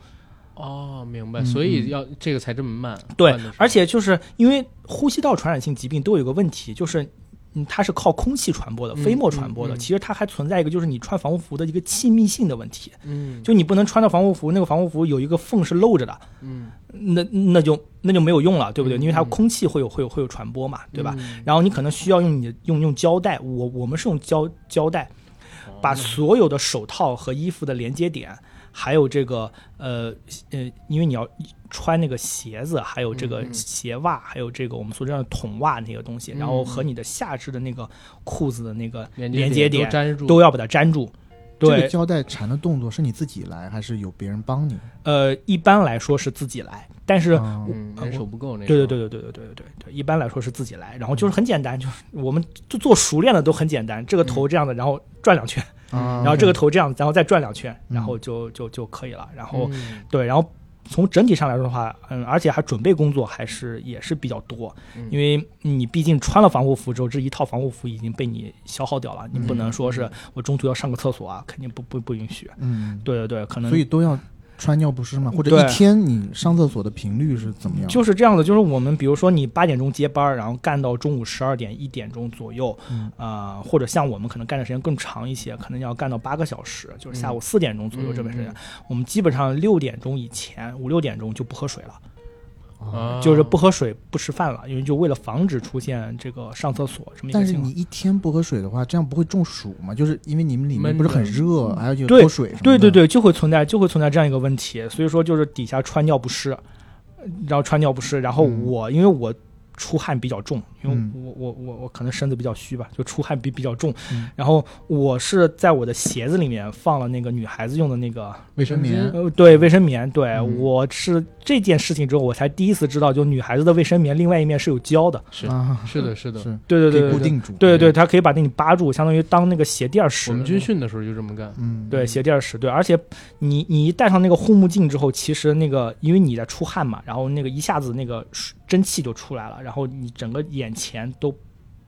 Speaker 1: 哦，明白，
Speaker 2: 嗯
Speaker 1: 所以
Speaker 2: 嗯
Speaker 1: 要这个才这么慢。
Speaker 3: 对
Speaker 1: 换的时，候
Speaker 3: 而且就是因为呼吸道传染性疾病都有一个问题，就是。嗯，它是靠空气传播的，
Speaker 1: 嗯
Speaker 3: 飞沫传播的。
Speaker 1: 嗯嗯
Speaker 3: 其实它还存在一个，就是你穿防护服的一个气密性的问题，
Speaker 1: 嗯
Speaker 3: 就你不能穿着防护服，那个防护服有一个缝是露着的，
Speaker 1: 嗯，
Speaker 3: 那那就那就没有用了，对不对？
Speaker 1: 嗯
Speaker 3: 因为它
Speaker 1: 嗯
Speaker 3: 空气会有会有会有传播嘛，对吧？
Speaker 1: 嗯
Speaker 3: 然后你可能需要用你的用用胶带，我我们是用胶胶带
Speaker 1: 嗯
Speaker 3: 把所有的手套和衣服的连接点，还有这个呃呃，因为你要穿那个鞋子，还有这个
Speaker 1: 嗯嗯
Speaker 3: 鞋袜，还有这个我们俗称的筒袜那个东西，然后和你的下肢的那个裤子的那个
Speaker 1: 连
Speaker 3: 连
Speaker 1: 接
Speaker 3: 接
Speaker 1: 点都
Speaker 3: 点
Speaker 1: 粘住，
Speaker 3: 都要把它粘住。
Speaker 2: 这个
Speaker 3: 对，
Speaker 2: 胶带缠的动作是你自己来，还是有别人帮你？
Speaker 3: 呃，一般来说是自己来，但是
Speaker 2: 啊
Speaker 1: 嗯人手不够那
Speaker 3: 对对
Speaker 1: 时候
Speaker 3: 对对对对对对对对，一般来说是自己来，然后就是很简单，就是我们就做熟练的都很简单，
Speaker 1: 嗯
Speaker 3: 这个头这样的，然后转两圈，
Speaker 2: 啊
Speaker 3: 然后这个头这样，然后再转两圈，
Speaker 2: 嗯
Speaker 3: 然后就就就可以了。然后
Speaker 1: 嗯
Speaker 3: 对，然后从整体上来说的话，嗯，而且还准备工作还是也是比较多
Speaker 1: 嗯，
Speaker 3: 因为你毕竟穿了防护服之后，这一套防护服已经被你消耗掉了，你
Speaker 2: 嗯
Speaker 3: 不能说
Speaker 1: 嗯
Speaker 3: 是我中途要上个厕所啊，肯定不不不允许。
Speaker 2: 嗯，
Speaker 3: 对对对，可能
Speaker 2: 所以都要穿尿不湿嘛，或者
Speaker 3: 对
Speaker 2: 一天你上厕所的频率是怎么样？
Speaker 3: 就是这样的，就是我们比如说你八点钟接班儿，然后干到中午十二点一点钟左右，
Speaker 2: 嗯
Speaker 3: 呃，或者像我们可能干的时间更长一些，可能要干到八个小时，就是下午四点钟左右
Speaker 1: 嗯
Speaker 3: 这段时间，
Speaker 1: 嗯
Speaker 3: 我们基本上六点钟以前五六点钟就不喝水了，
Speaker 2: 啊，
Speaker 1: 哦
Speaker 3: 就是不喝水不吃饭了，因为就为了防止出现这个上厕所这么一
Speaker 2: 但
Speaker 3: 个
Speaker 2: 是
Speaker 3: 情
Speaker 2: 你
Speaker 3: 况。
Speaker 2: 一天不喝水的话，这样不会中暑吗？就是因为你们里面
Speaker 1: 闷
Speaker 2: 不是很
Speaker 1: 着
Speaker 2: 热，还有就
Speaker 3: 嗯对
Speaker 2: 脱水什么的。
Speaker 3: 对对，对，就会存在就会存在这样一个问题，所以说就是底下穿尿不湿，然后穿尿不湿，然后
Speaker 2: 嗯
Speaker 3: 我、因为我出汗比较重，因为
Speaker 2: 嗯
Speaker 3: 我、我我我可能身子比较虚吧，就出汗比比较重，
Speaker 2: 嗯
Speaker 3: 然后我是在我的鞋子里面放了那个女孩子用的那个
Speaker 2: 卫生棉
Speaker 1: 嗯
Speaker 3: 呃对卫生棉，对、
Speaker 2: 嗯
Speaker 3: 我是这件事情之后我才第一次知道，就女孩子的卫生棉另外一面是有胶的，
Speaker 1: 是
Speaker 2: 啊，
Speaker 1: 是的是的，
Speaker 2: 是
Speaker 3: 对对
Speaker 2: 可
Speaker 3: 对
Speaker 2: 以
Speaker 3: 对
Speaker 2: 固
Speaker 3: 对
Speaker 2: 定住。
Speaker 3: 对对，它可以把那你扒住，相当于当那个鞋垫儿使。
Speaker 1: 我们军训的时候就这么干。
Speaker 2: 嗯，
Speaker 3: 对，鞋垫儿使对，而且你你一戴上那个护目镜之后，其实那个因为你在出汗嘛，然后那个一下子那个水蒸气就出来了，然后你整个眼前都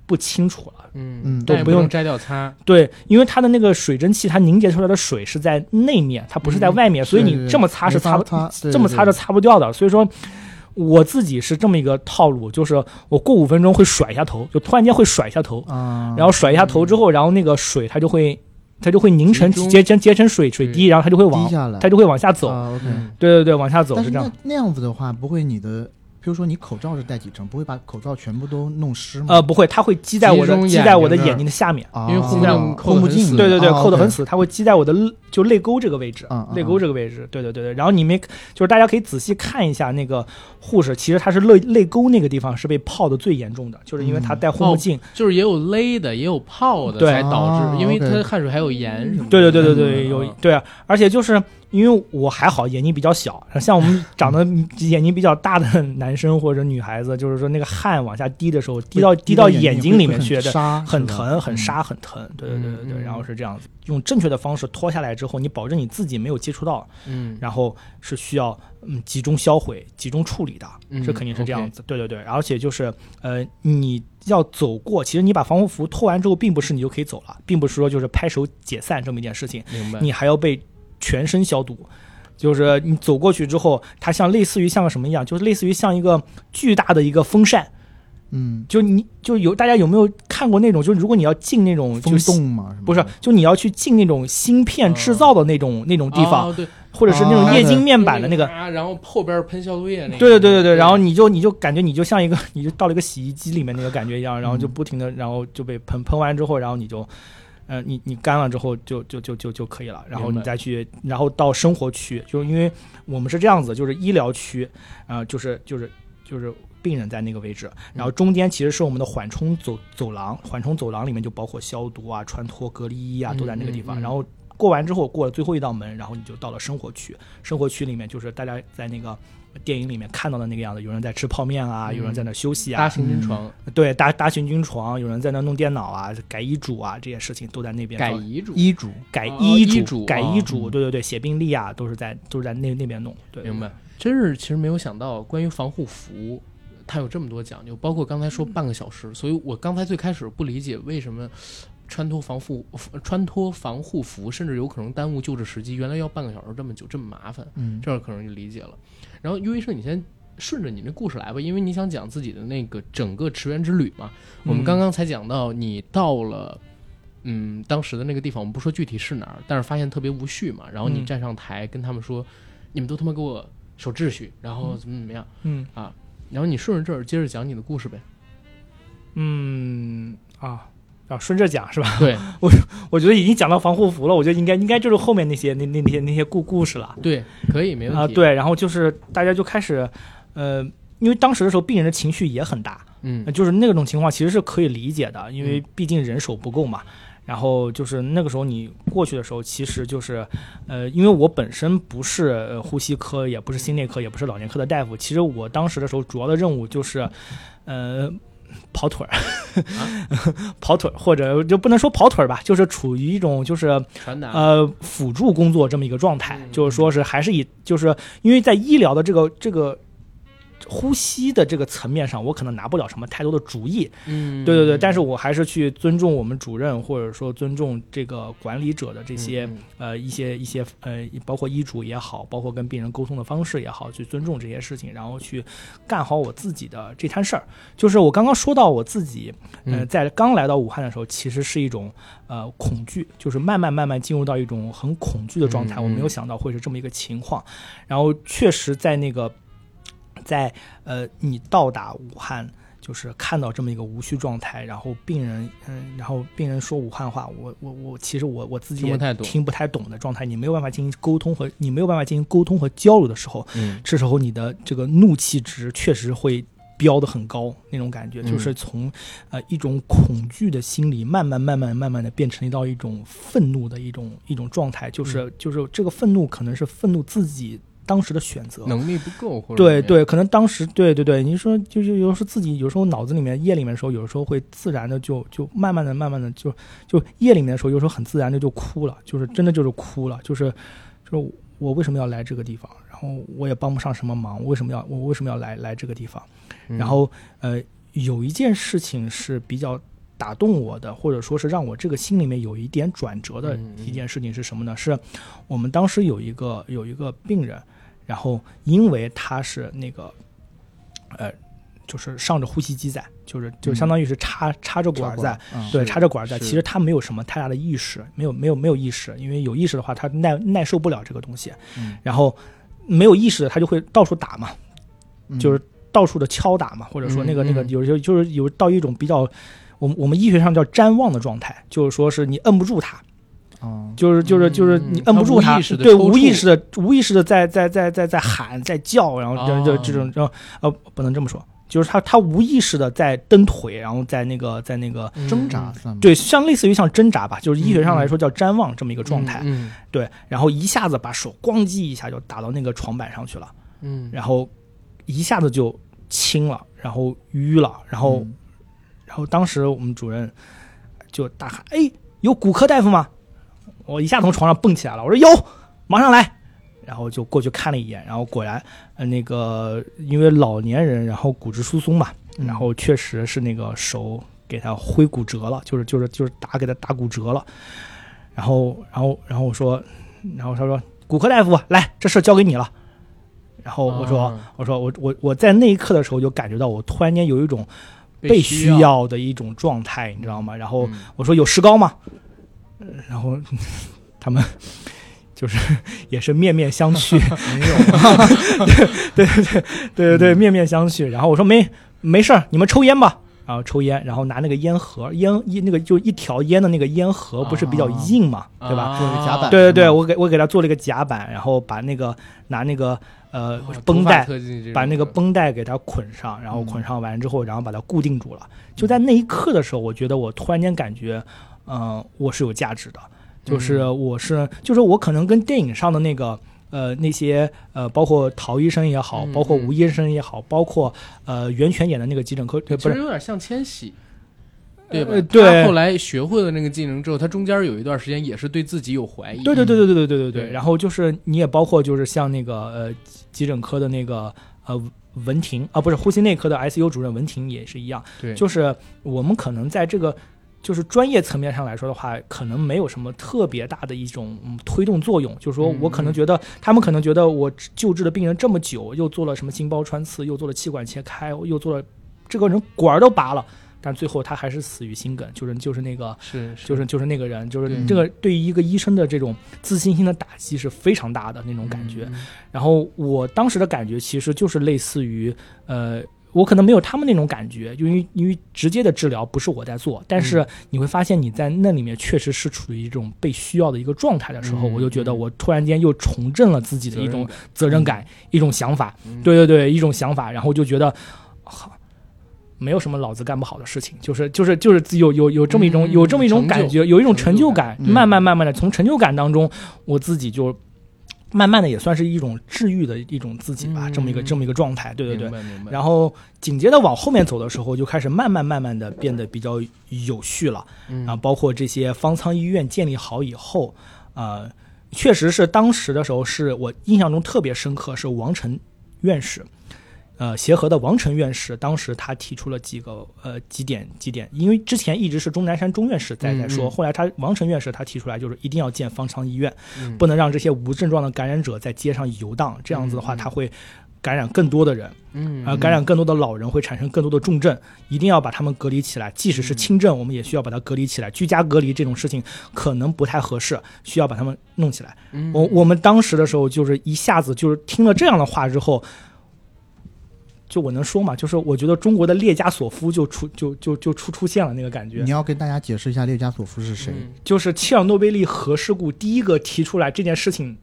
Speaker 3: 不清楚了。
Speaker 2: 嗯
Speaker 1: 但
Speaker 3: 都
Speaker 1: 也
Speaker 3: 不
Speaker 1: 能
Speaker 3: 用
Speaker 1: 摘掉擦。
Speaker 3: 对，因为它的那个水蒸气，它凝结出来的水是在内面，它不是在
Speaker 1: 嗯
Speaker 3: 外面，所以
Speaker 2: 对对
Speaker 3: 你
Speaker 2: 对
Speaker 3: 这么擦是
Speaker 2: 没法
Speaker 3: 擦不
Speaker 2: 擦对
Speaker 3: 这么
Speaker 2: 对
Speaker 3: 擦是擦不掉的。所以说，我自己是这么一个套路，就是我过五分钟会甩一下头，就突然间会甩一下头，
Speaker 2: 啊，
Speaker 3: 然后甩一下头之后，然后那个水它就会它就会凝成
Speaker 1: 集中
Speaker 3: 结成结成水水滴，然后它就会往
Speaker 2: 滴下来，
Speaker 3: 它就会往下走。
Speaker 2: 啊 OK。
Speaker 1: 嗯
Speaker 3: 对对对，往下走
Speaker 2: 但
Speaker 3: 是
Speaker 2: 是
Speaker 3: 这
Speaker 2: 那
Speaker 3: 样。
Speaker 2: 那样子的话，不会你的，比如说你口罩是戴几层，不会把口罩全部都弄湿吗？
Speaker 3: 呃，不会，它会积在
Speaker 1: 集
Speaker 3: 我的
Speaker 1: 中
Speaker 3: 积
Speaker 1: 眼
Speaker 3: 在
Speaker 1: 睛
Speaker 3: 我的
Speaker 1: 那儿
Speaker 3: 眼睛的下面。
Speaker 2: 啊，
Speaker 1: 因为护目镜扣
Speaker 2: 护
Speaker 1: 得
Speaker 2: 目
Speaker 1: 很
Speaker 2: 镜，
Speaker 1: 死
Speaker 3: 对对对，
Speaker 2: 啊
Speaker 3: 扣得
Speaker 2: OK
Speaker 3: 很死，它会积在我的肋就泪沟这个位置
Speaker 2: 嗯，嗯
Speaker 3: 泪沟这个位置，对对对对。然后你们就是大家可以仔细看一下那个护士，其实她是泪泪沟那个地方是被泡的最严重的，就是因为她
Speaker 2: 嗯
Speaker 3: 戴护目镜，
Speaker 1: 就是也有勒的，也有泡的，
Speaker 3: 对
Speaker 1: 才导致，
Speaker 2: 啊
Speaker 1: 因为
Speaker 2: OK
Speaker 1: 它汗水还有盐什么的。
Speaker 3: 对对对对对，
Speaker 1: 嗯
Speaker 3: 有对啊，而且就是因为我还好，眼睛比较小，像我们长得眼睛比较大的男生或者女孩子，就是说那个汗往下滴的时候，滴到滴到眼睛里面去，
Speaker 2: 会
Speaker 3: 对，
Speaker 2: 沙
Speaker 3: 很
Speaker 2: 是吧嗯
Speaker 3: 疼，很沙，很疼。对对对对对，
Speaker 1: 嗯嗯嗯
Speaker 3: 然后是这样子，用正确的方式脱下来之后，你保证你自己没有接触到，
Speaker 1: 嗯，
Speaker 3: 然后是需要嗯集中销毁、集中处理的，
Speaker 1: 嗯
Speaker 3: 这肯定是这样子。对对对，而且就是呃，你要走过，其实你把防护服脱完之后，并不是你就可以走了，并不是说就是拍手解散这么一件事情，
Speaker 1: 明白。
Speaker 3: 你还要被全身消毒。就是你走过去之后，它像类似于像个什么一样，就是类似于像一个巨大的一个风扇，
Speaker 2: 嗯，
Speaker 3: 就你就有大家有没有看过那种，就是如果你要进那种就
Speaker 2: 风
Speaker 3: 是
Speaker 2: 洞嘛，
Speaker 3: 不是，就你要去进那种芯片制造的那种、那种地方，
Speaker 1: 哦、对，
Speaker 3: 或者是那种
Speaker 2: 啊
Speaker 3: 液晶面板的那个，
Speaker 1: 啊，然后后边喷消毒液那个，
Speaker 3: 对对对对对，然后你就你就感觉你就像一个 *laughs* 你就到了一个洗衣机里面那个感觉一样，然后就不停的，然后就被喷喷完之后，然后你就，呃，你你干了之后就就就就就可以了，然后
Speaker 1: 明白
Speaker 3: 你再去，然后到生活区，就是因为我们是这样子，就是医疗区，啊、就是就是就是。病人在那个位
Speaker 1: 嗯
Speaker 3: 置，然后中间其实是我们的缓冲走走廊，缓冲走廊里面就包括消毒啊、穿脱、隔离衣啊，
Speaker 1: 嗯
Speaker 3: 都在那个地
Speaker 1: 嗯
Speaker 3: 方。
Speaker 1: 嗯
Speaker 3: 然后过完之后，过了最后一道门，然后你就到了生活区。生活区里面就是大家在那个电影里面看到的那个样子，有人在吃泡面啊，
Speaker 1: 嗯
Speaker 3: 有人在那休息
Speaker 1: 搭
Speaker 3: 啊，
Speaker 1: 行军床、
Speaker 3: 对，搭搭行军床，有人在那弄电脑啊，改医嘱啊，这些事情都在那边
Speaker 1: 改
Speaker 3: 搞
Speaker 1: 遗嘱，
Speaker 2: 医嘱，
Speaker 3: 改
Speaker 1: 哦
Speaker 3: 医
Speaker 1: 医
Speaker 3: 嘱、
Speaker 1: 嘱
Speaker 3: 改医嘱，
Speaker 2: 哦
Speaker 3: 对对对，写病历啊，都是在都是在那那边弄，对，
Speaker 1: 明白。真是其实没有想到，关于防护服，它有这么多讲究，包括刚才说半个小时，所以我刚才最开始不理解为什么穿脱防护穿脱防护服，甚至有可能耽误救治时机，原来要半个小时这么久，这么麻烦，
Speaker 2: 嗯，
Speaker 1: 这儿可能就理解了。然后优医生，你先。顺着你那故事来吧，因为你想讲自己的那个整个驰援之旅嘛。我们
Speaker 3: 嗯
Speaker 1: 刚刚才讲到，你到了，嗯，当时的那个地方，我们不说具体是哪儿，但是发现特别无序嘛。然后你
Speaker 3: 嗯
Speaker 1: 站上台跟他们说，你们都他妈给我守秩序，然后怎么怎么样。
Speaker 3: 嗯
Speaker 1: 然后你顺着这儿接着讲你的故
Speaker 3: *laughs*
Speaker 1: 事呗。
Speaker 3: 嗯啊。啊，顺着讲是吧？ *laughs*
Speaker 1: 对
Speaker 3: 我觉得已经讲到防护服了，我觉得应该应该就是后面那些那那那些那些故故事了。
Speaker 1: 对，可以，没问
Speaker 3: 啊，
Speaker 1: 题。，
Speaker 3: 对，然后就是大家就开始，呃，因为当时的时候病人的情绪也很大，
Speaker 1: 嗯
Speaker 3: 呃就是那种情况其实是可以理解的，因为毕竟人手不够嘛。然后就是那个时候你过去的时候，其实就是，呃，因为我本身不是呃呼吸科，也不是心内科，也不是老年科的大夫，其实我当时的时候主要的任务就是，呃。跑腿儿， *laughs* 跑腿儿，或者就不能说跑腿儿吧，就是处于一种就是
Speaker 1: 传达。
Speaker 3: 呃辅助工作这么一个状态，
Speaker 1: 啊嗯
Speaker 3: 就是说是还是以就是因为在医疗的这个这个。呼吸的这个层面上，我可能拿不了什么太多的主意，
Speaker 1: 嗯，
Speaker 3: 对对对，但
Speaker 1: 是
Speaker 3: 是我还是去尊重我们主任，或者说尊重这个管理者的这
Speaker 1: 嗯
Speaker 3: 些、呃一些一些呃，包括医嘱也好，包括跟病人沟通的方式也好，去尊重这些事情，然后去干好我自己的这摊事儿。就是我刚刚说到我自己，呃，
Speaker 1: 嗯
Speaker 3: 在刚来到武汉的时候，其实是一种呃恐惧，就是慢慢慢慢进入到一种很恐惧的状态。
Speaker 1: 嗯嗯
Speaker 3: 我没有想到会是这么一个情况，然后确实在那个在呃你到达武汉。就是看到这么一个无序状态，然后病人，嗯，然后病人说武汉话，我我我，其实我我自己
Speaker 1: 听
Speaker 3: 也
Speaker 1: 不太懂
Speaker 3: 听不太懂的状态，你没有办法进行沟通和你没有办法进行沟通和交流的时候，
Speaker 1: 嗯
Speaker 3: 这时候你的这个怒气值确实会飙得很高，那种感觉
Speaker 1: 嗯
Speaker 3: 就是从呃一种恐惧的心理慢慢慢慢慢慢的变成到一种愤怒的一种一种状态，就是
Speaker 1: 嗯
Speaker 3: 就是这个愤怒可能是愤怒自己当时的选择，
Speaker 1: 能力不够或者怎么
Speaker 3: 对
Speaker 1: 样，
Speaker 3: 对，可能当时对对对，你说就是有时候自己有时候脑子里面夜里面的时候，有时候会自然的就就慢慢的慢慢的就就夜里面的时候，有时候很自然的就哭了，就是真的就是哭了，就是就是我为什么要来这个地方，然后我也帮不上什么忙，我为什么要我为什么要来来这个地方？
Speaker 1: 嗯
Speaker 3: 然后呃，有一件事情是比较打动我的，或者说是让我这个心里面有一点转折的
Speaker 1: 嗯嗯
Speaker 3: 一件事情是什么呢？是我们当时有一个有一个病人，然后因为他是那个呃，就是上着呼吸机在，就是就相当于是插、插着管儿在。，
Speaker 2: 嗯
Speaker 3: 对，
Speaker 1: 嗯是
Speaker 3: 插着管儿在，
Speaker 1: 是
Speaker 3: 其实他没有什么太大的意识，没有没有没有意识，因为有意识的话，他耐耐受不了这个东西。
Speaker 2: 嗯
Speaker 3: 然后没有意识的，他就会到处打嘛，
Speaker 2: 嗯
Speaker 3: 就是到处的敲打嘛，或者说那个
Speaker 1: 嗯
Speaker 3: 那个
Speaker 1: 嗯
Speaker 3: 有时候就是有到一种比较，我们我们医学上叫瞻望的状态，就是说是你摁不住它，
Speaker 2: 哦
Speaker 3: 就是就是就是
Speaker 1: 嗯
Speaker 3: 你摁不住
Speaker 1: 它无
Speaker 3: 它，
Speaker 1: 意识地
Speaker 3: 对，
Speaker 1: 抽搐
Speaker 3: 无意识的无意识的在在在在在在喊在叫，然后就
Speaker 1: 哦
Speaker 3: 就这种然后呃不能这么说，就是他他无意识的在蹬腿，然后在那个在那个
Speaker 2: 挣扎，算吗？
Speaker 3: 对，像类似于像挣扎吧，就是医学
Speaker 1: 嗯
Speaker 3: 上
Speaker 1: 嗯嗯
Speaker 3: 来说叫瞻望这么一个状态，
Speaker 1: 嗯
Speaker 3: 对，然后一下子把手咣叽一下就打到那个床板上去了，
Speaker 1: 嗯，
Speaker 3: 然后一下子就青了，然后淤了，然后、
Speaker 2: 嗯
Speaker 3: 然后当时我们主任就大喊：“哎，有骨科大夫吗？”我一下从床上蹦起来了，我说：“有，马上来。”然后就过去看了一眼，然后果然，呃，那个因为老年人，然后骨质疏松嘛，
Speaker 2: 嗯
Speaker 3: 然后确实是那个手给他挥骨折了，就是就是就是打给他打骨折了。然后然后然后我说，然后他说骨科大夫来，这事儿交给你了。然后哦我说、
Speaker 1: 啊
Speaker 3: 我说我我我在那一刻的时候就感觉到我突然间有一种被需
Speaker 1: 要，嗯
Speaker 3: 要的一种状态，你知道吗？然后我说有石膏吗？呃然后 *laughs* 他们就是 *laughs* 也是面面
Speaker 1: *laughs*
Speaker 3: 相觑，
Speaker 2: 没有，
Speaker 3: 对对对对对
Speaker 1: 嗯
Speaker 3: 对，面面相觑。然后我说没没事儿，你们抽烟吧。然后抽烟，然后拿那个烟盒，烟一那个就一条烟的那个烟盒，不是比较
Speaker 2: 啊
Speaker 3: 硬嘛，对吧？
Speaker 1: 啊
Speaker 2: 做个夹板
Speaker 3: 对对
Speaker 2: 是
Speaker 3: 对，
Speaker 2: 吗
Speaker 3: 我给我给他做了一个夹板，然后把那个拿那个呃
Speaker 1: 啊
Speaker 3: 绷，带
Speaker 1: 头发，特技这种嗯
Speaker 3: 把那个
Speaker 1: 的
Speaker 3: 绷带给它捆上，然后捆上完之后，然后把它固定住了。就在那一刻的时候，我觉得我突然间感觉，嗯、我是有价值的，就是
Speaker 1: 嗯
Speaker 3: 我是，就是我可能跟电影上的那个。呃，那些呃，包括陶医生也好，
Speaker 1: 嗯
Speaker 3: 包括
Speaker 1: 嗯
Speaker 3: 吴医生也好，包括呃袁泉演的那个急诊科，对，
Speaker 1: 其
Speaker 3: 不
Speaker 1: 实
Speaker 3: 是
Speaker 1: 有点像千玺。对吧
Speaker 3: 呃？对
Speaker 1: 他后来学会了那个技能之后，他中间有一段时间也是对自己有怀疑。
Speaker 3: 对对对对对对对对
Speaker 1: 对
Speaker 3: 对。然后就是你也包括就是像那个呃急诊科的那个呃文婷啊，不是呼吸内科的 ICU 主任文婷也是一样，
Speaker 1: 对，
Speaker 3: 就是我们可能在这个就是专业层面上来说的话，可能没有什么特别大的一种、嗯、推动作用。就是说
Speaker 1: 嗯
Speaker 3: 我可能觉得、他们可能觉得我救治的病人这么久，又做了什么心包穿刺，又做了气管切开，又做了这个人管儿都拔了，但最后他还是死于心梗，就是就是那个。
Speaker 1: 是是
Speaker 3: 就是就是那个人，就
Speaker 1: 对
Speaker 3: 是这个对于一个医生的这种自信心的打击是非常大的那种
Speaker 1: 嗯
Speaker 3: 感觉。，然后我当时的感觉其实就是类似于，呃，我可能没有他们那种感觉，因为因为直接的治疗不是我在做，但是你会发现你在那里面确实是处于一种被需要的一个状态的时候，
Speaker 1: 嗯
Speaker 3: 我就觉得我突然间又重振了自己的一种责任感，一种想法，
Speaker 1: 嗯
Speaker 3: 对对对，一种想法，然后就觉得，好。没有什么老子干不好的事情，就是就是就是有有有这么一种、
Speaker 1: 嗯
Speaker 3: 有这么一种感觉，有一种成就感。
Speaker 2: 成就感嗯
Speaker 3: 慢慢慢慢的，从成就感当中，我自己就慢慢的也算是一种治愈的一种自己吧，
Speaker 1: 嗯
Speaker 3: 这么一个这么一个状态。对对对。
Speaker 1: 明白明白。
Speaker 3: 然后紧接着往后面走的时候，就开始慢慢慢慢的变得比较有序了。
Speaker 1: 嗯
Speaker 3: 啊，包括这些方舱医院建立好以后，呃，确实是当时的时候是我印象中特别深刻，是王晨院士，呃，协和的王晨院士，当时他提出了几个呃几点几点，因为之前一直是钟南山钟院士在在
Speaker 1: 嗯
Speaker 3: 说，
Speaker 1: 嗯
Speaker 3: 后来他王晨院士他提出来就是一定要建方舱医院，
Speaker 1: 嗯
Speaker 3: 不能让这些无症状的感染者在街上游荡，这样子的话
Speaker 1: 嗯嗯
Speaker 3: 他会感染更多的人。
Speaker 1: 嗯
Speaker 3: 呃，感染更多的老人会产生更多的重症，一定要把他们隔离起来。即使是轻症，我们也需要把它隔离起来。居家隔离这种事情可能不太合适，需要把他们弄起来。
Speaker 1: 嗯
Speaker 3: 我我们当时的时候，就是一下子就是听了这样的话之后，就我能说嘛，就是我觉得中国的列加索夫就出就就就出出现了那个感觉
Speaker 2: 你。要跟大家解释一下列加索夫是谁？
Speaker 1: 嗯
Speaker 3: 就是切尔诺贝利核事故第一个提出来这件事情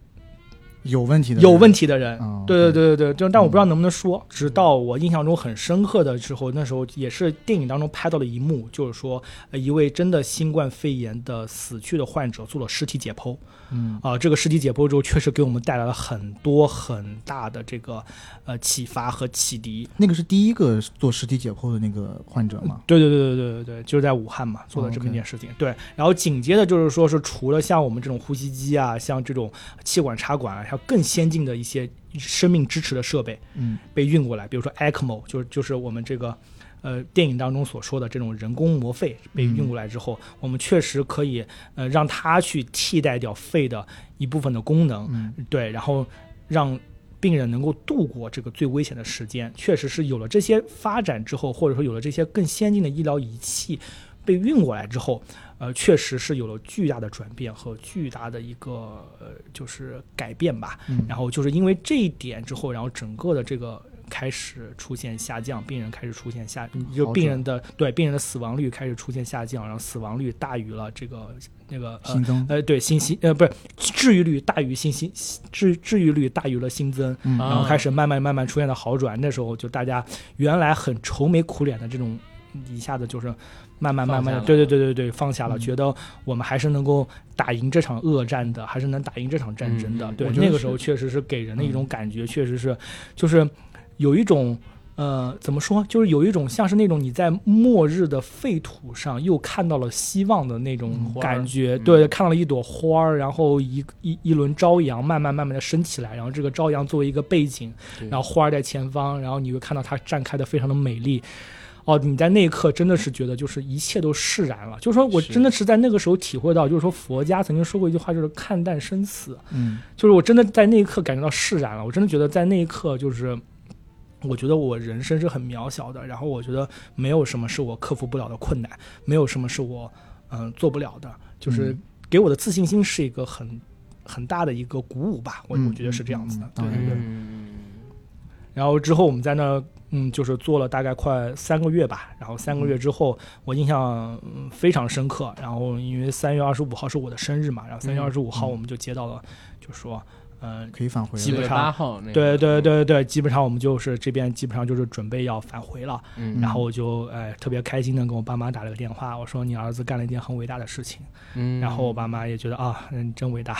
Speaker 2: 有问题的，
Speaker 3: 有问，题的人，
Speaker 2: 哦
Speaker 3: 对对对对对，就但我不知道能不能说。直到我印象中很深刻的时候，那时候也是电影当中拍到了一幕，就是说、呃一位真的新冠肺炎的死去的患者做了尸体解剖
Speaker 2: 嗯
Speaker 3: 啊、这个尸体解剖之后，确实给我们带来了很多很大的这个呃启发和启迪。
Speaker 2: 那个是第一个做尸体解剖的那个患者吗？
Speaker 3: 对对对对对对对，就是在武汉嘛做的这么一件事情。对，然后紧接着就是说是除了像我们这种呼吸机啊，像这种气管插管啊，还有更先进的一些生命支持的设备。
Speaker 2: 嗯
Speaker 3: 被运过来，比如说 E ECMO，就是就是我们这个呃电影当中所说的这种人工膜肺被运过来之后，我们确实可以呃让它去替代掉肺的一部分的功能，
Speaker 2: 嗯，
Speaker 3: 对，然后让。病人能够度过这个最危险的时间，确实是有了这些发展之后，或者说有了这些更先进的医疗仪器被运过来之后，呃，确实是有了巨大的转变和巨大的一个呃就是改变吧。
Speaker 2: 嗯
Speaker 3: 然后就是因为这一点之后，然后整个的这个开始出现下降，病人开始出现下，
Speaker 2: 好
Speaker 3: 就病
Speaker 2: 转
Speaker 3: 人的对病人的死亡率开始出现下降，然后死亡率大于了这个那个呃
Speaker 2: 新增，
Speaker 3: 呃对新新呃不是治愈率大于新新治治愈率大于了新增，
Speaker 2: 嗯
Speaker 1: 啊
Speaker 3: 然后开始慢慢慢慢出现了好转。那时候就大家原来很愁眉苦脸的这种，一下子就是慢慢慢慢
Speaker 1: 放下
Speaker 3: 的，
Speaker 1: 了
Speaker 3: 对对对对对，放下了，
Speaker 2: 嗯
Speaker 3: 觉得我们还是能够打赢这场恶战的，还是能打赢这场战争的。
Speaker 1: 嗯
Speaker 3: 对
Speaker 2: 我，觉得
Speaker 3: 那个
Speaker 2: 是
Speaker 3: 时候确实是给人的一种感觉，确实是就是有一种。呃，怎么说？就是有一种像是那种你在末日的废土上又看到了希望的那种
Speaker 1: 花儿
Speaker 3: 感觉，
Speaker 1: 嗯
Speaker 3: 对，看到了一朵花儿，然后一一一轮朝阳慢慢慢慢的升起来，然后这个朝阳作为一个背景，
Speaker 1: 对
Speaker 3: 然后花儿在前方，然后你会看到它绽开的非常的美丽。哦，你在那一刻真的是觉得就是一切都释然了，就是说我
Speaker 1: 是
Speaker 3: 真的是在那个时候体会到，就是说佛家曾经说过一句话，就是看淡生死，
Speaker 2: 嗯，
Speaker 3: 就是我真的在那一刻感觉到释然了，我真的觉得在那一刻就是。我觉得我人生是很渺小的，然后我觉得没有什么是我克服不了的困难，没有什么是我嗯、呃做不了的，就是
Speaker 2: 嗯
Speaker 3: 给我的自信心是一个很很大的一个鼓舞吧，我、
Speaker 2: 嗯
Speaker 3: 我觉得是这样子的
Speaker 2: 嗯。嗯嗯
Speaker 3: 对对对。
Speaker 1: 嗯，
Speaker 3: 然后之后我们在那儿，嗯，就是做了大概快三个月吧。然后三个月之后，我印象、嗯非常深刻。然后因为三月二十五号是我的生日嘛，然后三月二十五号
Speaker 2: 嗯
Speaker 3: 我们就接到了，就说，嗯、
Speaker 2: 可以返回
Speaker 1: 基
Speaker 2: 了，
Speaker 1: 本
Speaker 3: 上
Speaker 1: 八号那个，
Speaker 3: 对对对对，基本上我们就是这边基本上就是准备要返回了。
Speaker 1: 嗯，
Speaker 3: 然后我就哎特别开心的跟我爸妈打了个电话，我说你儿子干了一件很伟大的事情。
Speaker 1: 嗯，
Speaker 3: 然后我爸妈也觉得啊，嗯，真伟大。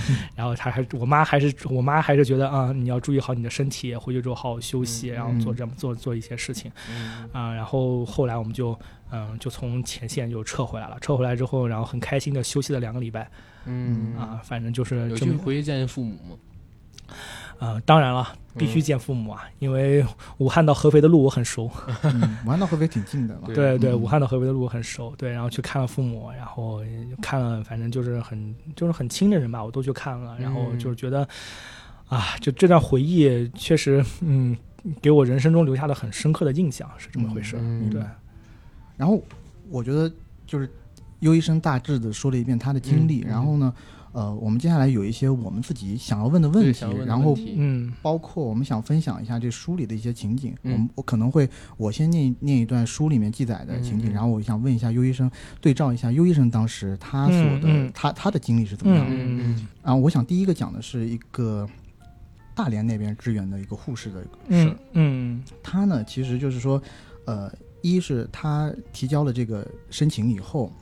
Speaker 3: *laughs* 然后他还，我妈还是我妈还是觉得啊，你要注意好你的身体，回去之后好好休息，
Speaker 1: 嗯
Speaker 3: 然后做这么做做一些事情
Speaker 1: 嗯，
Speaker 3: 啊。然后后来我们就嗯，就从前线就撤回来了。撤回来之后，然后很开心的休息了两个礼拜
Speaker 1: 嗯
Speaker 3: 啊，，反正就是
Speaker 1: 有去
Speaker 3: 这么
Speaker 1: 回去见父母吗？
Speaker 3: 啊。当然了，必
Speaker 1: 嗯
Speaker 3: 须见父母啊，因为武汉到合肥的路我很熟。
Speaker 2: 嗯，武汉到合肥挺近的嘛，
Speaker 1: 对
Speaker 3: 对对，
Speaker 2: 嗯
Speaker 3: 武汉到合肥的路很熟，对，然后去看了父母，然后看了，反正就是很就是很亲的人吧，我都去看了，然后
Speaker 1: 嗯
Speaker 3: 就是觉得、啊，就这段回忆确实，嗯，给我人生中留下了很深刻的印象，是这么回事。
Speaker 1: 嗯
Speaker 3: 对，
Speaker 2: 然后我觉得就是优医生大致的说了一遍他的经历，
Speaker 1: 嗯嗯
Speaker 2: 然后呢，呃，我们接下来有一些我们自己想要问的问
Speaker 1: 对
Speaker 2: 题
Speaker 1: 想，问的
Speaker 2: 然后
Speaker 1: 问题
Speaker 3: 嗯
Speaker 2: 包括我们想分享一下这书里的一些情景。
Speaker 1: 嗯
Speaker 2: 我们我可能会我先念念一段书里面记载的情景，
Speaker 1: 嗯嗯
Speaker 2: 然后我想问一下优医生，对照一下优医生当时他所的、
Speaker 3: 嗯嗯
Speaker 2: 他他的经历是怎么样的？
Speaker 1: 嗯嗯
Speaker 2: 然后我想第一个讲的是一个大连那边支援的一个护士的
Speaker 3: 嗯嗯
Speaker 2: 他呢，其实就是说，呃，一是他提交了这个申请以后，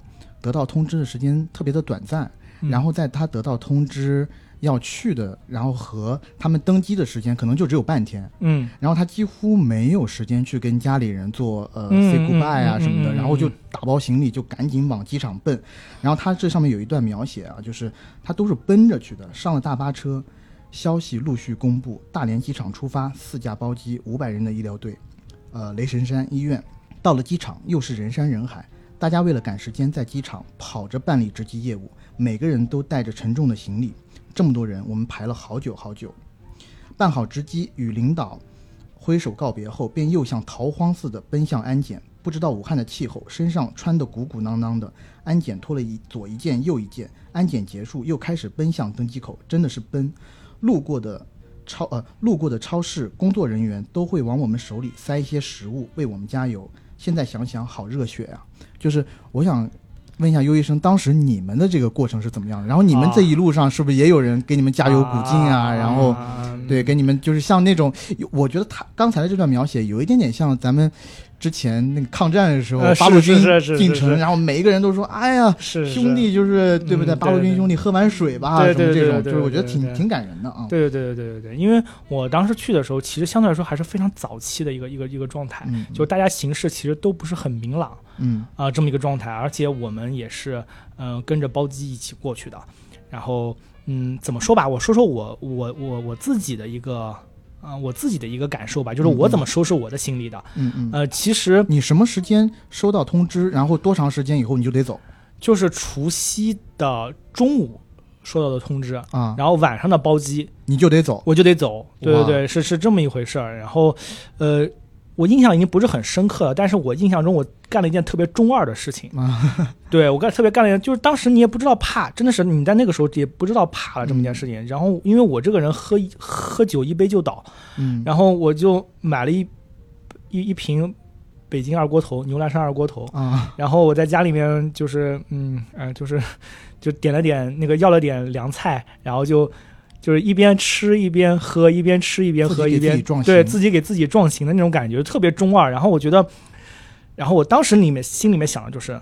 Speaker 2: 得到通知的时间特别的短暂，
Speaker 3: 嗯，
Speaker 2: 然后在他得到通知要去的，然后和他们登机的时间可能就只有半天，
Speaker 3: 嗯
Speaker 2: 然后他几乎没有时间去跟家里人做呃
Speaker 3: 嗯
Speaker 2: say goodbye 啊
Speaker 3: 嗯
Speaker 2: 什么的，
Speaker 3: 嗯嗯
Speaker 2: 然后就打包行李就赶紧往机场奔。然后他这上面有一段描写啊，就是他都是奔着去的，上了大巴车，消息陆续公布，大连机场出发，四架包机，五百人的医疗队，呃，雷神山医院。到了机场又是人山人海，大家为了赶时间，在机场跑着办理值机业务，每个人都带着沉重的行李。这么多人，我们排了好久好久。办好值机，与领导挥手告别后，便又像逃荒似的奔向安检。不知道武汉的气候，身上穿得鼓鼓囊囊的，安检脱了一左一件右一件。安检结束，又开始奔向登机口，真的是奔。路过的超呃路过的超市工作人员都会往我们手里塞一些食物，为我们加油。现在想想，好热血呀、就是我想问一下优医生，当时你们的这个过程是怎么样的？然后你们
Speaker 3: 啊
Speaker 2: 这一路上是不是也有人给你们加油鼓劲啊？然后
Speaker 1: 嗯
Speaker 2: 对，给你们就是像那种，有我觉得他刚才的这段描写有一点点像咱们之前那个抗战的时候，
Speaker 3: 呃是
Speaker 2: 八路军
Speaker 3: 是是是
Speaker 2: 进
Speaker 3: 是
Speaker 2: 城，
Speaker 3: 是
Speaker 2: 然后每一个人都说：“哎呀，
Speaker 3: 是
Speaker 2: 兄。弟，就是对不对？
Speaker 3: 嗯
Speaker 2: 八路
Speaker 3: 对
Speaker 2: 军
Speaker 3: 对
Speaker 2: 兄弟，喝碗水吧，
Speaker 3: 对
Speaker 2: 什么这
Speaker 3: 对对
Speaker 2: 种，就
Speaker 3: 对
Speaker 2: 是我觉得
Speaker 3: 对
Speaker 2: 挺
Speaker 3: 对
Speaker 2: 挺感人的啊。”
Speaker 3: 对对对对对对对，因为我当时去的时候，其实相对来说还是非常早期的一个一个一个状态，
Speaker 2: 嗯，
Speaker 3: 就大家形势其实都不是很明朗，
Speaker 2: 嗯
Speaker 3: 啊、这么一个状态，而且我们也是嗯、呃跟着包机一起过去的。然后嗯，怎么说吧，我说说我我我我自己的一个啊、我自己的一个感受吧，就是我怎么收拾我的行李的。
Speaker 2: 嗯嗯嗯，
Speaker 3: 呃，其实
Speaker 2: 你什么时间收到通知？然后多长时间以后你就得走
Speaker 3: 就是除夕的中午收到的通知，
Speaker 2: 啊？
Speaker 3: 然后晚上的包机
Speaker 2: 你就得走。
Speaker 3: 我就得走。对
Speaker 2: 哇
Speaker 3: 对对，是是这么一回事儿。然后，呃，我印象已经不是很深刻了，但是我印象中我干了一件特别中二的事情。 *laughs* 对我干特别干了一件，就是当时你也不知道怕，真的是你在那个时候也不知道怕了这么一件事情。然后因为我这个人喝一喝酒一杯就倒，
Speaker 2: 嗯，
Speaker 3: 然后我就买了一一一瓶北京二锅头，牛栏山二锅头。
Speaker 2: 啊， *laughs*
Speaker 3: 然后我在家里面就是嗯呃就是就点了点那个要了点凉菜，然后就就是一边吃一边喝，一边吃一边
Speaker 2: 自
Speaker 3: 喝
Speaker 2: 己
Speaker 3: 一
Speaker 2: 给自己
Speaker 3: 边
Speaker 2: 撞
Speaker 3: 对
Speaker 2: 型
Speaker 3: 自己给自己撞型的那种感觉，特别中二。然后我觉得，然后我当时里面心里面想的就是，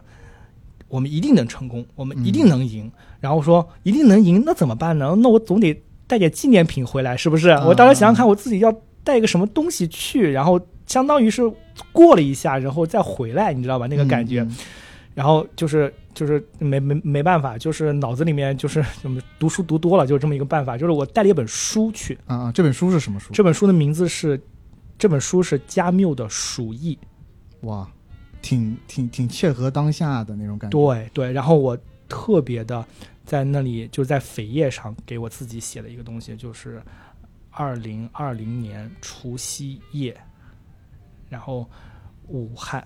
Speaker 3: 我们一定能成功，我们一
Speaker 2: 嗯
Speaker 3: 定能赢。然后我说一定能赢，那怎么办呢？那我总得带点纪念品回来，是不是？我当时想想
Speaker 2: 啊
Speaker 3: 看，我自己要带个什么东西去，然后相当于是过了一下，然后再回来，你知道吧？那个感觉。
Speaker 2: 嗯，嗯
Speaker 3: 然后就是就是没没没办法，就是脑子里面就是 *laughs* 怎么读书读多了，就是这么一个办法。就是我带了一本书去，
Speaker 2: 啊啊，这本书是什么书？
Speaker 3: 这本书的名字是，这本书是加缪的《鼠疫》。
Speaker 2: 哇，挺挺挺切合当下的那种感觉。
Speaker 3: 对对，然后我特别的在那里就是在扉页上给我自己写了一个东西，就是二零二零年除夕夜，然后武汉。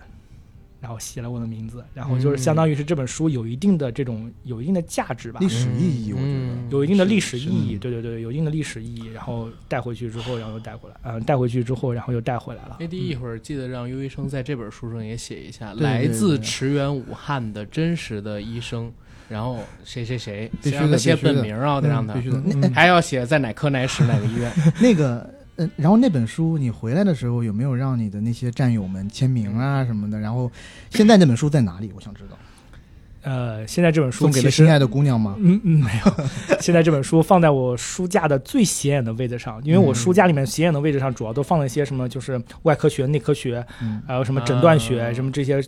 Speaker 3: 然后写了我的名字，然后就是相当于是这本书有一定的这种有一定的价值吧，
Speaker 2: 历史意义，我觉得
Speaker 1: 嗯
Speaker 3: 有一定的历
Speaker 1: 是
Speaker 3: 史
Speaker 2: 是
Speaker 3: 意
Speaker 2: 嗯
Speaker 3: 义，对对对，有一定的历史意义，然后带回去之后，然后又带回来，嗯、带回去之后，然后又带回来
Speaker 2: 啊
Speaker 3: 了。
Speaker 1: AD 一会儿记得让优医生在这本书上也写一下，
Speaker 2: 嗯对
Speaker 1: 来
Speaker 2: 对
Speaker 1: 自
Speaker 2: 对
Speaker 1: 驰援武汉的真实的医生，然后谁谁谁，
Speaker 2: 必须
Speaker 1: 先让他
Speaker 2: 的
Speaker 1: 写
Speaker 2: 必须的
Speaker 1: 本名啊，得让他
Speaker 2: 必，须的。那
Speaker 3: 嗯
Speaker 1: 还要写在哪科哪室哪个医
Speaker 2: *laughs*
Speaker 1: 院，
Speaker 2: 那个，呃，然后那本书你回来的时候有没有让你的那些战友们签名啊什么的？然后现在那本书在哪里？我想知道。
Speaker 3: 呃，现在这本书
Speaker 2: 送给
Speaker 3: 其
Speaker 2: 了心
Speaker 3: 实，
Speaker 2: 爱的姑娘吗？
Speaker 3: 嗯嗯，没有，现在这本书放在我书架的最显眼的位置上，因为
Speaker 2: 嗯
Speaker 3: 我书架里面显眼的位置上主要都放了一些什么，就是外科学、内科学，
Speaker 2: 嗯，
Speaker 3: 还有什么诊断学、
Speaker 1: 啊
Speaker 3: 什么这些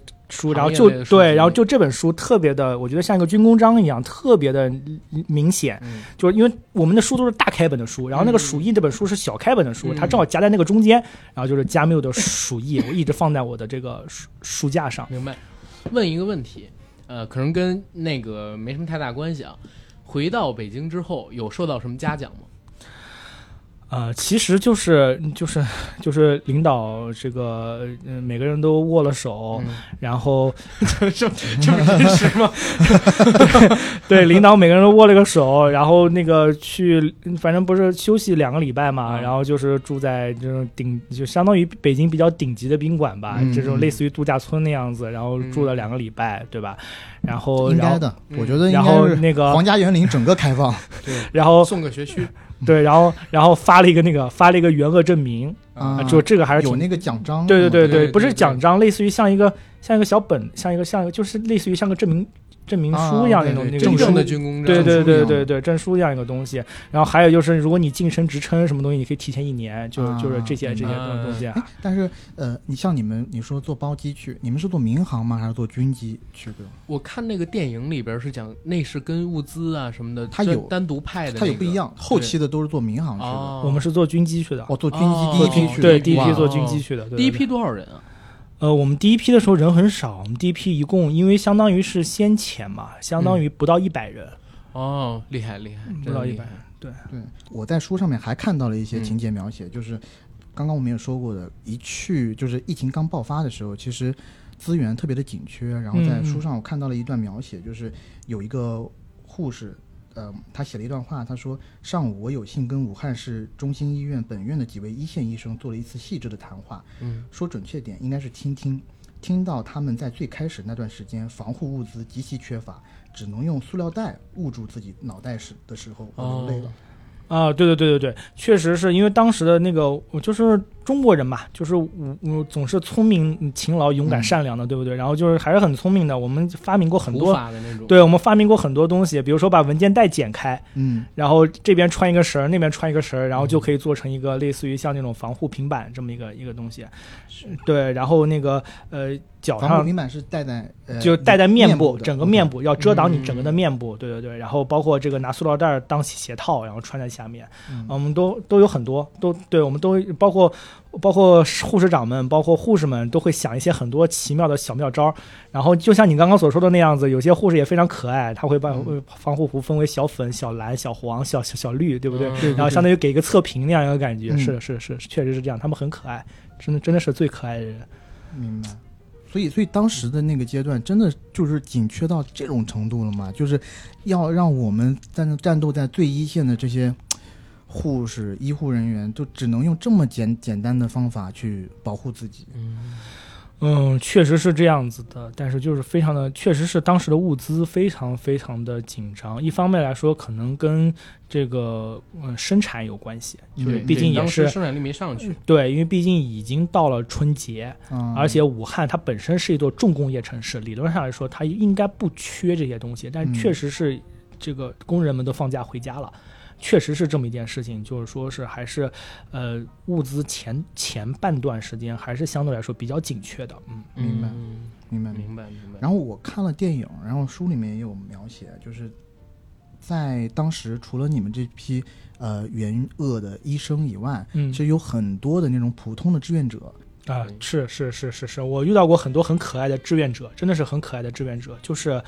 Speaker 1: 行
Speaker 3: 书，然后
Speaker 1: 业
Speaker 3: 就
Speaker 1: 类的书
Speaker 3: 对，
Speaker 1: 籍
Speaker 3: 然后就这本书特别的，我觉得像一个军功章一样，特别的明显。
Speaker 1: 嗯
Speaker 3: 就是因为我们的书都是大开本的书，然后那个《
Speaker 1: 嗯
Speaker 3: 鼠疫》这本书是小开本的书，
Speaker 1: 嗯
Speaker 3: 它正好夹在那个中间，然后就是加缪的《鼠疫》，我一直放在我的这个书书架上。
Speaker 1: 明白。问一个问题，呃，可能跟那个没什么太大关系啊。回到北京之后，有受到什么嘉奖吗？
Speaker 3: 呃，其实就是就是就是领导这个，嗯、每个人都握了手，然后
Speaker 1: 嗯 *laughs* 这么这么真实吗？
Speaker 3: *laughs* 对领导每个人都握了个手，然后那个去，反正不是休息两个礼拜嘛，
Speaker 1: 嗯
Speaker 3: 然后就是住在这种顶，就相当于北京比较顶级的宾馆吧，
Speaker 2: 嗯
Speaker 3: 这种类似于度假村那样子，然后住了两个礼拜，对吧？然后
Speaker 2: 应
Speaker 3: 然后
Speaker 2: 该的，
Speaker 1: 嗯
Speaker 2: 我觉得应
Speaker 3: 然
Speaker 2: 该
Speaker 3: 后呃
Speaker 2: 是
Speaker 3: 那个，
Speaker 2: 皇家园林整个开放
Speaker 3: 然后
Speaker 1: 送个学区，
Speaker 3: 对，然后然后发了一个那个发了一个原额证明，
Speaker 2: 啊
Speaker 3: *laughs* 啊，，就这个还是
Speaker 2: 有
Speaker 3: 挺
Speaker 2: 那个奖章，
Speaker 3: 对对对
Speaker 1: 对对
Speaker 3: 不是
Speaker 1: 对
Speaker 3: 奖章，类似于像一个像一个小本，像一个像一个就是类似于像个证明证明书一样
Speaker 2: 啊
Speaker 3: 那种
Speaker 2: 对
Speaker 3: 那
Speaker 2: 对
Speaker 3: 个
Speaker 1: 真
Speaker 2: 证
Speaker 1: 正
Speaker 3: 书
Speaker 1: 的军功章
Speaker 3: 对对
Speaker 2: 证
Speaker 3: 对
Speaker 2: 书
Speaker 3: 对对，证书一样一个东西。然后还有就是，如果你晋升职称什么东西，你可以提前一年，就就是这些
Speaker 2: 啊
Speaker 3: 这些
Speaker 1: 嗯
Speaker 3: 东西啊。
Speaker 2: 哎，但是呃，你像你们，你说坐包机去，你们是坐民航吗？还是坐军机去的？
Speaker 1: 我看那个电影里边是讲那是跟物资啊什么的，
Speaker 2: 它
Speaker 1: 这
Speaker 2: 有
Speaker 1: 单独派的、那
Speaker 2: 它
Speaker 1: 个，
Speaker 2: 有不一样，后期的都是坐民航去的，
Speaker 1: 哦。
Speaker 3: 我们是做军机去的，
Speaker 2: 我坐军机第一批去的，
Speaker 3: 哦对第一批
Speaker 2: 哦哇哦
Speaker 3: 做军机去的，对
Speaker 1: 第一
Speaker 3: 对
Speaker 1: 批多少人啊？
Speaker 3: 呃，我们第一批的时候人很少，我们第一批一共因为相当于是先遣嘛，相
Speaker 2: 嗯
Speaker 3: 当于不到一百人，
Speaker 1: 哦，厉害厉害，
Speaker 3: 不
Speaker 1: 真
Speaker 3: 到
Speaker 1: 的
Speaker 3: 嗯一
Speaker 1: 厉
Speaker 3: 百
Speaker 1: 害
Speaker 3: 人。。对，
Speaker 2: 对，我在书上面还看到了一些
Speaker 1: 嗯
Speaker 2: 情节描写，就是刚刚我们也说过的，一去就是疫情刚爆发的时候，其实资源特别的紧缺。然后在
Speaker 3: 嗯
Speaker 2: 书上我看到了一段描写，就是有一个护士。呃，她写了一段话，她说：“上午我有幸跟武汉市中心医院本院的几位一线医生做了一次细致的谈话，
Speaker 1: 嗯，
Speaker 2: 说准确点应该是倾听，听到他们在最开始那段时间防护物资极其缺乏，只能用塑料袋捂住自己脑袋时的时候，我流泪了。
Speaker 1: 哦
Speaker 3: 啊、对对对对对，确实是因为当时的那个，我就是中国人嘛，就是我我总是聪明、勤劳、勇敢、
Speaker 2: 嗯
Speaker 3: 善良的，对不对？然后就是还是很聪明的，我们发明过很
Speaker 1: 土
Speaker 3: 多，
Speaker 1: 法的那种，
Speaker 3: 对我们发明过很多东西，比如说把文件袋剪开，
Speaker 2: 嗯，
Speaker 3: 然后这边穿一个绳儿，那边穿一个绳儿，然后就可以做成一个类似于像那种防护平板这么一个一个东西。对，然后那个呃脚
Speaker 2: 防护
Speaker 3: 上
Speaker 2: 平板是戴在呃，
Speaker 3: 就戴在面
Speaker 2: 面
Speaker 3: 部，
Speaker 2: 的
Speaker 3: 整个面。
Speaker 2: OK
Speaker 3: 部要遮挡你
Speaker 1: 嗯
Speaker 3: 整个的面部。对对对，然后包括这个拿塑料袋儿当鞋套，然后穿在下面。
Speaker 2: 嗯
Speaker 3: 我们都都有很多，都对，我们都包括包括护士长们，包括护士们都会想一些很多奇妙的小妙招儿。然后就像你刚刚所说的那样子，有些护士也非常可爱，他会把
Speaker 2: 嗯
Speaker 3: 防护服分为小粉、小蓝、小黄、小小小绿，对不对？
Speaker 1: 嗯
Speaker 3: 然后相当于给一个测评那样一个感觉。
Speaker 2: 嗯
Speaker 3: 是的，是的是的，确实是这样，他们很可爱，真的真的是最可爱的人。
Speaker 2: 明白。所以，所以当时的那个阶段，真的就是紧缺到这种程度了吗？就是要让我们战战斗在最一线的这些护士、医护人员，就只能用这么简简单的方法去保护自己。
Speaker 1: 嗯
Speaker 3: 嗯，确实是这样子的，但是就是非常的，确实是当时的物资非常非常的紧张。一方面来说，可能跟这个嗯生产有关系，就是
Speaker 1: 对，
Speaker 3: 嗯毕竟也
Speaker 1: 当
Speaker 3: 是
Speaker 1: 时生产力没上去，
Speaker 3: 对，因为毕竟已经到了春节，
Speaker 2: 嗯，
Speaker 3: 而且武汉它本身是一座重工业城市，理论上来说它应该不缺这些东西，但
Speaker 2: 嗯
Speaker 3: 确实是这个工人们都放假回家了。确实是这么一件事情，就是说是还是，呃，物资前前半段时间还是相对来说比较紧缺的，嗯，
Speaker 2: 明白
Speaker 1: 嗯
Speaker 2: 明白明白。
Speaker 1: 明白明白。
Speaker 2: 然后我看了电影，然后书里面也有描写，就是在当时除了你们这批呃援鄂的医生以外，
Speaker 3: 嗯
Speaker 2: 其实有很多的那种普通的志愿者。
Speaker 3: 啊
Speaker 1: 嗯，
Speaker 3: 是是是是是，我遇到过很多很可爱的志愿者，真的是很可爱的志愿者。就是，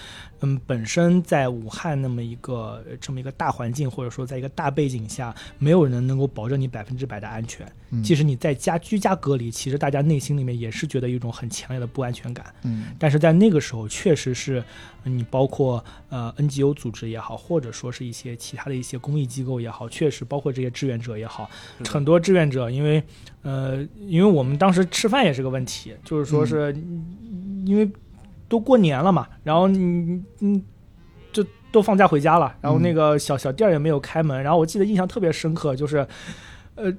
Speaker 3: 嗯，本身在武汉那么一个呃这么一个大环境，或者说在一个大背景下，没有人能够保证你百分之百的安全。
Speaker 2: 嗯，
Speaker 3: 即使你在家居家隔离，其实大家内心里面也是觉得一种很强烈的不安全感。
Speaker 2: 嗯
Speaker 3: 但是在那个时候，确实是嗯你包括呃 NGO 组织也好，或者说是一些其他的一些公益机构也好，确实包括这些志愿者也好，
Speaker 1: 是的
Speaker 3: 很多志愿者，因为呃，因为我们当时吃饭也是个问题，就是说是、
Speaker 1: 嗯
Speaker 3: 因为都过年了嘛，然后你你就都放假回家了，然后
Speaker 1: 嗯
Speaker 3: 那个小小店儿也没有开门，然后我记得印象特别深刻，就是呃，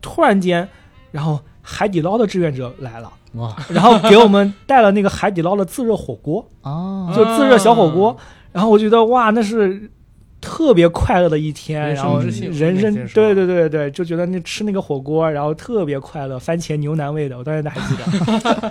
Speaker 3: 突然间，然后海底捞的志愿者来了。
Speaker 2: 哇
Speaker 3: *laughs* 然后给我们带了那个海底捞的自热火锅，
Speaker 2: 啊，
Speaker 3: 就自热小火锅。然后我觉得哇，那是特别快乐的一天，
Speaker 1: 人
Speaker 3: 哎然
Speaker 1: 生
Speaker 3: 后
Speaker 1: 之幸
Speaker 3: 人
Speaker 1: 那
Speaker 3: 生
Speaker 1: 件事
Speaker 3: 对对对对，就觉得那吃那个火锅，然后特别快乐，番茄牛腩味的，我到现在还记得。
Speaker 1: *laughs*
Speaker 3: *laughs*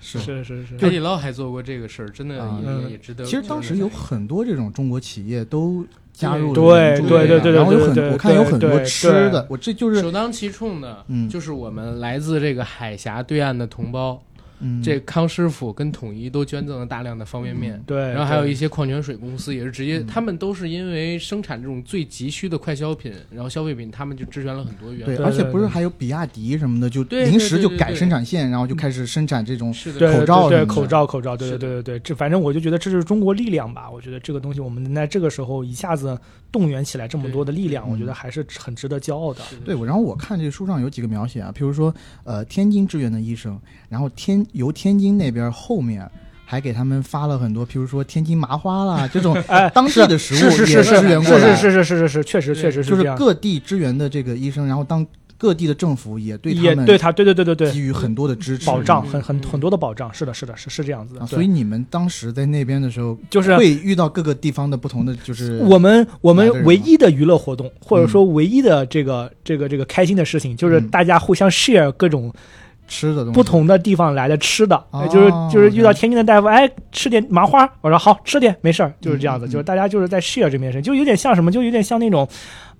Speaker 2: 是
Speaker 3: 是是是，
Speaker 1: 海底捞还做过这个事儿，真的
Speaker 2: 啊
Speaker 1: 也、
Speaker 3: 嗯
Speaker 1: 也值得。
Speaker 2: 其实当时有很多这种中国企业都加入了
Speaker 3: 对
Speaker 2: 援助
Speaker 1: 对对对对
Speaker 2: 然后有很
Speaker 3: 对对
Speaker 2: 我看有很
Speaker 3: 对
Speaker 2: 多
Speaker 3: 对
Speaker 2: 吃的，我这就是
Speaker 1: 首当其冲的，
Speaker 2: 嗯
Speaker 1: 就是我们来自这个海峡对岸的同胞，
Speaker 2: 嗯
Speaker 1: 这康师傅跟统一都捐赠了大量的方便面。
Speaker 3: 对。
Speaker 1: 然后还有
Speaker 3: 对
Speaker 1: 一些矿泉水公司也是直接，
Speaker 2: 嗯
Speaker 1: 他们都是因为生产这种最急需的快消品，然后消费品，他们就支援了很多
Speaker 2: 对
Speaker 1: 元。，
Speaker 3: 对
Speaker 2: 而且
Speaker 3: 对
Speaker 2: 不是
Speaker 3: 对
Speaker 2: 还有比亚迪什么的，就
Speaker 1: 对对
Speaker 2: 临时就
Speaker 1: 对对
Speaker 2: 改
Speaker 1: 对
Speaker 2: 生产线，然
Speaker 3: 嗯
Speaker 2: 后就开始生产这种
Speaker 1: 是的，
Speaker 3: 对
Speaker 2: 口罩
Speaker 3: 对
Speaker 2: 什么的
Speaker 3: 对口罩口罩，对
Speaker 1: 是
Speaker 3: 对
Speaker 1: 的
Speaker 3: 对对对，这反正我就觉得这就是中国力量吧。我觉得这个东西我们能在这个时候一下子动员起来这么多的力量，
Speaker 2: 对
Speaker 3: 我觉得还是很值得骄傲的。
Speaker 1: 是的
Speaker 2: 对，我然后我看这书上有几个描写啊，譬如说，呃，天津支援的医生，然后天由天津那边后面还给他们发了很多，譬如说天津麻花啦这种 *laughs*
Speaker 3: 哎
Speaker 2: 当地
Speaker 3: 是
Speaker 2: 的食
Speaker 3: 是
Speaker 2: 物
Speaker 3: 是
Speaker 2: 也
Speaker 3: 是是
Speaker 2: 支援过来，
Speaker 3: 是是是是是是，确实
Speaker 1: 对
Speaker 3: 确实
Speaker 2: 就
Speaker 3: 这
Speaker 2: 是
Speaker 3: 样。
Speaker 2: 各地支援的这个医生，然后当各地的政府也对他
Speaker 3: 也
Speaker 2: 们
Speaker 3: 对他，对对对对对
Speaker 2: 给，予很多的支持
Speaker 3: 保障
Speaker 1: 嗯
Speaker 3: 很很
Speaker 1: 嗯
Speaker 3: 很多的保障，是的，是的，是是这样子的。
Speaker 2: 啊，
Speaker 3: 对
Speaker 2: 所以你们当时在那边的时候，
Speaker 3: 就是啊
Speaker 2: 会遇到各个地方的不同的，就是
Speaker 3: 我们我
Speaker 2: 哪个人
Speaker 3: 们唯
Speaker 2: 吗
Speaker 3: 一的娱乐活动，或者说唯一的这个这个这个开心的事情，就是
Speaker 2: 嗯
Speaker 3: 大家互相 share 各种
Speaker 2: 吃的东西
Speaker 3: 不同的地方来的吃的，
Speaker 2: 哦
Speaker 3: 呃就是就是遇到天津的大夫，哎，吃点麻花，我说好吃点，没事儿，就是这样子，
Speaker 2: 嗯嗯
Speaker 3: 就是大家就是在 share 这件事，就有点像什么，就有点像那种。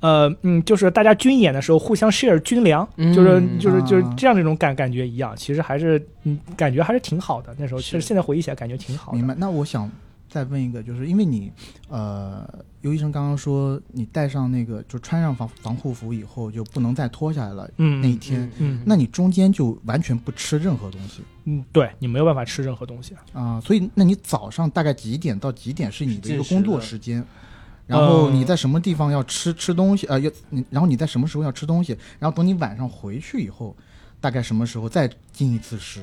Speaker 3: 呃，嗯，就是大家军演的时候互相 share 军粮，
Speaker 1: 嗯
Speaker 3: 就是就是
Speaker 2: 啊
Speaker 3: 就是这样这种感感觉一样，其实还是嗯，感觉还是挺好的。那时候
Speaker 1: 是
Speaker 3: 其实现在回忆起来感觉挺好的。
Speaker 2: 明白。那我想再问一个，就是因为你，呃，尤医生刚刚说你戴上那个，就穿上防防护服以后就不能再脱下来了。那一
Speaker 3: 嗯，
Speaker 2: 天，
Speaker 3: 嗯
Speaker 2: 那你中间就完全不吃任何东西
Speaker 3: 嗯，对你没有办法吃任何东西。
Speaker 2: 啊、所以那你早上大概几点到几点是你的一个
Speaker 1: 进食
Speaker 2: 工作
Speaker 1: 的
Speaker 2: 时间？然后
Speaker 3: 嗯
Speaker 2: 你在什么地方要吃吃东西？呃，要你，然后你在什么时候要吃东西？然后等你晚上回去以后，大概什么时候再进一次食？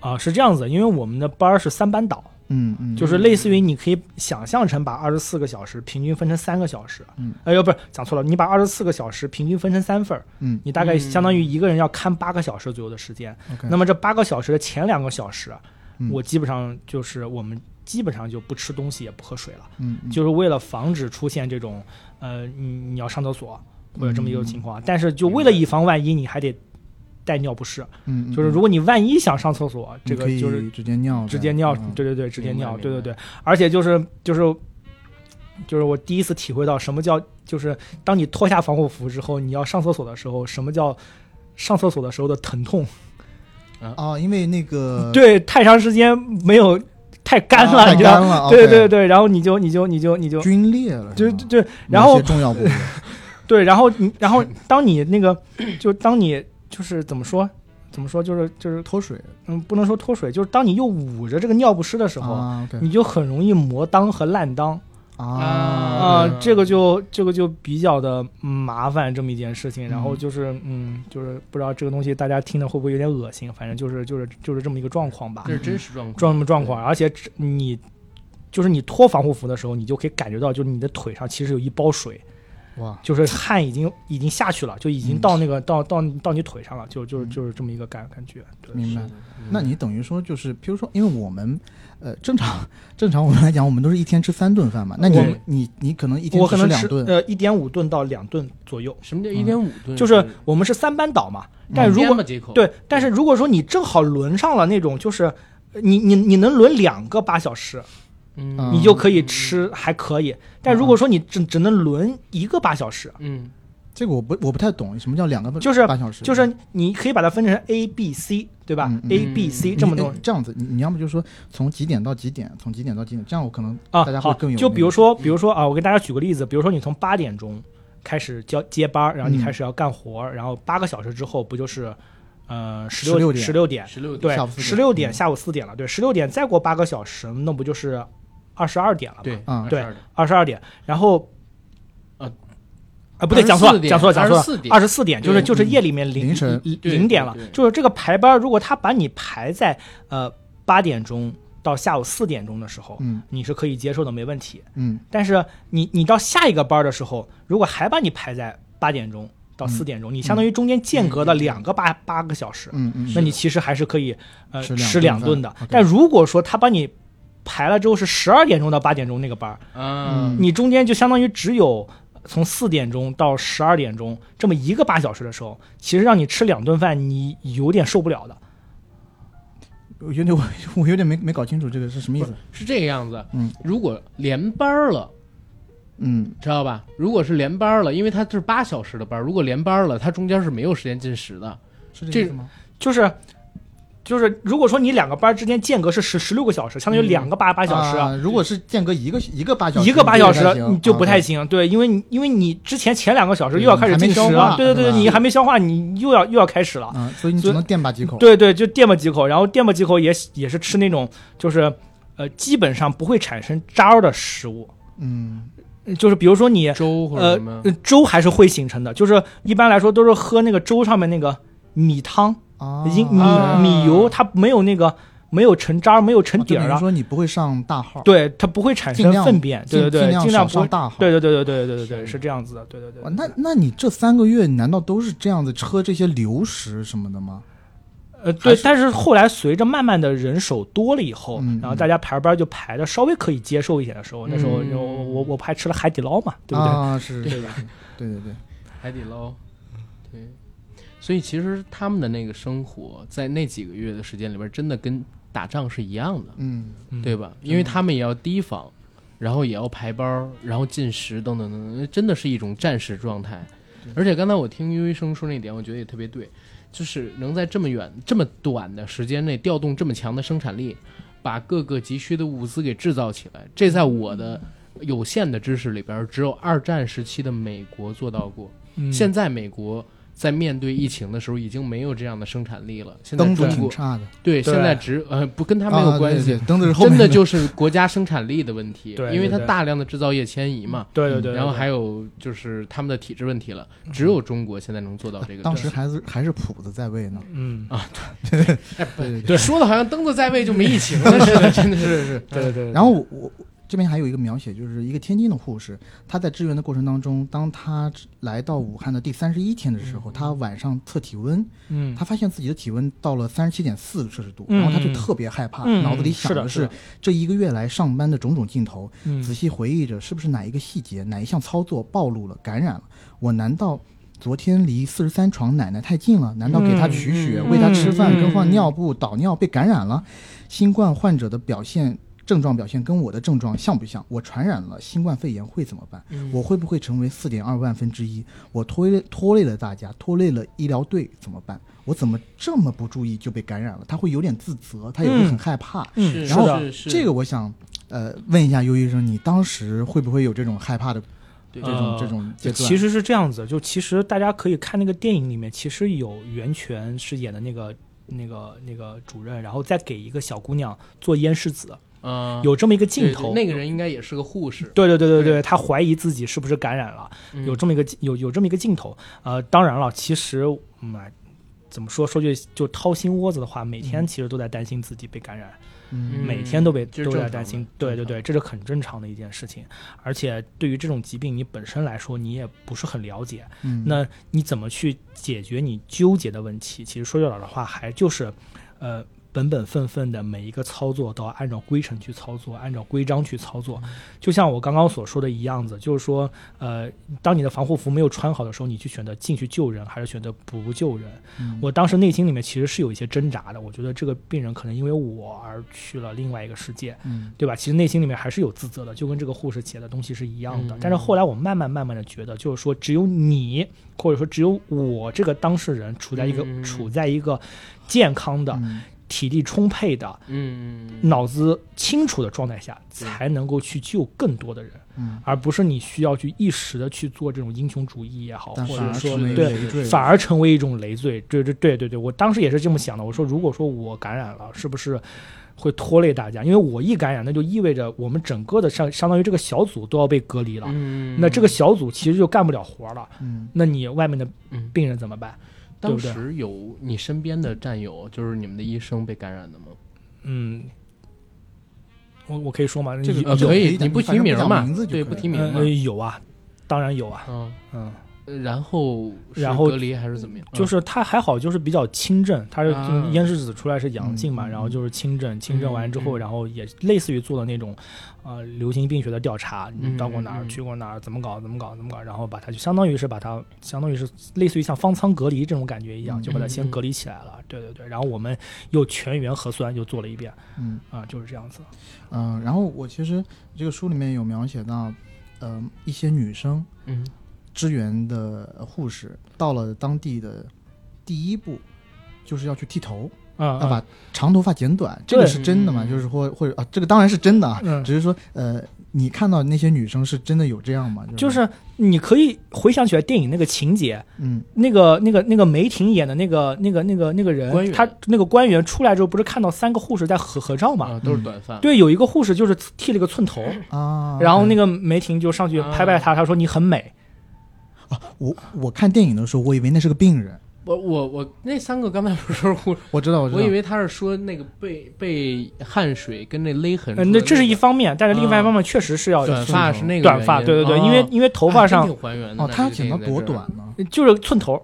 Speaker 3: 啊，是这样子，因为我们的班儿是三班倒，
Speaker 2: 嗯嗯，
Speaker 3: 就是类似于你可以想象成把二十四个小时平均分成三个小时，
Speaker 2: 嗯，
Speaker 3: 哎呦，不是讲错了，你把二十四个小时平均分成三份儿，
Speaker 2: 嗯
Speaker 3: 你大概
Speaker 1: 嗯
Speaker 3: 相当于一个人要看八个小时左右的时间。
Speaker 2: ，OK，
Speaker 3: 那么这八个小时的前两个小时，啊
Speaker 2: 嗯
Speaker 3: 我基本上就是我们基本上就不吃东西也不喝水了，
Speaker 2: 嗯嗯
Speaker 3: 就是为了防止出现这种呃你你要上厕所或者这
Speaker 2: 嗯
Speaker 3: 么一个情况，但是就为了以防万一，你还得带尿不湿，
Speaker 2: 嗯，
Speaker 3: 就是
Speaker 2: 嗯
Speaker 3: 如果你万一想上厕所，这个
Speaker 2: 你可以
Speaker 3: 就是
Speaker 2: 直接尿的，
Speaker 3: 直接尿，
Speaker 2: 嗯
Speaker 3: 对对对，直接
Speaker 1: 明白
Speaker 3: 尿，
Speaker 1: 明
Speaker 3: 对对
Speaker 1: 白
Speaker 3: 对，而且就是就是就是我第一次体会到什么叫就是当你脱下防护服之后，你要上厕所的时候，什么叫上厕所的时候的疼痛，
Speaker 2: 啊，因为那个
Speaker 3: *laughs* 对，太长时间没有太干了，
Speaker 2: 啊
Speaker 3: 你知
Speaker 2: 干
Speaker 3: 道？
Speaker 2: 了，
Speaker 3: 对对
Speaker 2: OK，
Speaker 3: 对，然后你就你就你就你就
Speaker 2: 皲裂了是
Speaker 3: 就
Speaker 2: 吗，
Speaker 3: 就然后
Speaker 2: 某些重要部位，
Speaker 3: 对，然后你然后当你那个就当你就是怎么说怎么说就是就是
Speaker 2: 脱水
Speaker 3: 嗯，不能说脱水，就是当你又捂着这个尿不湿的时候，
Speaker 2: 啊，OK，
Speaker 3: 你就很容易磨裆和烂裆
Speaker 1: 啊
Speaker 3: 啊、
Speaker 2: 啊，
Speaker 3: 这个就这个就比较的麻烦这么一件事情。然后
Speaker 2: 嗯
Speaker 3: 就是嗯，就是不知道这个东西大家听着会不会有点恶心，反正就是就是就是这么一个状况吧
Speaker 1: 这，是真实状况。
Speaker 3: 状么状况，而且只你。就是你脱防护服的时候，你就可以感觉到，就是你的腿上其实有一包水，
Speaker 2: 个哇，
Speaker 3: 就是汗已经已经下去了，就已经
Speaker 2: 嗯
Speaker 3: 到那个、到到到你腿上了，就就是
Speaker 2: 嗯
Speaker 3: 就是这么一个感感觉。对，
Speaker 2: 明白
Speaker 1: 是。的
Speaker 2: 嗯那你等于说就是，比如说，因为我们，呃，正常正常我们来讲，我们都是一天吃三顿饭嘛。那
Speaker 3: 我
Speaker 2: 你
Speaker 1: 们
Speaker 2: 你你可能一天
Speaker 3: 我
Speaker 2: 只
Speaker 3: 可能
Speaker 2: 两
Speaker 3: 吃
Speaker 2: 顿，
Speaker 3: 呃一点五吨到两吨左右，
Speaker 1: 什么叫
Speaker 2: 嗯
Speaker 1: 一点五吨？
Speaker 3: 就是我们是三班倒嘛。但
Speaker 2: 嗯
Speaker 3: 如
Speaker 1: 咽
Speaker 3: 果、
Speaker 1: 吧几口，
Speaker 3: 对，但是如果说你正好轮上了那种，就是呃你你你能轮两个八小时，
Speaker 1: 嗯，
Speaker 2: 嗯
Speaker 3: 你就可以吃，还可以。但如果说你只只能轮一个八小时，
Speaker 1: 嗯，
Speaker 2: 这个我不我不太懂，什么叫两个半
Speaker 3: 就是
Speaker 2: 八小时？
Speaker 3: 就是你可以把它分成 A、B、C，对吧、
Speaker 2: 嗯嗯
Speaker 3: a B、C
Speaker 2: 你
Speaker 3: 这么多
Speaker 2: 哎这样子，你你要么就说从几点到几点，从几点到几点，这样我可能
Speaker 3: 啊
Speaker 2: 哎大家。会
Speaker 3: 好
Speaker 2: 更有，
Speaker 3: 就
Speaker 2: 那
Speaker 3: 比如
Speaker 2: 个嗯
Speaker 3: 说，比如说啊，我给大家举个例子，比如说你从八点钟开始交接班儿，然后你
Speaker 2: 嗯
Speaker 3: 开始要干活儿，然后八个小时之后不就是呃十
Speaker 2: 16
Speaker 3: 六
Speaker 2: 点
Speaker 3: 十六点
Speaker 1: 嗯十六
Speaker 3: 对
Speaker 2: 下午，四
Speaker 3: 十
Speaker 2: 点
Speaker 3: 六点
Speaker 2: 嗯
Speaker 3: 下午四点了，对，十六点再过八个小时，那不就是二十二点了吗？
Speaker 1: 对
Speaker 2: 嗯
Speaker 3: 对
Speaker 1: 22的
Speaker 3: 二十二点，然后，
Speaker 1: 呃，
Speaker 3: 啊，不对，讲错了，讲错了，讲错了，
Speaker 1: 24点
Speaker 3: 二十四点就是
Speaker 1: 对
Speaker 3: 就是
Speaker 2: 嗯
Speaker 3: 夜里面零
Speaker 2: 凌晨
Speaker 3: 零
Speaker 1: 对
Speaker 3: 零点了
Speaker 1: 对对，
Speaker 3: 就是这个排班儿，如果他把你排在呃八点钟到下午四点钟的时候，
Speaker 2: 嗯
Speaker 3: 你是可以接受的，没问题。
Speaker 2: 嗯
Speaker 3: 但是你你到下一个班儿的时候，如果还把你排在八点钟到四点钟，你相当于中间间隔了两个八八个小时，
Speaker 2: 嗯嗯，
Speaker 3: 那你其实还是可以呃
Speaker 2: 吃两
Speaker 3: 吃
Speaker 2: 顿
Speaker 3: 两
Speaker 2: 饭
Speaker 3: 顿的
Speaker 2: OK。
Speaker 3: 但如果说他把你排了之后是十二点钟到八点钟那个班儿，
Speaker 1: 啊，
Speaker 2: 嗯
Speaker 3: 你中间就相当于只有从四点钟到十二点钟这么一个八小时的时候，其实让你吃两顿饭，你有点受不了的。
Speaker 2: 我有点我我有点没没搞清楚这个是什么意思。
Speaker 1: 是这个样子。
Speaker 2: 嗯，
Speaker 1: 如果连班儿了。
Speaker 2: 嗯
Speaker 1: 知道吧？如果是连班儿了，因为它是八小时的班儿，如果连班儿了，它中间是没有时间进食的。
Speaker 2: 是这
Speaker 1: 这
Speaker 2: 个意思吗？
Speaker 3: 就是就是，如果说你两个班之间间隔是十十六个小时，相当于两个八八小时。
Speaker 2: 嗯啊，如果是间隔一个一个八小时，
Speaker 3: 一个八小时
Speaker 2: 这个才行
Speaker 3: 你就不太
Speaker 2: 啊
Speaker 3: 行，对，因为你因为你之前前两个小时
Speaker 2: 对
Speaker 3: 又要开始
Speaker 2: 还没
Speaker 3: 进食
Speaker 2: 消
Speaker 3: 了
Speaker 2: 化，
Speaker 3: 对对对，
Speaker 2: 对吧
Speaker 3: 你还没消化，你又要又要开始了，
Speaker 2: 啊，所以你
Speaker 3: 所
Speaker 2: 只
Speaker 3: 以
Speaker 2: 能垫吧几口。
Speaker 3: 对对，就垫吧几口，然后垫吧几口也也是吃那种就是呃基本上不会产生渣儿的食物，
Speaker 2: 嗯，
Speaker 3: 就是比如说你
Speaker 1: 粥或者
Speaker 3: 呃
Speaker 1: 什么，
Speaker 3: 粥还是会形成的，就是一般来说都是喝那个粥上面那个米汤、
Speaker 2: 啊，
Speaker 3: 已经米
Speaker 1: 啊
Speaker 3: 米油，它没有那个没有成渣儿，没有成
Speaker 2: 啊就
Speaker 3: 底
Speaker 2: 等
Speaker 3: 儿
Speaker 2: 于
Speaker 3: 啊，
Speaker 2: 说你不会上大号，
Speaker 3: 对，它不会产生
Speaker 2: 尽量
Speaker 3: 粪便，
Speaker 2: 尽
Speaker 3: 对对对，尽
Speaker 2: 尽量
Speaker 3: 量
Speaker 2: 少
Speaker 3: 不会
Speaker 2: 上，大号。
Speaker 3: 对对对对对对对对，
Speaker 1: 是
Speaker 3: 是这样子的，对对对
Speaker 2: 哇，
Speaker 3: 对。
Speaker 2: 那那你这三个月难道都是这样子喝这些流食什么的吗？
Speaker 3: 呃，对
Speaker 2: 还，是
Speaker 3: 但是后来随着慢慢的人手多了以后，
Speaker 2: 嗯
Speaker 3: 然后大家排班就排的稍微可以接受一点的时候，那时候
Speaker 1: 嗯
Speaker 3: 我我我还吃了海底捞嘛，对不对？
Speaker 2: 啊，是，
Speaker 1: 对吧？
Speaker 2: 对对对，
Speaker 1: 海底捞，对。所以其实他们的那个生活，在那几个月的时间里边，真的跟打仗是一样的，
Speaker 2: 嗯，
Speaker 3: 嗯
Speaker 1: 对吧？因为他们也要提防，然后也要排班儿，然后进食等等等等，真的是一种战时状态。而且刚才我听优医生说那点，我觉得也特别对，就是能在这么远、这么短的时间内调动这么强的生产力，把各个急需的物资给制造起来，这在我的有限的知识里边儿，只有二战时期的美国做到过。
Speaker 3: 嗯
Speaker 1: 现在美国在面对疫情的时候，已经没有这样的生产力了。现在
Speaker 2: 灯子
Speaker 1: 中
Speaker 2: 挺
Speaker 1: 国
Speaker 2: 差的，
Speaker 1: 对
Speaker 3: 对
Speaker 1: 现在只呃不跟他
Speaker 2: 它
Speaker 1: 没有关系，，
Speaker 2: 啊对灯子
Speaker 1: *laughs*
Speaker 2: 是后
Speaker 1: 真
Speaker 2: 面
Speaker 1: 的就是国家生产力的问题，
Speaker 3: 对
Speaker 1: 因为
Speaker 3: 对
Speaker 1: 它
Speaker 3: 对
Speaker 1: 大量的制造业迁移嘛。
Speaker 3: 对对对对，
Speaker 1: 然后
Speaker 3: 对
Speaker 1: 还有就是他们的体制问题了，只有中国现在能做到这个。
Speaker 2: 当时还是还是谱子在位呢。
Speaker 3: 嗯，
Speaker 1: 哎，不
Speaker 2: 对对
Speaker 3: 对
Speaker 1: 说的好像灯子在位就没疫情了似的，真的是。
Speaker 2: 是。
Speaker 3: 对对对对。
Speaker 2: 然后我我这边还有一个描写，就是一个天津的护士，她在支援的过程当中，当她来到武汉的第三十一天的时候，
Speaker 3: 嗯
Speaker 2: 她晚上测体温，
Speaker 3: 嗯，
Speaker 2: 她发现自己的体温到了三十七点四摄氏度，
Speaker 3: 嗯
Speaker 2: 然后她就特别害怕，
Speaker 3: 嗯
Speaker 2: 脑子里
Speaker 3: 嗯
Speaker 2: 想
Speaker 3: 是的是
Speaker 2: 是
Speaker 3: 的
Speaker 2: 这一个月来上班的种种镜头，
Speaker 3: 嗯
Speaker 2: 仔细回忆着是不是哪一个细节、哪一项操作暴露了、感染了？我难道昨天离四十三床奶奶太近了？难道给她取血、
Speaker 1: 嗯
Speaker 2: 喂她吃饭、
Speaker 3: 嗯
Speaker 2: 更换尿布、导尿被感染了？新冠患者的表现症状表现跟我的症状像不像？我传染了新冠肺炎会怎么办？我会不会成为四点二万分之一？我拖累拖累了大家，拖累了医疗队怎么办？我怎么这么不注意就被感染了？他会有点自责，他也会很害怕。*laughs*
Speaker 3: 嗯，
Speaker 2: 然后
Speaker 1: 是是
Speaker 2: 这个我想，呃，问一下尤医生，你当时会不会有这种害怕的
Speaker 1: 对
Speaker 2: 这种、
Speaker 3: 呃
Speaker 2: 这种阶段？
Speaker 3: 其实是这样子，就其实大家可以看那个电影里面，其实有袁泉饰演的那个那个那个主任，然后再给一个小姑娘做烟柿
Speaker 2: 啊
Speaker 3: 子，
Speaker 1: 嗯
Speaker 3: 有这么一个镜头。
Speaker 1: 那个人应该也是个护士，
Speaker 3: 对对对对
Speaker 1: 对
Speaker 3: 对，她怀疑自己是不是感染了，
Speaker 1: 嗯
Speaker 3: 有这么一个有有这么一个镜头。呃，当然了，其实嗯，哎怎么说说句就掏心窝子的话，每天
Speaker 2: 嗯
Speaker 3: 其实都在担心自己被感染。
Speaker 2: 嗯
Speaker 1: 嗯
Speaker 3: 每天都被、
Speaker 1: 这是
Speaker 3: 都
Speaker 1: 正
Speaker 3: 在
Speaker 1: 常
Speaker 3: 担
Speaker 1: 的
Speaker 3: 心，对对
Speaker 1: 正
Speaker 3: 对，这是很正常的一件事情。而且对于这种疾病，你本身来说你也不是很了解，
Speaker 2: 嗯，
Speaker 3: 那你怎么去解决你纠结的问题？其实说句老实话，还就是，呃，本本分分的每一个操作都要按照规程去操作，按照规章去操作。就像我刚刚所说的一样子，就是说，呃，当你的防护服没有穿好的时候，你去选择进去救人，还是选择不救人？
Speaker 2: 嗯
Speaker 3: 我当时内心里面其实是有一些挣扎的，我觉得这个病人可能因为我而去了另外一个世界。
Speaker 2: 嗯
Speaker 3: 对吧？其实内心里面还是有自责的，就跟这个护士写的东西是一样的。
Speaker 1: 嗯
Speaker 3: 但是后来我慢慢慢慢的觉得，就是说只有你，或者说只有我这个当事人处在一个、
Speaker 1: 嗯
Speaker 3: 处在一个健康的、
Speaker 2: 嗯
Speaker 3: 体力充沛的、
Speaker 1: 嗯，
Speaker 3: 脑子清楚的状态下，
Speaker 1: 对
Speaker 3: 才能够去救更多的人，
Speaker 2: 嗯，
Speaker 3: 而不是你需要去一时的去做这种英雄主义也好，
Speaker 2: 但
Speaker 3: 或
Speaker 2: 反
Speaker 3: 者
Speaker 2: 而
Speaker 3: 说
Speaker 2: 成为
Speaker 3: 对
Speaker 2: 累赘
Speaker 3: 反而成为一种累赘。对对对对对，我当时也是这么想的。我说，如果说我感染了，是不是会拖累大家？因为我一感染，那就意味着我们整个的相相当于这个小组都要被隔离了。
Speaker 1: 嗯，
Speaker 3: 那这个小组其实就干不了活了。
Speaker 2: 嗯
Speaker 3: 那你外面的
Speaker 1: 嗯
Speaker 3: 病人怎么办？对
Speaker 1: 当
Speaker 3: 不对
Speaker 1: 时有你身边的战友，就是你们的医生被感染的吗？
Speaker 3: 嗯，我我可以说吗？
Speaker 2: 这个
Speaker 3: 有
Speaker 1: 呃，
Speaker 2: 有
Speaker 1: 可以，
Speaker 2: 的
Speaker 1: 你不
Speaker 2: 反
Speaker 1: 提
Speaker 2: 正不讲
Speaker 1: 嘛
Speaker 2: 名字？就
Speaker 1: 对，
Speaker 2: 可
Speaker 1: 不
Speaker 2: 以
Speaker 1: 提名
Speaker 3: 嗯、
Speaker 1: 嘛
Speaker 3: 呃。有啊，当然有啊。
Speaker 1: 嗯，
Speaker 3: 嗯，
Speaker 1: 呃然后是
Speaker 3: 然后
Speaker 1: 隔离还是怎么样？嗯
Speaker 3: 就是他还好，就是比较轻症，他是
Speaker 1: 啊
Speaker 3: 烟柿子出来是阳性嘛，
Speaker 2: 嗯
Speaker 3: 然后就是轻症，轻症完之后，
Speaker 1: 嗯嗯
Speaker 3: 然后也类似于做的那种，呃，流行病学的调查，
Speaker 1: 嗯
Speaker 3: 你到过哪儿，
Speaker 1: 嗯
Speaker 3: 去过哪儿，怎么搞，怎么搞，怎么搞，然后把它就相当于是把它，相当于是类似于像方舱隔离这种感觉一样，
Speaker 2: 嗯
Speaker 3: 就把它先
Speaker 1: 嗯嗯
Speaker 3: 隔离起来了。对对对，然后我们又全员核酸又做了一遍，
Speaker 2: 嗯
Speaker 3: 啊，就是这样子。
Speaker 2: 嗯、然后我其实这个书里面有描写到，嗯、一些女生
Speaker 1: 嗯，
Speaker 2: 支援的呃护士到了当地的第一步。就是要去剃头，
Speaker 3: 嗯，
Speaker 2: 要
Speaker 3: 嗯
Speaker 2: 把长头发剪短，这个是真的嘛？
Speaker 1: 嗯
Speaker 2: 就是或或者啊，这个当然是真的啊，
Speaker 3: 嗯
Speaker 2: 只是说呃，你看到那些女生是真的有这样吗？
Speaker 3: 就是是你可以回想起来电影那个情节，
Speaker 2: 嗯
Speaker 3: 那个、那个、那个梅婷演的那个、那个、那个、那个
Speaker 1: 官
Speaker 3: 人，
Speaker 1: 员
Speaker 3: 他那个官员出来之后，不是看到三个护士在合合照嘛？
Speaker 1: 啊，都是短发。
Speaker 3: 对，有一个护士就是剃了个寸头，
Speaker 1: 嗯
Speaker 2: 啊，
Speaker 3: 然后那
Speaker 2: 个
Speaker 3: 个梅婷就上去拍拍他，他说你很美。
Speaker 2: 我我看电影的时候，我以为那是个病人，
Speaker 1: 我我我那三个刚才不是护士，
Speaker 2: 我知道，我知道，
Speaker 1: 我以为他是说那个被被汗水跟那勒痕出来
Speaker 3: 嗯，
Speaker 1: 个。
Speaker 3: 那这是一方面，但是另外一
Speaker 1: 嗯
Speaker 3: 方面确实是要
Speaker 1: 短发是那个
Speaker 3: 短发，
Speaker 1: 原因
Speaker 3: 对对对，
Speaker 1: 哦
Speaker 3: 因为因为头发
Speaker 1: 哎
Speaker 3: 上
Speaker 1: 真挺还原的
Speaker 2: 哦，
Speaker 1: 呢
Speaker 2: 他要
Speaker 1: 这个
Speaker 2: 剪到
Speaker 1: 电影
Speaker 2: 多
Speaker 1: 在这儿
Speaker 2: 短呢？
Speaker 3: 就是寸头，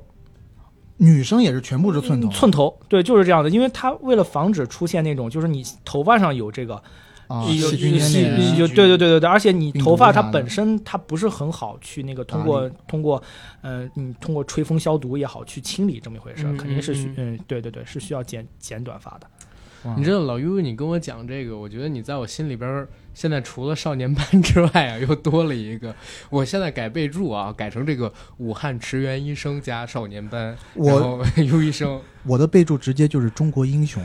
Speaker 2: 女生也是全部是寸头，
Speaker 3: 寸头，对，就是这样的，因为他为了防止出现那种就是你头发上有这个
Speaker 2: 啊，
Speaker 1: 有
Speaker 2: 细菌
Speaker 1: 有
Speaker 2: 粘
Speaker 1: 细
Speaker 2: 连
Speaker 1: 菌
Speaker 2: 啊
Speaker 3: 有对对对对对，而且你
Speaker 2: 病
Speaker 3: 头
Speaker 2: 毒啊
Speaker 3: 发
Speaker 2: 啥
Speaker 3: 它
Speaker 2: 的
Speaker 3: 本身它不是很好去那个通过通过，呃，你通过吹风消毒也好去清理这么一回事儿，
Speaker 1: 嗯
Speaker 3: 肯定是需
Speaker 1: 嗯
Speaker 3: 嗯对对对是需要剪剪短发的。
Speaker 2: 哇
Speaker 1: 你知道老 U，你跟我讲这个，我觉得你在我心里边儿，现在除了少年班之外啊，又多了一个。我现在改备注啊，改成这个武汉驰援医生加少年班，然
Speaker 2: 我
Speaker 1: 后 *laughs* U 医生
Speaker 2: 我的备注直接就是中国英雄，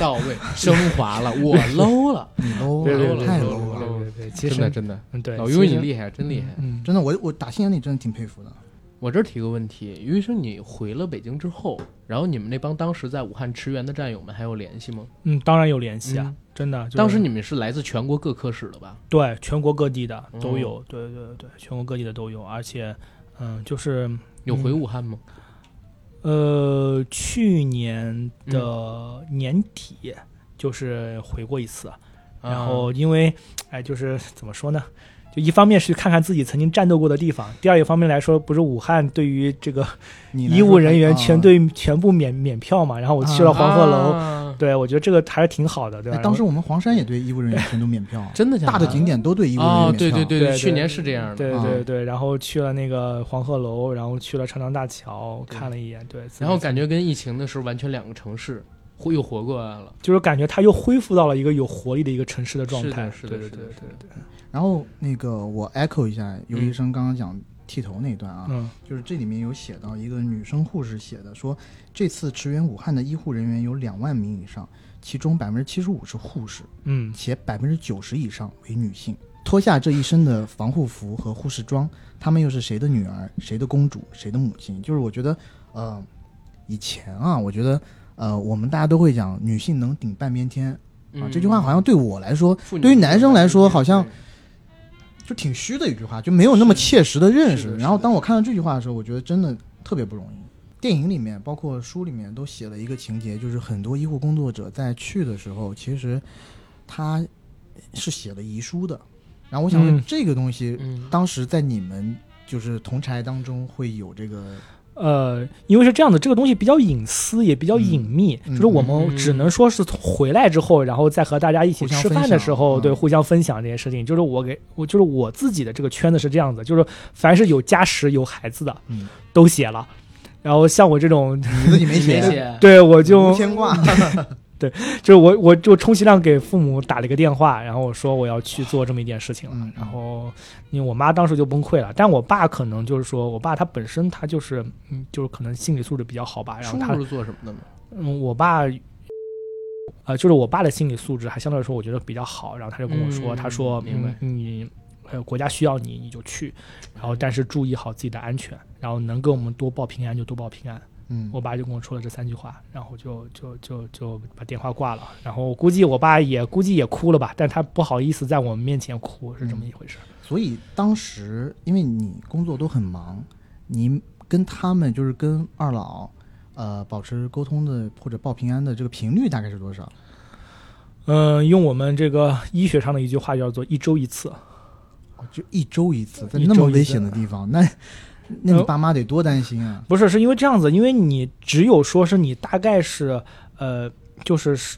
Speaker 1: 到位升华了，
Speaker 3: *laughs*
Speaker 1: 我 low 了，
Speaker 2: 你 low
Speaker 1: 对对
Speaker 2: 了，
Speaker 1: 对
Speaker 2: 太
Speaker 1: 对
Speaker 2: low
Speaker 1: 对
Speaker 2: 了。
Speaker 3: 对对，其
Speaker 1: 真的真的，
Speaker 3: 嗯对
Speaker 1: 老
Speaker 3: 其
Speaker 1: U
Speaker 3: 实
Speaker 1: 你厉害，真厉害。
Speaker 3: 嗯
Speaker 2: 真的，我我打心眼里真的挺佩服的。
Speaker 1: 我这儿提个问题，于生，你回了北京之后，然后你们那帮当时在武汉驰援的战友们还有联系吗？
Speaker 3: 嗯，当然有联系啊
Speaker 1: 嗯，
Speaker 3: 真的。就是
Speaker 1: 当时你们是来自全国各科室的吧？
Speaker 3: 对全国各地的
Speaker 1: 哦
Speaker 3: 都有，对对对对，全国各地的都有，而且嗯就是
Speaker 1: 有回
Speaker 3: 嗯
Speaker 1: 武汉吗？
Speaker 3: 呃去年的
Speaker 1: 嗯
Speaker 3: 年底就是回过一次，啊然
Speaker 1: 嗯啊
Speaker 3: 后因为，哎，就是怎么说呢？就一方面是去看看自己曾经战斗过的地方，第二一方面来说，不是武汉对于这个
Speaker 2: 你来
Speaker 3: 医务
Speaker 2: 说
Speaker 3: 人员
Speaker 2: 啊
Speaker 3: 全队全部免免票嘛，然后我去了
Speaker 1: 啊
Speaker 3: 黄鹤楼，
Speaker 1: 啊
Speaker 3: 对我觉得这个还是挺好的，对吧？
Speaker 2: 哎当时我们黄山也对医务人员全都免票，啊
Speaker 1: 真的假
Speaker 2: 大的景点都对医务人员
Speaker 1: 哦
Speaker 2: 免，票。
Speaker 1: 对对对
Speaker 3: 对对
Speaker 1: 去年是这样的。
Speaker 3: 对
Speaker 2: 啊
Speaker 3: 对对，然后去了那个黄鹤楼，然后去了长江大桥看了一眼，对，
Speaker 1: 然后感觉跟疫情的时候完全两个城市，活又活过来了。
Speaker 3: 就是感觉它又恢复到了一个有活力的一个城市的状
Speaker 1: 是的
Speaker 3: 态。
Speaker 1: 是的
Speaker 3: 对
Speaker 1: 是的
Speaker 3: 对
Speaker 1: 是
Speaker 3: 对
Speaker 1: 的
Speaker 3: 对对。
Speaker 2: 然后那个我 echo 一下尤
Speaker 1: 嗯
Speaker 2: 医生刚刚讲剃头那一段啊，
Speaker 3: 嗯
Speaker 2: 就是这里面有写到一个女生护士写的，说这次驰援武汉的医护人员有两万名以上，其中百分之七十五是护士，
Speaker 3: 嗯
Speaker 2: 且百分之九十以上为女性。脱下这一身的防护服和护士装，她们又是谁的女儿、谁的公主、谁的母亲？就是我觉得，呃，以前啊，我觉得，呃，我们大家都会讲女性能顶半边天啊，这句话好像对我来说
Speaker 1: 嗯妇女
Speaker 2: 对于男生来说好像
Speaker 1: 对
Speaker 2: 就挺虚的一句话，就没有那么切实的
Speaker 1: 是
Speaker 2: 认
Speaker 1: 的
Speaker 2: 识。
Speaker 1: 是的
Speaker 2: 然后当我看到这句话的时候，我觉得真的特别不容易。电影里面，包括书里面都写了一个情节，就是很多医护工作者在去的时候，其实他是写了遗书的。然后我想问
Speaker 3: 嗯，
Speaker 2: 这个东西、
Speaker 1: 嗯
Speaker 2: 当时在你们就是同柴当中会有这个
Speaker 3: 呃，因为是这样的，这个东西比较隐私，也比较隐秘，
Speaker 2: 嗯
Speaker 3: 就是我们只能说是从回来之后，然后再和大家一起
Speaker 2: 互相
Speaker 3: 吃饭
Speaker 2: 分
Speaker 3: 的
Speaker 2: 享
Speaker 3: 时候，
Speaker 2: 嗯
Speaker 3: 对，互相分享这些事情。就是我给我就是我自己的这个圈子是这样子，就是凡是有家室有孩子的
Speaker 2: 嗯，
Speaker 3: 都写了，然后像我这种， *laughs*
Speaker 1: 嗯
Speaker 2: 你自己没
Speaker 1: 没
Speaker 2: 写，
Speaker 1: *laughs* 写，
Speaker 3: 对我就
Speaker 2: 嗯无
Speaker 1: *laughs*
Speaker 2: 牵挂。
Speaker 3: 就是我我就充其量给父母打了一个电话，然后我说我要去做这么一件事情了。
Speaker 2: 嗯
Speaker 3: 然后因为我妈当时就崩溃了，但我爸可能就是说我爸他本身他就是嗯就是可能心理素质比较好吧，然后
Speaker 1: 叔
Speaker 3: 他
Speaker 1: 叔是做什么的吗？
Speaker 3: 嗯我爸。呃，就是我爸的心理素质还相对来说，我觉得比较好。然后他就跟我说，
Speaker 1: 嗯
Speaker 3: 他说：“
Speaker 1: 明白
Speaker 3: 嗯、你呃国家需要你，你就去，然后但是注意好自己的安全，然后能给我们多报平安就多报平安。”
Speaker 2: 嗯，
Speaker 3: 我爸就跟我说了这三句话，然后就就就就把电话挂了。然后我估计我爸也估计也哭了吧，但他不好意思在我们面前哭，是
Speaker 1: 嗯
Speaker 3: 这么一回事。
Speaker 2: 所以当时因为你工作都很忙，你跟他们就是跟二老，呃，保持沟通的或者报平安的这个频率大概是多少？
Speaker 3: 嗯、用我们这个医学上的一句话叫做一周一次。
Speaker 2: 哦就一周一次，在
Speaker 3: 一周
Speaker 2: 那么
Speaker 3: 一次
Speaker 2: 危险的地方，
Speaker 3: *laughs*
Speaker 2: 那那你爸妈得多担心啊！
Speaker 3: 不是，是因为这样子，因为你只有说是你大概是呃，就是是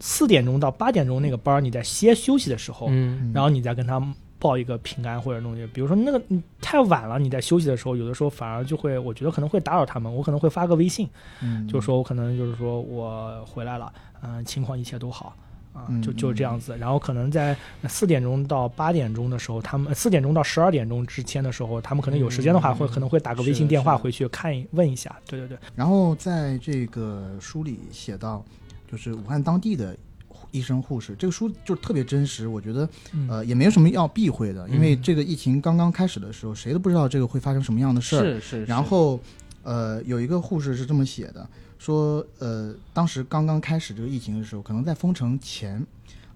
Speaker 3: 四点钟到八点钟那个班儿，你在歇休息的时候，
Speaker 1: 嗯，
Speaker 3: 哦然后你再跟他报一个平安或者弄一个，比如说那个你太晚了，你在休息的时候，有的时候反而就会，我觉得可能会打扰他们，我可能会发个微信，
Speaker 2: 嗯，
Speaker 3: 就说我可能就是说我回来了，嗯、情况一切都好。啊，
Speaker 2: 嗯
Speaker 3: 就就这样子，然后可能在四点钟到八点钟的时候，他们四点钟到十二点钟之间的时候，他们可能有时间的话，
Speaker 1: 嗯
Speaker 3: 会可能会打个微
Speaker 1: 是的
Speaker 3: 信电话
Speaker 1: 是的
Speaker 3: 回去看一问一下。对对对，
Speaker 2: 然后在这个书里写到，就是武汉当地的医生护士，这个书就特别真实，我觉得
Speaker 3: 嗯
Speaker 2: 呃也没有什么要避讳的，因为
Speaker 1: 嗯
Speaker 2: 这个疫情刚刚开始的时候，谁都不知道这个会发生什么样的事儿。
Speaker 1: 是是，
Speaker 2: 然后，呃，有一个护士是这么写的，说，呃，当时刚刚开始这个疫情的时候，可能在封城前，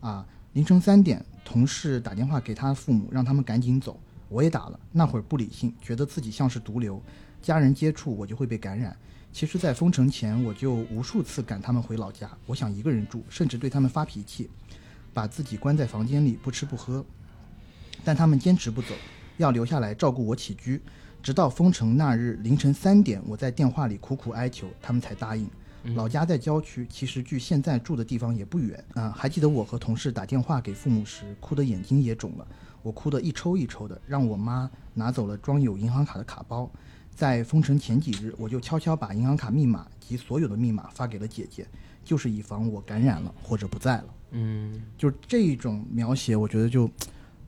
Speaker 2: 啊，凌晨三点，同事打电话给他父母，让他们赶紧走。我也打了，那会儿不理性，觉得自己像是毒瘤，家人接触我就会被感染。其实，在封城前，我就无数次赶他们回老家，我想一个人住，甚至对他们发脾气，把自己关在房间里，不吃不喝。但他们坚持不走，要留下来照顾我起居。直到封城那日凌晨三点，我在电话里苦苦哀求，他们才答应。
Speaker 1: 嗯
Speaker 2: 老家在郊区，其实距现在住的地方也不远啊、还记得我和同事打电话给父母时，哭得眼睛也肿了，我哭得一抽一抽的，让我妈拿走了装有银行卡的卡包。在封城前几日，我就悄悄把银行卡密码及所有的密码发给了姐姐，就是以防我感染了或者不在了。
Speaker 1: 嗯，
Speaker 2: 就是这种描写，我觉得就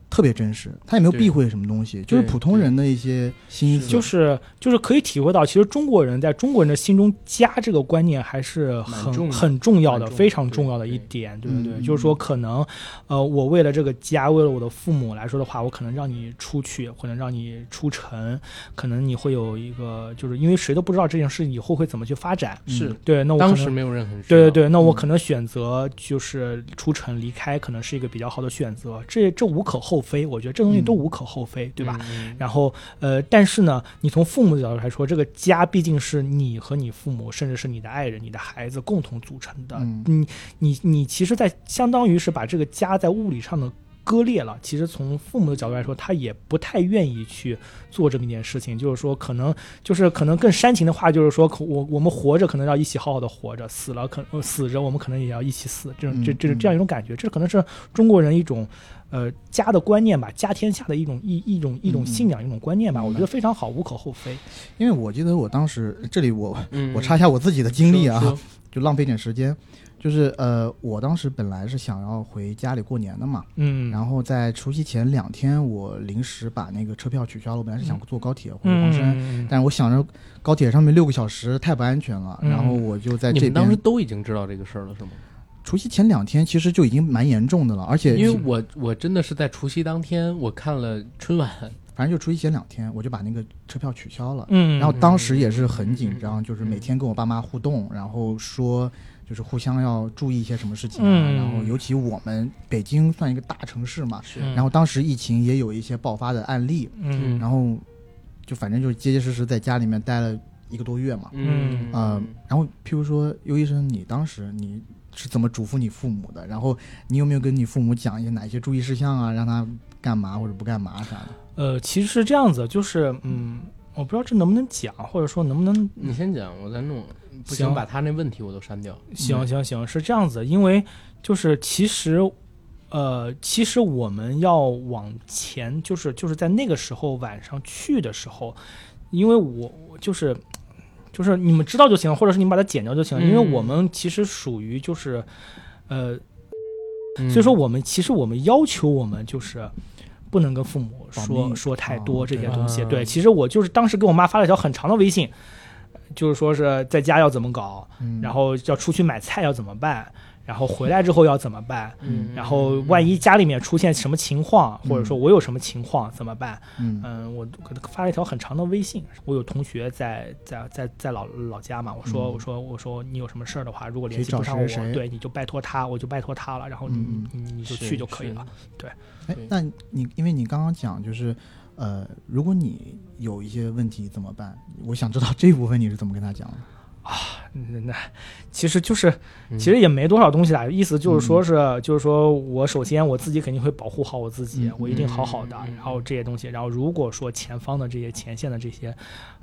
Speaker 2: 特别真实，他也没有避讳什么东西，就是普通人的一些心思，
Speaker 3: 就是就是可以体会到，其实中国人在中国人的心中“家”这个观念还是
Speaker 1: 蛮重的
Speaker 3: 很很重要的，
Speaker 1: 蛮重的
Speaker 3: 非常重要的
Speaker 1: 对
Speaker 3: 一
Speaker 1: 对
Speaker 3: 点，对不对？
Speaker 2: 嗯
Speaker 3: 就是说，可能呃，我为了这个家，为了我的父母来说的话，我可能让你出去，可能让你出城，可能你会有一个，就是因为谁都不知道这件事以后会怎么去发展。
Speaker 2: 嗯
Speaker 1: 是
Speaker 3: 对，那我可
Speaker 1: 当
Speaker 3: 能
Speaker 1: 时嗯没有任何人知
Speaker 3: 对对
Speaker 1: 道
Speaker 3: 对，那我可能选择就是出城离开，可能是一个比较好的选择，这这无可厚非，我觉得这东西都
Speaker 2: 嗯
Speaker 3: 无可厚非，对吧？？
Speaker 1: 嗯
Speaker 3: 然后，呃，但是呢，你从父母的角度来说，这个家毕竟是你和你父母，甚至是你的爱人、你的孩子共同组成的。
Speaker 2: 嗯
Speaker 3: 你你你其实在，相当于是把这个家在物理上的割裂了。其实从父母的角度来说，他也不太愿意去做这么一件事情。就是说，可能就是可能更煽情的话，就是说，可我我们活着可能要一起好好的活着，死了可呃死着我们可能也要一起死。这种这这
Speaker 2: 嗯嗯
Speaker 3: 这样一种感觉，这可能是中国人一种。呃家的观念吧，家天下的一种一一种一种
Speaker 2: 嗯
Speaker 3: 信仰，一种观念吧，
Speaker 2: 明白
Speaker 3: 我觉得非常好，无可厚非。
Speaker 2: 因为我记得我当时这里我
Speaker 1: 嗯
Speaker 2: 我插一下我自己的经历啊，
Speaker 1: 说说
Speaker 2: 就浪费点时间。就是呃，我当时本来是想要回家里过年的嘛，
Speaker 3: 嗯，
Speaker 2: 然后在除夕前两天，我临时把那个车票取消了。我本来是想
Speaker 3: 嗯
Speaker 2: 坐高铁回黄山，
Speaker 3: 嗯，
Speaker 2: 但是我想着高铁上面六个小时太不安全了，
Speaker 3: 嗯
Speaker 2: 然后我就在
Speaker 1: 你
Speaker 2: 这
Speaker 1: 们当时
Speaker 2: 边。
Speaker 1: 都已经知道这个事儿了是吗？
Speaker 2: 除夕前两天其实就已经蛮严重的了，而且
Speaker 1: 因为我我真的是在除夕当天，我看了春晚，
Speaker 2: 反正就除夕前两天，我就把那个车票取消了。
Speaker 3: 嗯，
Speaker 2: 然后当时也是很紧张，就是每天跟我爸妈互动，然后说就是互相要注意一些什么事情啊。
Speaker 3: 嗯
Speaker 2: 然后尤其我们北京算一个大城市嘛，
Speaker 1: 是
Speaker 3: 嗯
Speaker 2: 然后当时疫情也有一些爆发的案例，
Speaker 3: 嗯，
Speaker 2: 然后就反正就是结结实实在家里面待了一个多月嘛。
Speaker 3: 嗯
Speaker 2: 嗯、然后譬如说尤医生，你当时你是怎么嘱咐你父母的？然后你有没有跟你父母讲一些哪些注意事项啊，让他干嘛或者不干嘛啥的？
Speaker 3: 呃，其实是这样子，就是嗯，我不知道这能不能讲，或者说能不能
Speaker 1: 你先讲，我再弄。不行，
Speaker 3: 行
Speaker 1: 把他那问题我都删掉。
Speaker 3: 行行行，是这样子，因为就是其实，呃，其实我们要往前，就是就是在那个时候晚上去的时候，因为我我就是就是你们知道就行了，或者是你们把它剪掉就行了，因为
Speaker 1: 嗯
Speaker 3: 我们其实属于就是，呃，
Speaker 1: 嗯
Speaker 3: 所以说我们其实我们要求我们就是。不能跟父母
Speaker 2: 保
Speaker 3: 说
Speaker 2: 密
Speaker 3: 说太
Speaker 2: 哦
Speaker 3: 多这些东西。
Speaker 1: 嗯
Speaker 3: 对，其实我就是当时给我妈发了一条很长的微信，就是说是在家要怎么搞，
Speaker 2: 嗯，
Speaker 3: 然后要出去买菜要怎么办，然后回来之后要怎么办，
Speaker 1: 嗯
Speaker 3: 然后万一家里面出现什么情况，
Speaker 2: 嗯
Speaker 3: 或者说我有什么情况怎么办？
Speaker 2: 嗯
Speaker 3: 嗯，我给他发了一条很长的微信，我有同学在在在在老老家嘛，我说
Speaker 2: 嗯
Speaker 3: 我说我说你有什么事儿的话，如果联系
Speaker 2: 可以找
Speaker 3: 不上我，
Speaker 2: 谁谁谁
Speaker 3: 对你就拜托他，我就拜托他了，然后你
Speaker 2: 嗯
Speaker 3: 你你就去就可以了。。
Speaker 2: 哎
Speaker 1: 对，
Speaker 2: 那你因为你刚刚讲就是，呃，如果你有一些问题怎么办？我想知道这部分你是怎么跟他讲的？
Speaker 3: 那嗯那其实就是
Speaker 1: 嗯
Speaker 3: 其实也没多少东西啦，意思就是说是、就是说我首先我自己肯定会保护好我自己，
Speaker 2: 嗯
Speaker 3: 我一定好好的，
Speaker 1: 嗯嗯嗯
Speaker 3: 然后这些东西，然后如果说前方的这些前线的这些，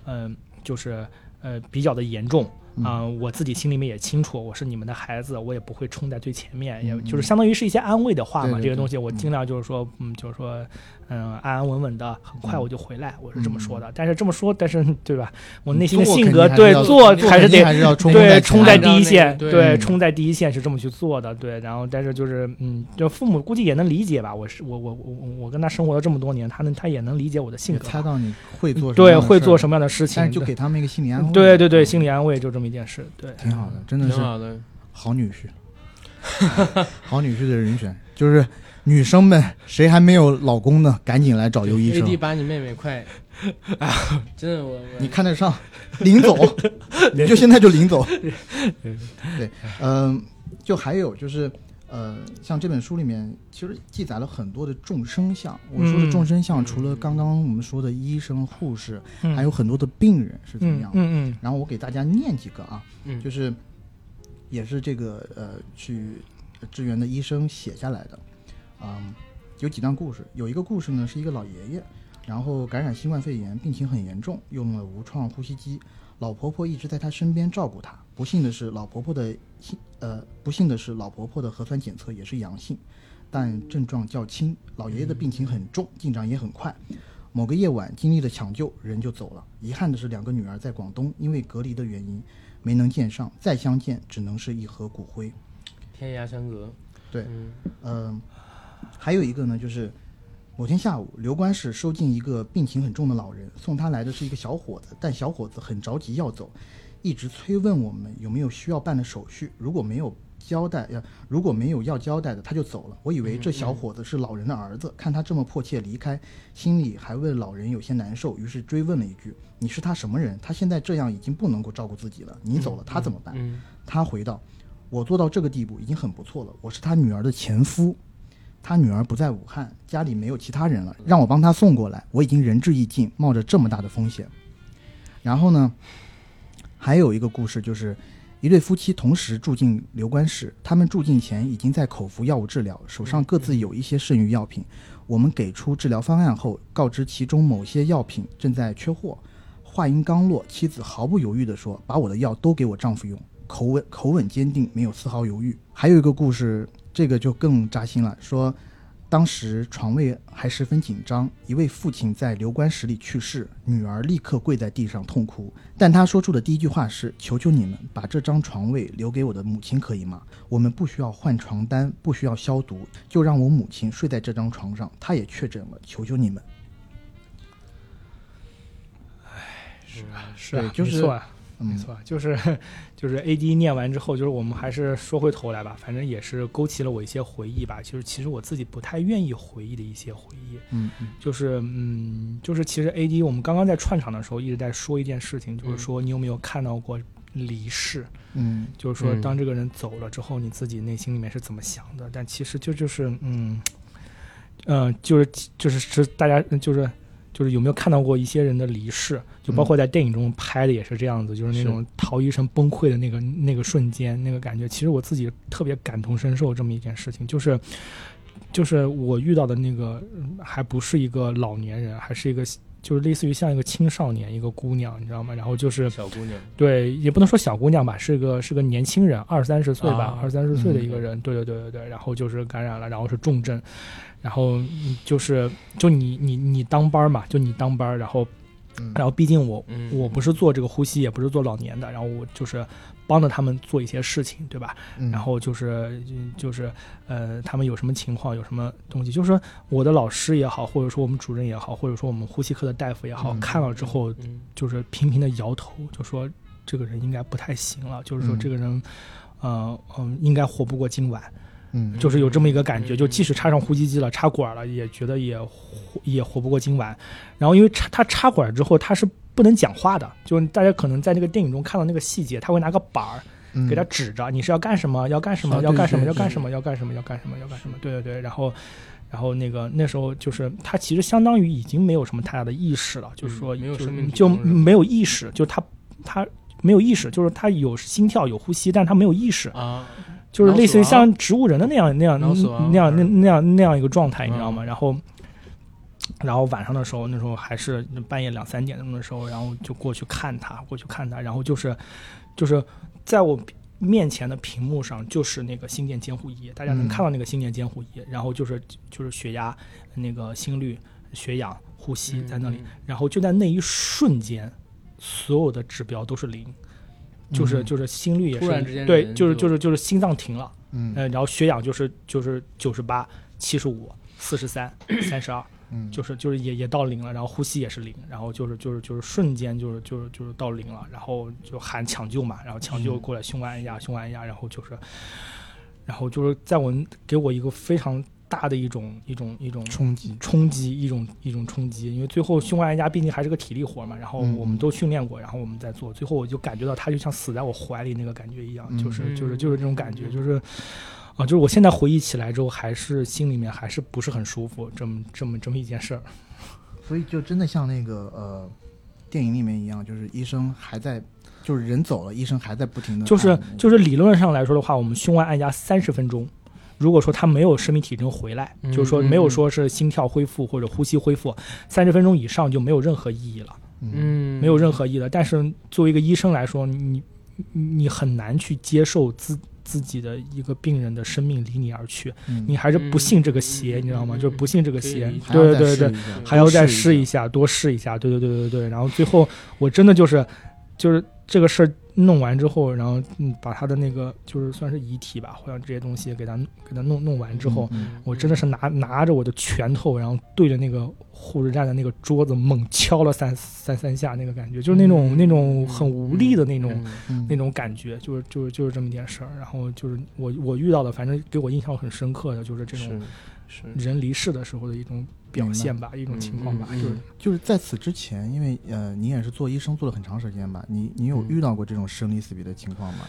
Speaker 3: 嗯、就是呃比较的严重。
Speaker 2: 嗯
Speaker 3: 啊、我自己心里面也清楚，我是你们的孩子，我也不会冲在最前面，
Speaker 2: 嗯
Speaker 3: 也
Speaker 2: 嗯
Speaker 3: 就是相当于是一些安慰的话嘛。
Speaker 2: 对对
Speaker 3: 这个东西
Speaker 2: 对
Speaker 3: 我
Speaker 2: 嗯
Speaker 3: 尽量就是说，嗯，就是说，嗯，安安稳稳的，很快我就回来，我是这么
Speaker 2: 嗯
Speaker 3: 说的。但是这么说，但是对吧？我内心的
Speaker 2: 做
Speaker 3: 性
Speaker 2: 肯
Speaker 3: 格
Speaker 2: 定还是
Speaker 3: 对
Speaker 2: 要
Speaker 3: 做
Speaker 1: 做
Speaker 3: 还是
Speaker 2: 肯定
Speaker 3: 得
Speaker 2: 还是要冲
Speaker 3: 对，
Speaker 2: 在
Speaker 3: 冲
Speaker 2: 前
Speaker 3: 在
Speaker 2: 面
Speaker 3: 第一线，
Speaker 1: 对
Speaker 3: 对，
Speaker 2: 嗯
Speaker 3: 冲在第一线是这么去做的，对。然后，但是就是，嗯，就父母估计也能理解吧。我是我我我我我跟他生活了这么多年，他能他也能理解我的性
Speaker 2: 也
Speaker 3: 格吧，嗯
Speaker 2: 猜到你会做
Speaker 3: 对会做
Speaker 2: 么
Speaker 3: 什么样的事
Speaker 2: 样的事儿，但
Speaker 3: 情，
Speaker 2: 是就给他们一个心理安慰。嗯
Speaker 3: 对对对对心啊理安慰就这么一件事，对。
Speaker 2: 挺好的，真的
Speaker 1: 挺
Speaker 2: 是
Speaker 1: 好的，
Speaker 2: 好女婿，好女婿的人选就是女生们，谁还没有老公呢？赶紧来找
Speaker 1: 有
Speaker 2: 尤医
Speaker 1: AD
Speaker 2: 生，
Speaker 1: 把你妹妹
Speaker 3: *laughs*
Speaker 1: 快，
Speaker 3: 啊
Speaker 1: 真的我我
Speaker 2: 你看得上，领
Speaker 3: *laughs*
Speaker 2: 走，你就现在就领走。对，嗯、就还有就是。呃，像这本书里面其实记载了很多的众生相。我说的众生相，
Speaker 1: 嗯
Speaker 2: 除了刚刚我们说的医生、护士，
Speaker 3: 嗯
Speaker 2: 还有很多的病人是怎么
Speaker 3: 嗯
Speaker 2: 样的。
Speaker 3: 嗯
Speaker 2: 然后我给大家念几个啊，
Speaker 1: 嗯
Speaker 2: 就是也是这个呃去支援的医生写下来的，嗯，有几段故事，有一个故事呢是一个老爷爷，然后感染新冠肺炎，病情很严重，用了无创呼吸机，老婆婆一直在他身边照顾他，不幸的是老婆婆的新呃不幸的是老婆婆的核酸检测也是阳性，但症状较轻，老爷爷的病情很重，进展也很快。某个夜晚，经历了抢救，人就走了。遗憾的是，两个女儿在广东因为隔离的原因，没能见上，再相见只能是一盒骨灰。
Speaker 1: 天涯相隔，
Speaker 2: 对
Speaker 1: 嗯
Speaker 2: 嗯，还有一个呢，就是某天下午，刘关市收进一个病情很重的老人，送他来的是一个小伙子，但小伙子很着急要走，一直催问我们有没有需要办的手续，如果没有。交代呀，如果没有要交代的，他就走了。我以为这小伙子是老人的儿子，看他这么迫切离开，心里还为老人有些难受，于是追问了一句：“你是他什么人？他现在这样已经不能够照顾自己了，你走了，他怎么办？”
Speaker 1: 嗯，
Speaker 2: 他回道：“我做到这个地步已经很不错了。我是他女儿的前夫，他女儿不在武汉，家里没有其他人了，让我帮他送过来。我已经仁至义尽，冒着这么大的风险。”然后呢，还有一个故事就是。一对夫妻同时住进刘关市，他们住进前已经在口服药物治疗，手上各自有一些剩余药品。我们给出治疗方案后，告知其中某些药品正在缺货。话音刚落，妻子毫不犹豫地说：“把我的药都给我丈夫用。”口吻口吻坚定，没有丝毫犹豫。还有一个故事，这个就更扎心了，说当时床位还十分紧张，一位父亲在留观室里去世，女儿立刻跪在地上痛哭。但她说出的第一句话是：“求求你们把这张床位留给我的母亲，可以吗？我们不需要换床单，不需要消毒，就让我母亲睡在这张床上。她也确诊了，求求你们。
Speaker 3: 是啊
Speaker 2: 对，就是
Speaker 3: 没错啊，
Speaker 2: 嗯
Speaker 3: 没错啊，就是就是 A D 念完之后，就是我们还是说回头来吧，反正也是勾起了我一些回忆吧。就是其实我自己不太愿意回忆的一些回忆，
Speaker 2: 嗯嗯
Speaker 3: 就是嗯，就是其实 A D 我们刚刚在串场的时候一直在说一件事情，就是说你有没有看到过离世？
Speaker 2: 嗯，
Speaker 3: 就是说
Speaker 1: 嗯
Speaker 3: 当这个人走了之后，你自己内心里面是怎么想的？但其实就就是嗯，呃，就是就是是大家嗯就是就是有没有看到过一些人的离世？就包括在电影中拍的也是这样子，就是那种陶医生崩溃的那个那个瞬间，那个感觉，其实我自己特别感同身受这么一件事情，就是。就是我遇到的那个，嗯还不是一个老年人，还是一个就是类似于像一个青少年，一个姑娘，你知道吗？然后就是
Speaker 1: 小姑娘，
Speaker 3: 对，也不能说小姑娘吧，是个是个年轻人，二三十岁吧
Speaker 1: 啊，
Speaker 3: 二三十
Speaker 2: 嗯
Speaker 3: 岁的一个人，对对对对对，然后就是感染了，然后是重症，然后嗯就是就你你你当班儿嘛，就你当班儿，然后
Speaker 2: 嗯
Speaker 3: 然后毕竟我
Speaker 1: 嗯
Speaker 3: 我不是做这个呼吸，也不是做老年的，然后我就是帮着他们做一些事情，对吧？
Speaker 2: 嗯
Speaker 3: 然后就是就是呃，他们有什么情况，有什么东西，就是说我的老师也好，或者说我们主任也好，或者说我们呼吸科的大夫也好，
Speaker 2: 嗯
Speaker 3: 看了之后
Speaker 1: 嗯
Speaker 3: 就是频频的摇头，就说这个人应该不太行了，就是说
Speaker 2: 嗯
Speaker 3: 这个人，呃嗯，应该活不过今晚，
Speaker 2: 嗯
Speaker 3: 就是有这么一个感觉。
Speaker 1: 嗯
Speaker 3: 就即使插上呼吸机了，插管了，也觉得也活也活不过今晚。然后因为插他插管之后，他是不能讲话的，就是大家可能在那个电影中看到那个细节，他会拿个板儿
Speaker 2: 嗯
Speaker 3: 给他指着，你是要干什么，要干什么，
Speaker 2: 啊
Speaker 3: 要干什么，
Speaker 2: 对
Speaker 3: 要
Speaker 2: 对
Speaker 3: 干什么，要干什么，要干什么，要干什么，对对对，然后。然后那个那时候就是他其实相当于已经没有什么太大的意识了，就是说
Speaker 1: 没有
Speaker 3: 就是
Speaker 1: 生命体
Speaker 3: 就
Speaker 1: 征是吧
Speaker 3: 没有意识，就是他他没有意识，就是他有心跳有呼吸，但是他没有意识，
Speaker 1: 啊，
Speaker 3: 就是类似于
Speaker 1: 脑死亡
Speaker 3: 像植物人的那样那样
Speaker 1: 脑死
Speaker 3: 那
Speaker 1: 亡
Speaker 3: 样那
Speaker 1: 是
Speaker 3: 那样那样一个状态，你知道吗？
Speaker 1: 嗯
Speaker 3: 然后。然后晚上的时候，那时候还是半夜两三点钟的时候，然后就过去看他，过去看他，然后就是，就是在我面前的屏幕上就是那个心电监护仪，大家能
Speaker 2: 嗯
Speaker 3: 看到那个心电监护仪，然后就是就是血压、那个心率、血氧、呼吸在
Speaker 1: 嗯
Speaker 3: 那里，然后就在那一瞬间，所有的指标都是零，就是
Speaker 2: 嗯
Speaker 3: 就是心率也是
Speaker 1: 突然之间
Speaker 3: 对，
Speaker 1: 人
Speaker 3: 就是
Speaker 1: 就
Speaker 3: 就是就是心脏停了，
Speaker 2: 嗯
Speaker 3: 呃，然后血氧就是就是九十八、七十五、四十三、三十二，
Speaker 2: 嗯
Speaker 3: 就是就是也也到零了，然后呼吸也是零，然后就是就是就是瞬间就是就是就是到零了，然后就喊抢救嘛，然后抢救过来胸外按压，胸外按压，然后就是，然后就是在我给我一个非常大的一种一种一种
Speaker 2: 冲击
Speaker 3: 冲击一种一种冲击，因为最后胸外按压毕竟还是个体力活嘛，然后
Speaker 2: 嗯
Speaker 3: 我们都训练过，然后我们在做，最后我就感觉到他就像死在我怀里那个感觉一样，
Speaker 2: 嗯
Speaker 3: 就是就是
Speaker 1: 嗯
Speaker 3: 就是这种感觉，
Speaker 1: 嗯
Speaker 3: 就是啊，就是我现在回忆起来之后，还是心里面还是不是很舒服，这么这么这么一件事儿。
Speaker 2: 所以就真的像那个呃电影里面一样，就是医生还在，就是人走了，医生还在不
Speaker 1: 嗯
Speaker 2: 停的，
Speaker 3: 就是就是理论上来说的话，我们胸外按压三十分钟，如果说他没有生命体征回来，
Speaker 1: 嗯
Speaker 3: 就是说
Speaker 1: 嗯
Speaker 3: 没有
Speaker 1: 嗯
Speaker 3: 说是心跳恢复或者呼吸恢复，三十分钟以上就没有任何意义了。
Speaker 2: 嗯
Speaker 1: 嗯，
Speaker 3: 没有任何意义的。但是作为一个医生来说，你你你很难去接受自自己的一个病人的生命离你而去，
Speaker 2: 嗯
Speaker 3: 你还是不信这个
Speaker 1: 嗯
Speaker 3: 邪，
Speaker 1: 嗯
Speaker 3: 你知道吗？
Speaker 1: 嗯嗯
Speaker 3: 就是不信这个
Speaker 1: 可以
Speaker 3: 邪
Speaker 1: 理解，
Speaker 2: 还要
Speaker 3: 对
Speaker 2: 再
Speaker 3: 对对
Speaker 2: 试，一下
Speaker 3: 还要再
Speaker 2: 试
Speaker 3: 试一
Speaker 2: 一下
Speaker 3: 下，多试一下，对对对对对。然后最后我真的就是就是这个事儿弄完之后，然后嗯把他的那个就是算是遗体吧，或者这些东西给他给他弄弄完之后。
Speaker 2: 嗯
Speaker 1: 嗯
Speaker 3: 我真的是拿拿着我的拳头，然后对着那个护士站的那个桌子猛敲了三三三下，那个感觉就是那种、
Speaker 1: 嗯
Speaker 3: 那种很无力的那种、
Speaker 1: 嗯
Speaker 2: 嗯
Speaker 3: 那种感觉，就是就是就是这么一件事儿。然后就是我我遇到的，反正给我印象很深刻的就是这种
Speaker 1: 是是
Speaker 3: 人离世的时候的一种表现吧，一种情况吧，
Speaker 1: 嗯嗯
Speaker 3: 就是
Speaker 2: 就是在此之前，因为呃，你也是做医生做了很长时间吧，你你有
Speaker 1: 嗯
Speaker 2: 遇到过这种生离死别的情况吗？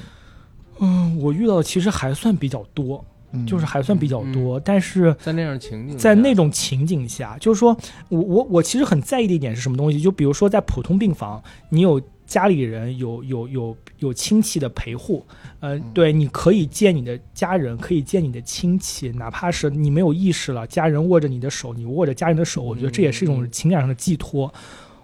Speaker 3: 嗯，我遇到的其实还算比较多，
Speaker 2: 嗯
Speaker 3: 就是还算比较多，但是。
Speaker 1: 在那样的情境下，
Speaker 3: 在那种情景下，就是说我我我其实很在意的一点是什么东西？就比如说在普通病房，你有家里人，有有有有亲戚的陪护，呃，
Speaker 1: 嗯
Speaker 3: 对，你可以见你的家人，可以见你的亲戚，哪怕是你
Speaker 1: 嗯
Speaker 3: 没有意识了，家人握着你的手，你握着家人的手，我觉得这也是一种情感上的寄托。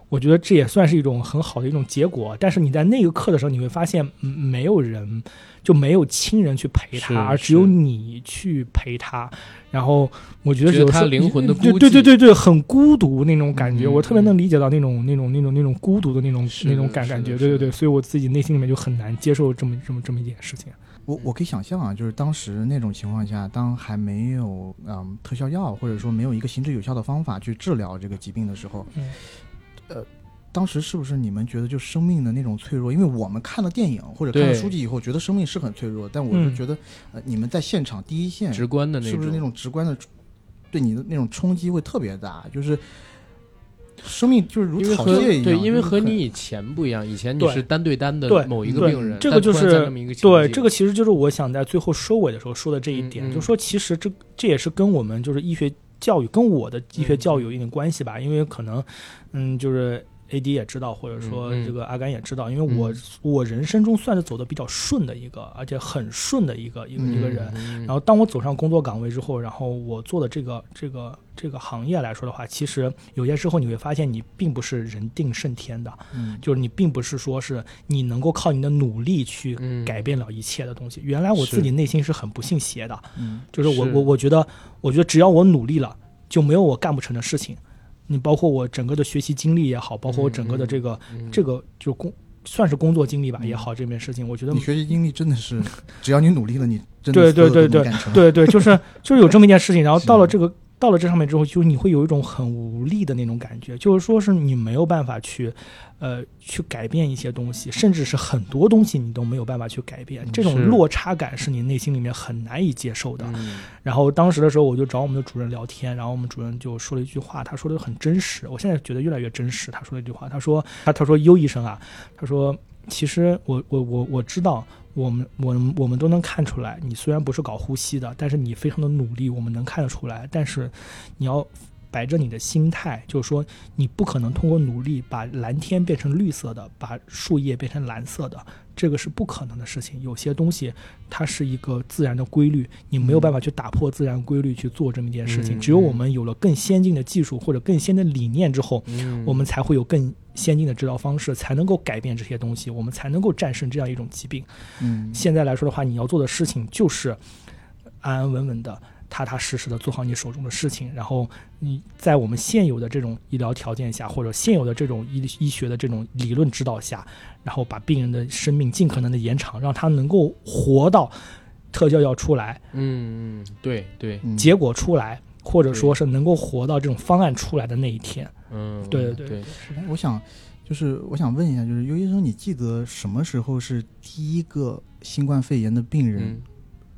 Speaker 3: 我觉得这也算是一种很好的一种结果。但是你在那个刻的时候，你会发现嗯没有人，就没有亲人去陪
Speaker 1: 是
Speaker 3: 他，而只有
Speaker 1: 是
Speaker 3: 你去陪他。然后我觉得
Speaker 1: 觉得
Speaker 3: 有时候
Speaker 1: 他灵魂的
Speaker 3: 对
Speaker 1: 孤
Speaker 3: 对
Speaker 1: 寂
Speaker 3: 对对对，很孤独那种感觉，
Speaker 1: 嗯
Speaker 3: 我特别能理解到那种那种那种那种孤独的那种
Speaker 1: 是的
Speaker 3: 那种感
Speaker 1: 是的
Speaker 3: 感觉。
Speaker 1: 是
Speaker 3: 对
Speaker 1: 的
Speaker 3: 对对，所以我自己内心里面就很难接受这么这么这么一件事情。
Speaker 2: 我我可以想象啊，就是当时那种情况下，当还没有嗯特效药，或者说没有一个行之有效的方法去治疗这个疾病的时候，
Speaker 3: 嗯
Speaker 2: 呃，当时是不是你们觉得就生命的那种脆弱？因为我们看了电影或者看了
Speaker 1: 对
Speaker 2: 书籍以后，觉得生命是很脆弱，但我就
Speaker 3: 嗯
Speaker 2: 觉得、呃你们在现场第一线
Speaker 1: 直观的那
Speaker 2: 是不是那
Speaker 1: 种，
Speaker 2: 种直观的对你的那种冲击会特别大？就是生命就是如
Speaker 1: 因为
Speaker 2: 草
Speaker 1: 和
Speaker 2: 芥一样，
Speaker 1: 对，因为
Speaker 2: 就是
Speaker 1: 和
Speaker 2: 很
Speaker 1: 你以前不一样，以前你
Speaker 3: 对
Speaker 1: 是单对单的
Speaker 3: 对
Speaker 1: 某一个
Speaker 3: 对
Speaker 1: 病人，
Speaker 3: 这
Speaker 1: 但
Speaker 3: 个就
Speaker 1: 突然在
Speaker 3: 是
Speaker 1: 那么一个情
Speaker 3: 对，
Speaker 1: 景
Speaker 3: 这个其实就是我想在最后收尾的时候说的这一
Speaker 1: 嗯
Speaker 3: 点，
Speaker 1: 嗯
Speaker 3: 就说其实这这也是跟我们就是医学教育跟我的医学
Speaker 1: 嗯
Speaker 3: 教育有一定关系吧，因为可能嗯就是。A D 也知道，或者说
Speaker 1: 嗯嗯
Speaker 3: 这个阿甘也知道，因为我、
Speaker 1: 嗯
Speaker 3: 我人生中算是走的比较顺的一个，而且很顺的一个一个一个人。，
Speaker 1: 嗯
Speaker 3: 然后当我走上工作岗位之后，然后我做的这个这个这个行业来说的话，其实有些时候你会发现你并不是人定胜天的，
Speaker 2: 嗯
Speaker 3: 就是你并不是说是你能够靠你的努力去
Speaker 1: 嗯
Speaker 3: 改变了一切的东西。原来我
Speaker 1: 是
Speaker 3: 自己内心是很不信邪的，
Speaker 2: 嗯
Speaker 3: 就是我
Speaker 1: 是
Speaker 3: 我我觉得，我觉得只要我努力了，就没有我干不成的事情。你包括我整个的学习经历也好，包括我整个的这个、
Speaker 1: 嗯
Speaker 3: 这个就工算是工作经历吧
Speaker 2: 嗯
Speaker 3: 也好，这边事情，我觉得
Speaker 2: 你学习经历真的是，只要你努力了，你真的
Speaker 3: 对
Speaker 2: 所有
Speaker 3: 对
Speaker 2: 都
Speaker 3: 对
Speaker 2: 能干成。
Speaker 3: *laughs* 对
Speaker 1: *laughs*
Speaker 3: 对，就是就是有这么一件事情，然后
Speaker 2: 是
Speaker 3: 到了这个到了这上面之后，就你会有一种很无力的那种感觉，就是说是你没有办法去，呃，去改变一些东西，甚至是很多东西你都没有办法去改变，这种
Speaker 1: 嗯是
Speaker 3: 落差感是你内心里面很难以接受的。
Speaker 1: 嗯
Speaker 3: 然后当时的时候，我就找我们的主任聊天，然后我们主任就说了一句话，他说的很真实，我现在觉得越来越真实。他说了一句话，他说他他说优医生啊，他说其实我我我我知道。我们我们我们都能看出来，你虽然不是搞呼吸的，但是你非常的努力，我们能看得出来。但是你要摆着你的心态，就是说你不可能通过努力把蓝天变成绿色的，把树叶变成蓝色的，这个是不可能的事情。有些东西它是一个自然的规律，你没有办法去打破自然规律去做这么一件事情。
Speaker 1: 嗯
Speaker 3: 只有我们有了更先进的技术或者更先的理念之后，
Speaker 1: 嗯
Speaker 3: 我们才会有更先进的治疗方式，才能够改变这些东西，我们才能够战胜这样一种疾病。
Speaker 2: 嗯，
Speaker 3: 现在来说的话，你要做的事情就是安安稳稳的、踏踏实实的做好你手中的事情，然后你在我们现有的这种医疗条件下，或者现有的这种医医学的这种理论指导下，然后把病人的生命尽可能的延长，让他能够活到特效药出来，
Speaker 1: 嗯嗯对对
Speaker 2: 嗯
Speaker 3: 结果出来，或者说是能够活到这种方案出来的那一天。
Speaker 1: 嗯
Speaker 3: 对对
Speaker 1: 对
Speaker 3: 对，
Speaker 2: 哎我想就是我想问一下，就是尤医生，你记得什么时候是第一个新冠肺炎的病人
Speaker 1: 嗯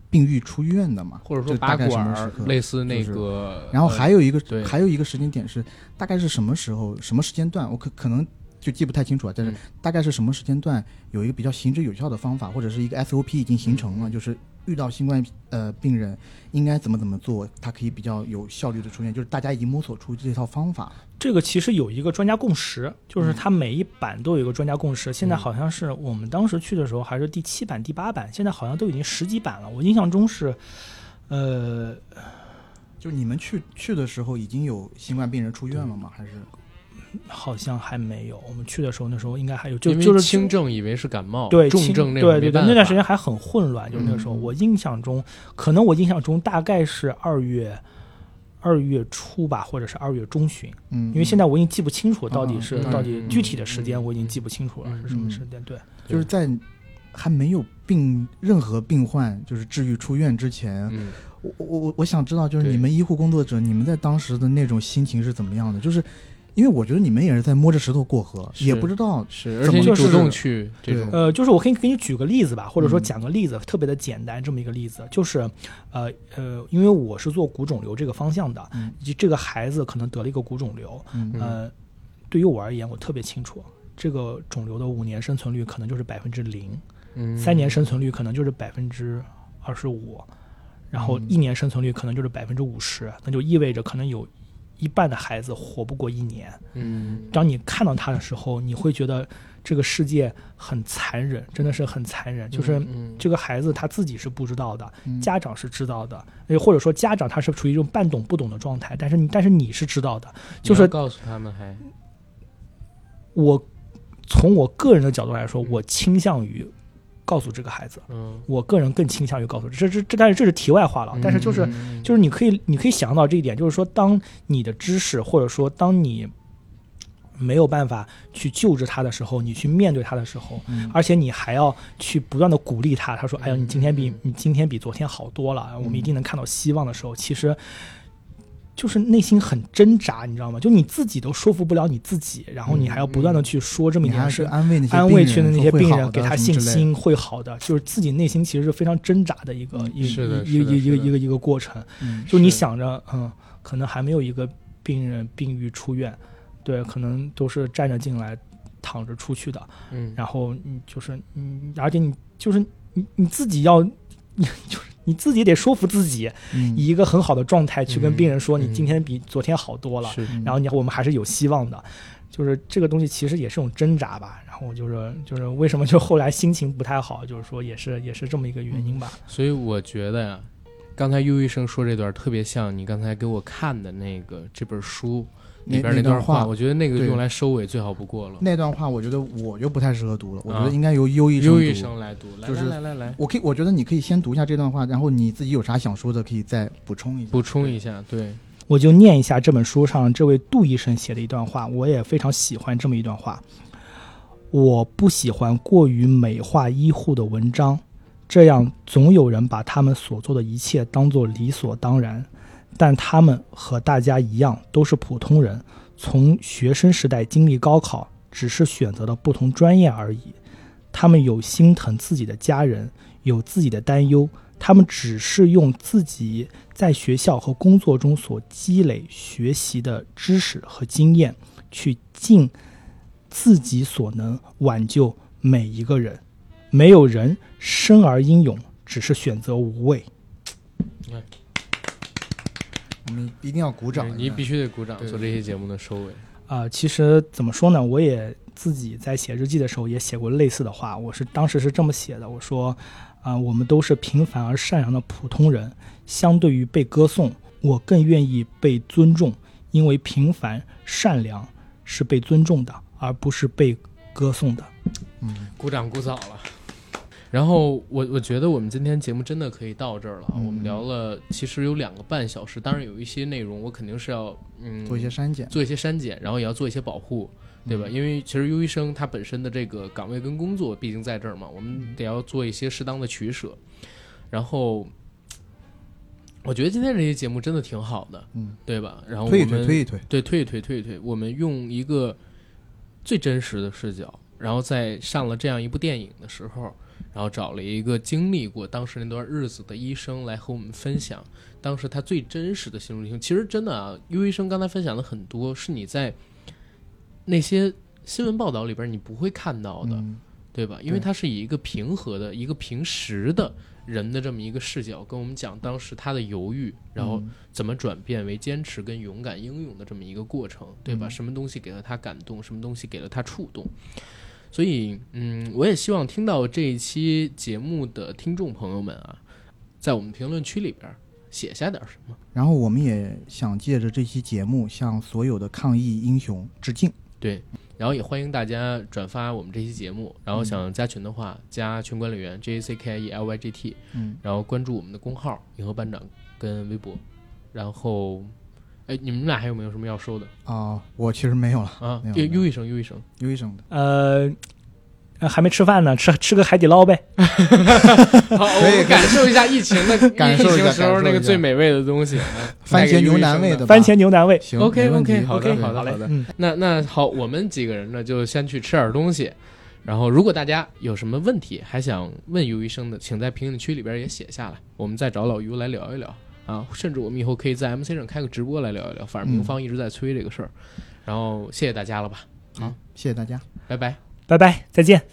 Speaker 2: 病愈出院的吗？
Speaker 1: 或者
Speaker 2: 就
Speaker 1: 说
Speaker 2: 是
Speaker 1: 拔
Speaker 2: 大概什
Speaker 1: 管
Speaker 2: 么时
Speaker 1: 儿
Speaker 2: 刻？
Speaker 1: 类似那
Speaker 2: 就是
Speaker 1: 个，呃
Speaker 2: 然后还有一个、
Speaker 1: 对
Speaker 2: 还有一个时间点是大概是什么时候什么时间段？我可可能就记不太清楚啊，但是
Speaker 1: 嗯
Speaker 2: 大概是什么时间段有一个比较行之有效的方法，或者是一个 SOP 已经形成
Speaker 1: 嗯
Speaker 2: 了，就是遇到新冠呃病人应该怎么怎么做，它可以比较有效率的出现，就是大家已经摸索出这套方法。
Speaker 3: 这个其实有一个专家共识，
Speaker 1: 嗯
Speaker 3: 就是它每一版都有一个专家共识。现在好像是我们当时去的时候还是第七版、第八版，现在好像都已经十几版了。我印象中是，呃，
Speaker 2: 就你们去去的时候已经有新冠病人出院了吗？还是
Speaker 3: 好像还没有。我们去的时候那时候应该还有，就
Speaker 1: 因为
Speaker 3: 就是
Speaker 1: 轻症以为是感冒，
Speaker 3: 对
Speaker 1: 重
Speaker 3: 轻
Speaker 1: 症那种
Speaker 3: 对对
Speaker 1: 没
Speaker 3: 对，
Speaker 1: 办
Speaker 3: 那段
Speaker 1: 法
Speaker 3: 时间还很混乱，就是那个时候。
Speaker 2: 嗯
Speaker 3: 我印象中，可能我印象中大概是二月。二月初吧，或者是二月中旬，
Speaker 2: 嗯，
Speaker 3: 因为现在我已经记不清楚到底是、
Speaker 1: 嗯
Speaker 3: 到底
Speaker 1: 嗯
Speaker 3: 具体的时间，
Speaker 1: 嗯
Speaker 3: 我已经记不清楚了、
Speaker 1: 嗯
Speaker 3: 是什么时间。对，
Speaker 2: 就是在还没有病任何病患就是治愈出院之前，
Speaker 1: 嗯
Speaker 2: 我我我我想知道，就是
Speaker 1: 对
Speaker 2: 你们医护工作者，你们在当时的那种心情是怎么样的？就是因为我觉得你们也是在摸着石头过河，
Speaker 1: 是
Speaker 2: 也不知道
Speaker 1: 是，而
Speaker 2: 怎
Speaker 1: 且
Speaker 2: 么
Speaker 1: 你
Speaker 2: 就
Speaker 1: 主
Speaker 2: 是
Speaker 1: 动去这
Speaker 2: 对
Speaker 1: 种，
Speaker 3: 呃，就是我可以给你举个例子吧，或者说
Speaker 2: 嗯
Speaker 3: 讲个例子，特别的简单，这么一个例子，就是，呃呃，因为我是做骨肿瘤这个方向的，
Speaker 2: 嗯
Speaker 3: 以及这个孩子可能得了一个骨肿瘤，
Speaker 2: 嗯
Speaker 3: 呃，对于我而言，我特别清楚，这个肿瘤的五年生存率可能就是百分之零，
Speaker 1: 嗯
Speaker 3: 三年生存率可能就是百分之二十五，然后
Speaker 2: 嗯
Speaker 3: 一年生存率可能就是百分之五十，那就意味着可能有一半的孩子活不过一年。
Speaker 1: 嗯
Speaker 3: 当你看到它的时候，你会觉得这个世界很残忍，真的是很残忍。就是
Speaker 1: 嗯
Speaker 3: 这个孩子他自己是不知道的，
Speaker 2: 嗯
Speaker 3: 家长是知道的，呃或者说家长他是处于一种半懂不懂的状态，但是你但是你是知道的，
Speaker 1: 你
Speaker 3: 就
Speaker 1: 要
Speaker 3: 是
Speaker 1: 告诉他们还
Speaker 3: 我从我个人的角度来说，我倾向于告诉这个孩子，
Speaker 1: 嗯，
Speaker 3: 我个人更倾向于告诉这这这，但是这是题外话了，但是就是
Speaker 1: 嗯
Speaker 3: 就是是你可以，你可以想到这一点，就是说，当你的知识或者说当你没有办法去救治他的时候，你去面对他的时候，
Speaker 2: 嗯
Speaker 3: 而且你还要去不断的鼓励他。他说：“哎呀，
Speaker 1: 嗯
Speaker 3: 你今天比
Speaker 1: 嗯
Speaker 3: 你今天比昨天好多了，我们一
Speaker 2: 嗯
Speaker 3: 定能看到希望的时候。”其实。就是内心很挣扎，你知道吗？就你自己都说服不了你自己，然后你还要不断的去说这么一
Speaker 2: 你还
Speaker 3: 件
Speaker 2: 要
Speaker 3: 事
Speaker 1: 嗯
Speaker 2: 去，安慰那些
Speaker 3: 安慰去的那些
Speaker 2: 病
Speaker 3: 病
Speaker 2: 人说会好
Speaker 3: 人，
Speaker 2: 的
Speaker 3: 给
Speaker 2: 什
Speaker 3: 他
Speaker 2: 么
Speaker 3: 信
Speaker 2: 之类的。
Speaker 3: 心，会好的。就是自己内心其实是非常挣扎的一个一
Speaker 1: 是的
Speaker 3: 一一
Speaker 1: 是的
Speaker 3: 一一个
Speaker 1: 是的
Speaker 3: 一个一个过程。
Speaker 2: 嗯
Speaker 3: 就你
Speaker 1: 是
Speaker 3: 想着，嗯，可能还没有一个病人病愈出院，对，可能都是站着进来，躺着出去的。
Speaker 1: 嗯，
Speaker 3: 然后你就是你，而且你就是你你自己要，你就是你自己得说服自己，
Speaker 2: 嗯
Speaker 3: 以一个很好的状态去跟病人说，
Speaker 1: 嗯
Speaker 3: 你今天比昨天好多了。
Speaker 1: 是
Speaker 2: 嗯
Speaker 3: 然后你我们还是有希望的，就是这个东西其实也是一种挣扎吧。然后就是就是为什么就后来心情不太好，就是说也是也是这么一个原因吧。
Speaker 1: 所以我觉得呀，刚才优医生说这段特别像你刚才给我看的那个这本书里边
Speaker 2: 那
Speaker 1: 段
Speaker 2: 话，
Speaker 1: 我觉得那个
Speaker 2: 对
Speaker 1: 用来收尾最好不过了。
Speaker 2: 那段话我觉得我就不太适合读了，我觉
Speaker 1: 啊
Speaker 2: 得应该由优医生
Speaker 1: 优医
Speaker 2: 读
Speaker 1: 生来读，来
Speaker 2: 就是
Speaker 1: 来来来来，
Speaker 2: 我可以，我觉得你可以先读一下这段话，然后你自己有啥想说的，可以再补充一下。
Speaker 1: 补充一下，对，
Speaker 3: 我就念一下这本书上这位杜医生写的一段话，我也非常喜欢这么一段话。我不喜欢过于美化医护的文章，这样总有人把他们所做的一切当作理所当然。但他们和大家一样都是普通人，从学生时代经历高考，只是选择了不同专业而已。他们有心疼自己的家人，有自己的担忧，他们只是用自己在学校和工作中所积累学习的知识和经验，去尽自己所能挽救每一个人。没有人生而英勇，只是选择无畏。
Speaker 2: 我们一定要鼓掌。
Speaker 1: 你必须得鼓掌
Speaker 2: 对
Speaker 1: 做这些节目的收尾。
Speaker 3: 啊、其实怎么说呢，我也自己在写日记的时候也写过类似的话。我是当时是这么写的，我说，啊、我们都是平凡而善良的普通人，相对于被歌颂，我更愿意被尊重，因为平凡善良是被尊重的，而不是被歌颂的。
Speaker 2: 嗯，
Speaker 1: 鼓掌鼓早了。然后我我觉得我们今天节目真的可以到这儿了啊，
Speaker 2: 嗯
Speaker 1: 我们聊了其实有两个半小时，当然有一些内容我肯定是要嗯
Speaker 2: 做一些删减，
Speaker 1: 做一些删减，然后也要做一些保护，对吧？
Speaker 2: 嗯
Speaker 1: 因为其实优医生他本身的这个岗位跟工作毕竟在这儿嘛，我
Speaker 2: 嗯
Speaker 1: 们得要做一些适当的取舍。然后，我觉得今天这期节目真的挺好的，
Speaker 2: 嗯，
Speaker 1: 对吧？然后我
Speaker 2: 推一
Speaker 1: 们
Speaker 2: 推，推一推。
Speaker 1: 对，退一退，退一退。我们用一个最真实的视角，然后在上了这样一部电影的时候，然后找了一个经历过当时那段日子的医生来和我们分享当时他最真实的心路历程。其实真的啊，优医生刚才分享的很多是你在那些新闻报道里边你不会看到的，
Speaker 2: 嗯，
Speaker 1: 对吧？因为
Speaker 2: 对
Speaker 1: 他是以一个平和的、一个平时的人的这么一个视角跟我们讲当时他的犹豫，然后
Speaker 2: 嗯
Speaker 1: 怎么转变为坚持跟勇敢英勇的这么一个过程，对吧？
Speaker 2: 嗯
Speaker 1: 什么东西给了他感动，什么东西给了他触动。所以，嗯，我也希望听到这一期节目的听众朋友们啊，在我们评论区里边写下点什么。
Speaker 2: 然后我们也想借着这期节目向所有的抗疫英雄致敬。
Speaker 1: 对，然后也欢迎大家转发我们这期节目。然
Speaker 2: 嗯
Speaker 1: 后想加群的话，加群管理员 J A C K I E L Y G T，
Speaker 2: 嗯，
Speaker 1: 然后关注我们的公号“银河班长”跟微博。然后，哎，你们俩还有没有什么要说的
Speaker 2: 啊，我其实没有了，
Speaker 1: 啊
Speaker 2: 没？有
Speaker 1: 优
Speaker 2: 没有
Speaker 1: 优医生，优医生。
Speaker 2: 优医生的。
Speaker 3: 呃，呃还没吃饭呢，吃吃个海底捞呗。
Speaker 1: 好，我
Speaker 2: *laughs* 可以可以
Speaker 1: 们感受一下疫情的
Speaker 2: *laughs* 感受一下
Speaker 1: 疫情时
Speaker 2: 感
Speaker 1: 候
Speaker 2: 受一下
Speaker 1: 那个最美味的东西，
Speaker 2: *laughs* 番
Speaker 1: 带给
Speaker 2: 茄牛
Speaker 1: 医生
Speaker 2: 腩味的吧
Speaker 3: 番茄牛腩味。
Speaker 2: 行
Speaker 1: OK，
Speaker 2: 没问题
Speaker 1: OK，好的
Speaker 2: OK，
Speaker 1: 好的
Speaker 2: 好
Speaker 1: 好的
Speaker 3: 嗯，
Speaker 1: 那那好，我们几个人呢就先去吃点东西。然后，如果大家有什么问题还想问尤医生的，请在评论区里边也写下来，我们再找老尤来聊一聊啊。甚至我们以后可以在 MC 上开个直播来聊一聊，反正明
Speaker 2: 嗯
Speaker 1: 方一直在催这个事儿。然后谢谢大家了吧，
Speaker 2: 好，谢谢大家。
Speaker 1: 拜拜。
Speaker 3: 拜拜，再见。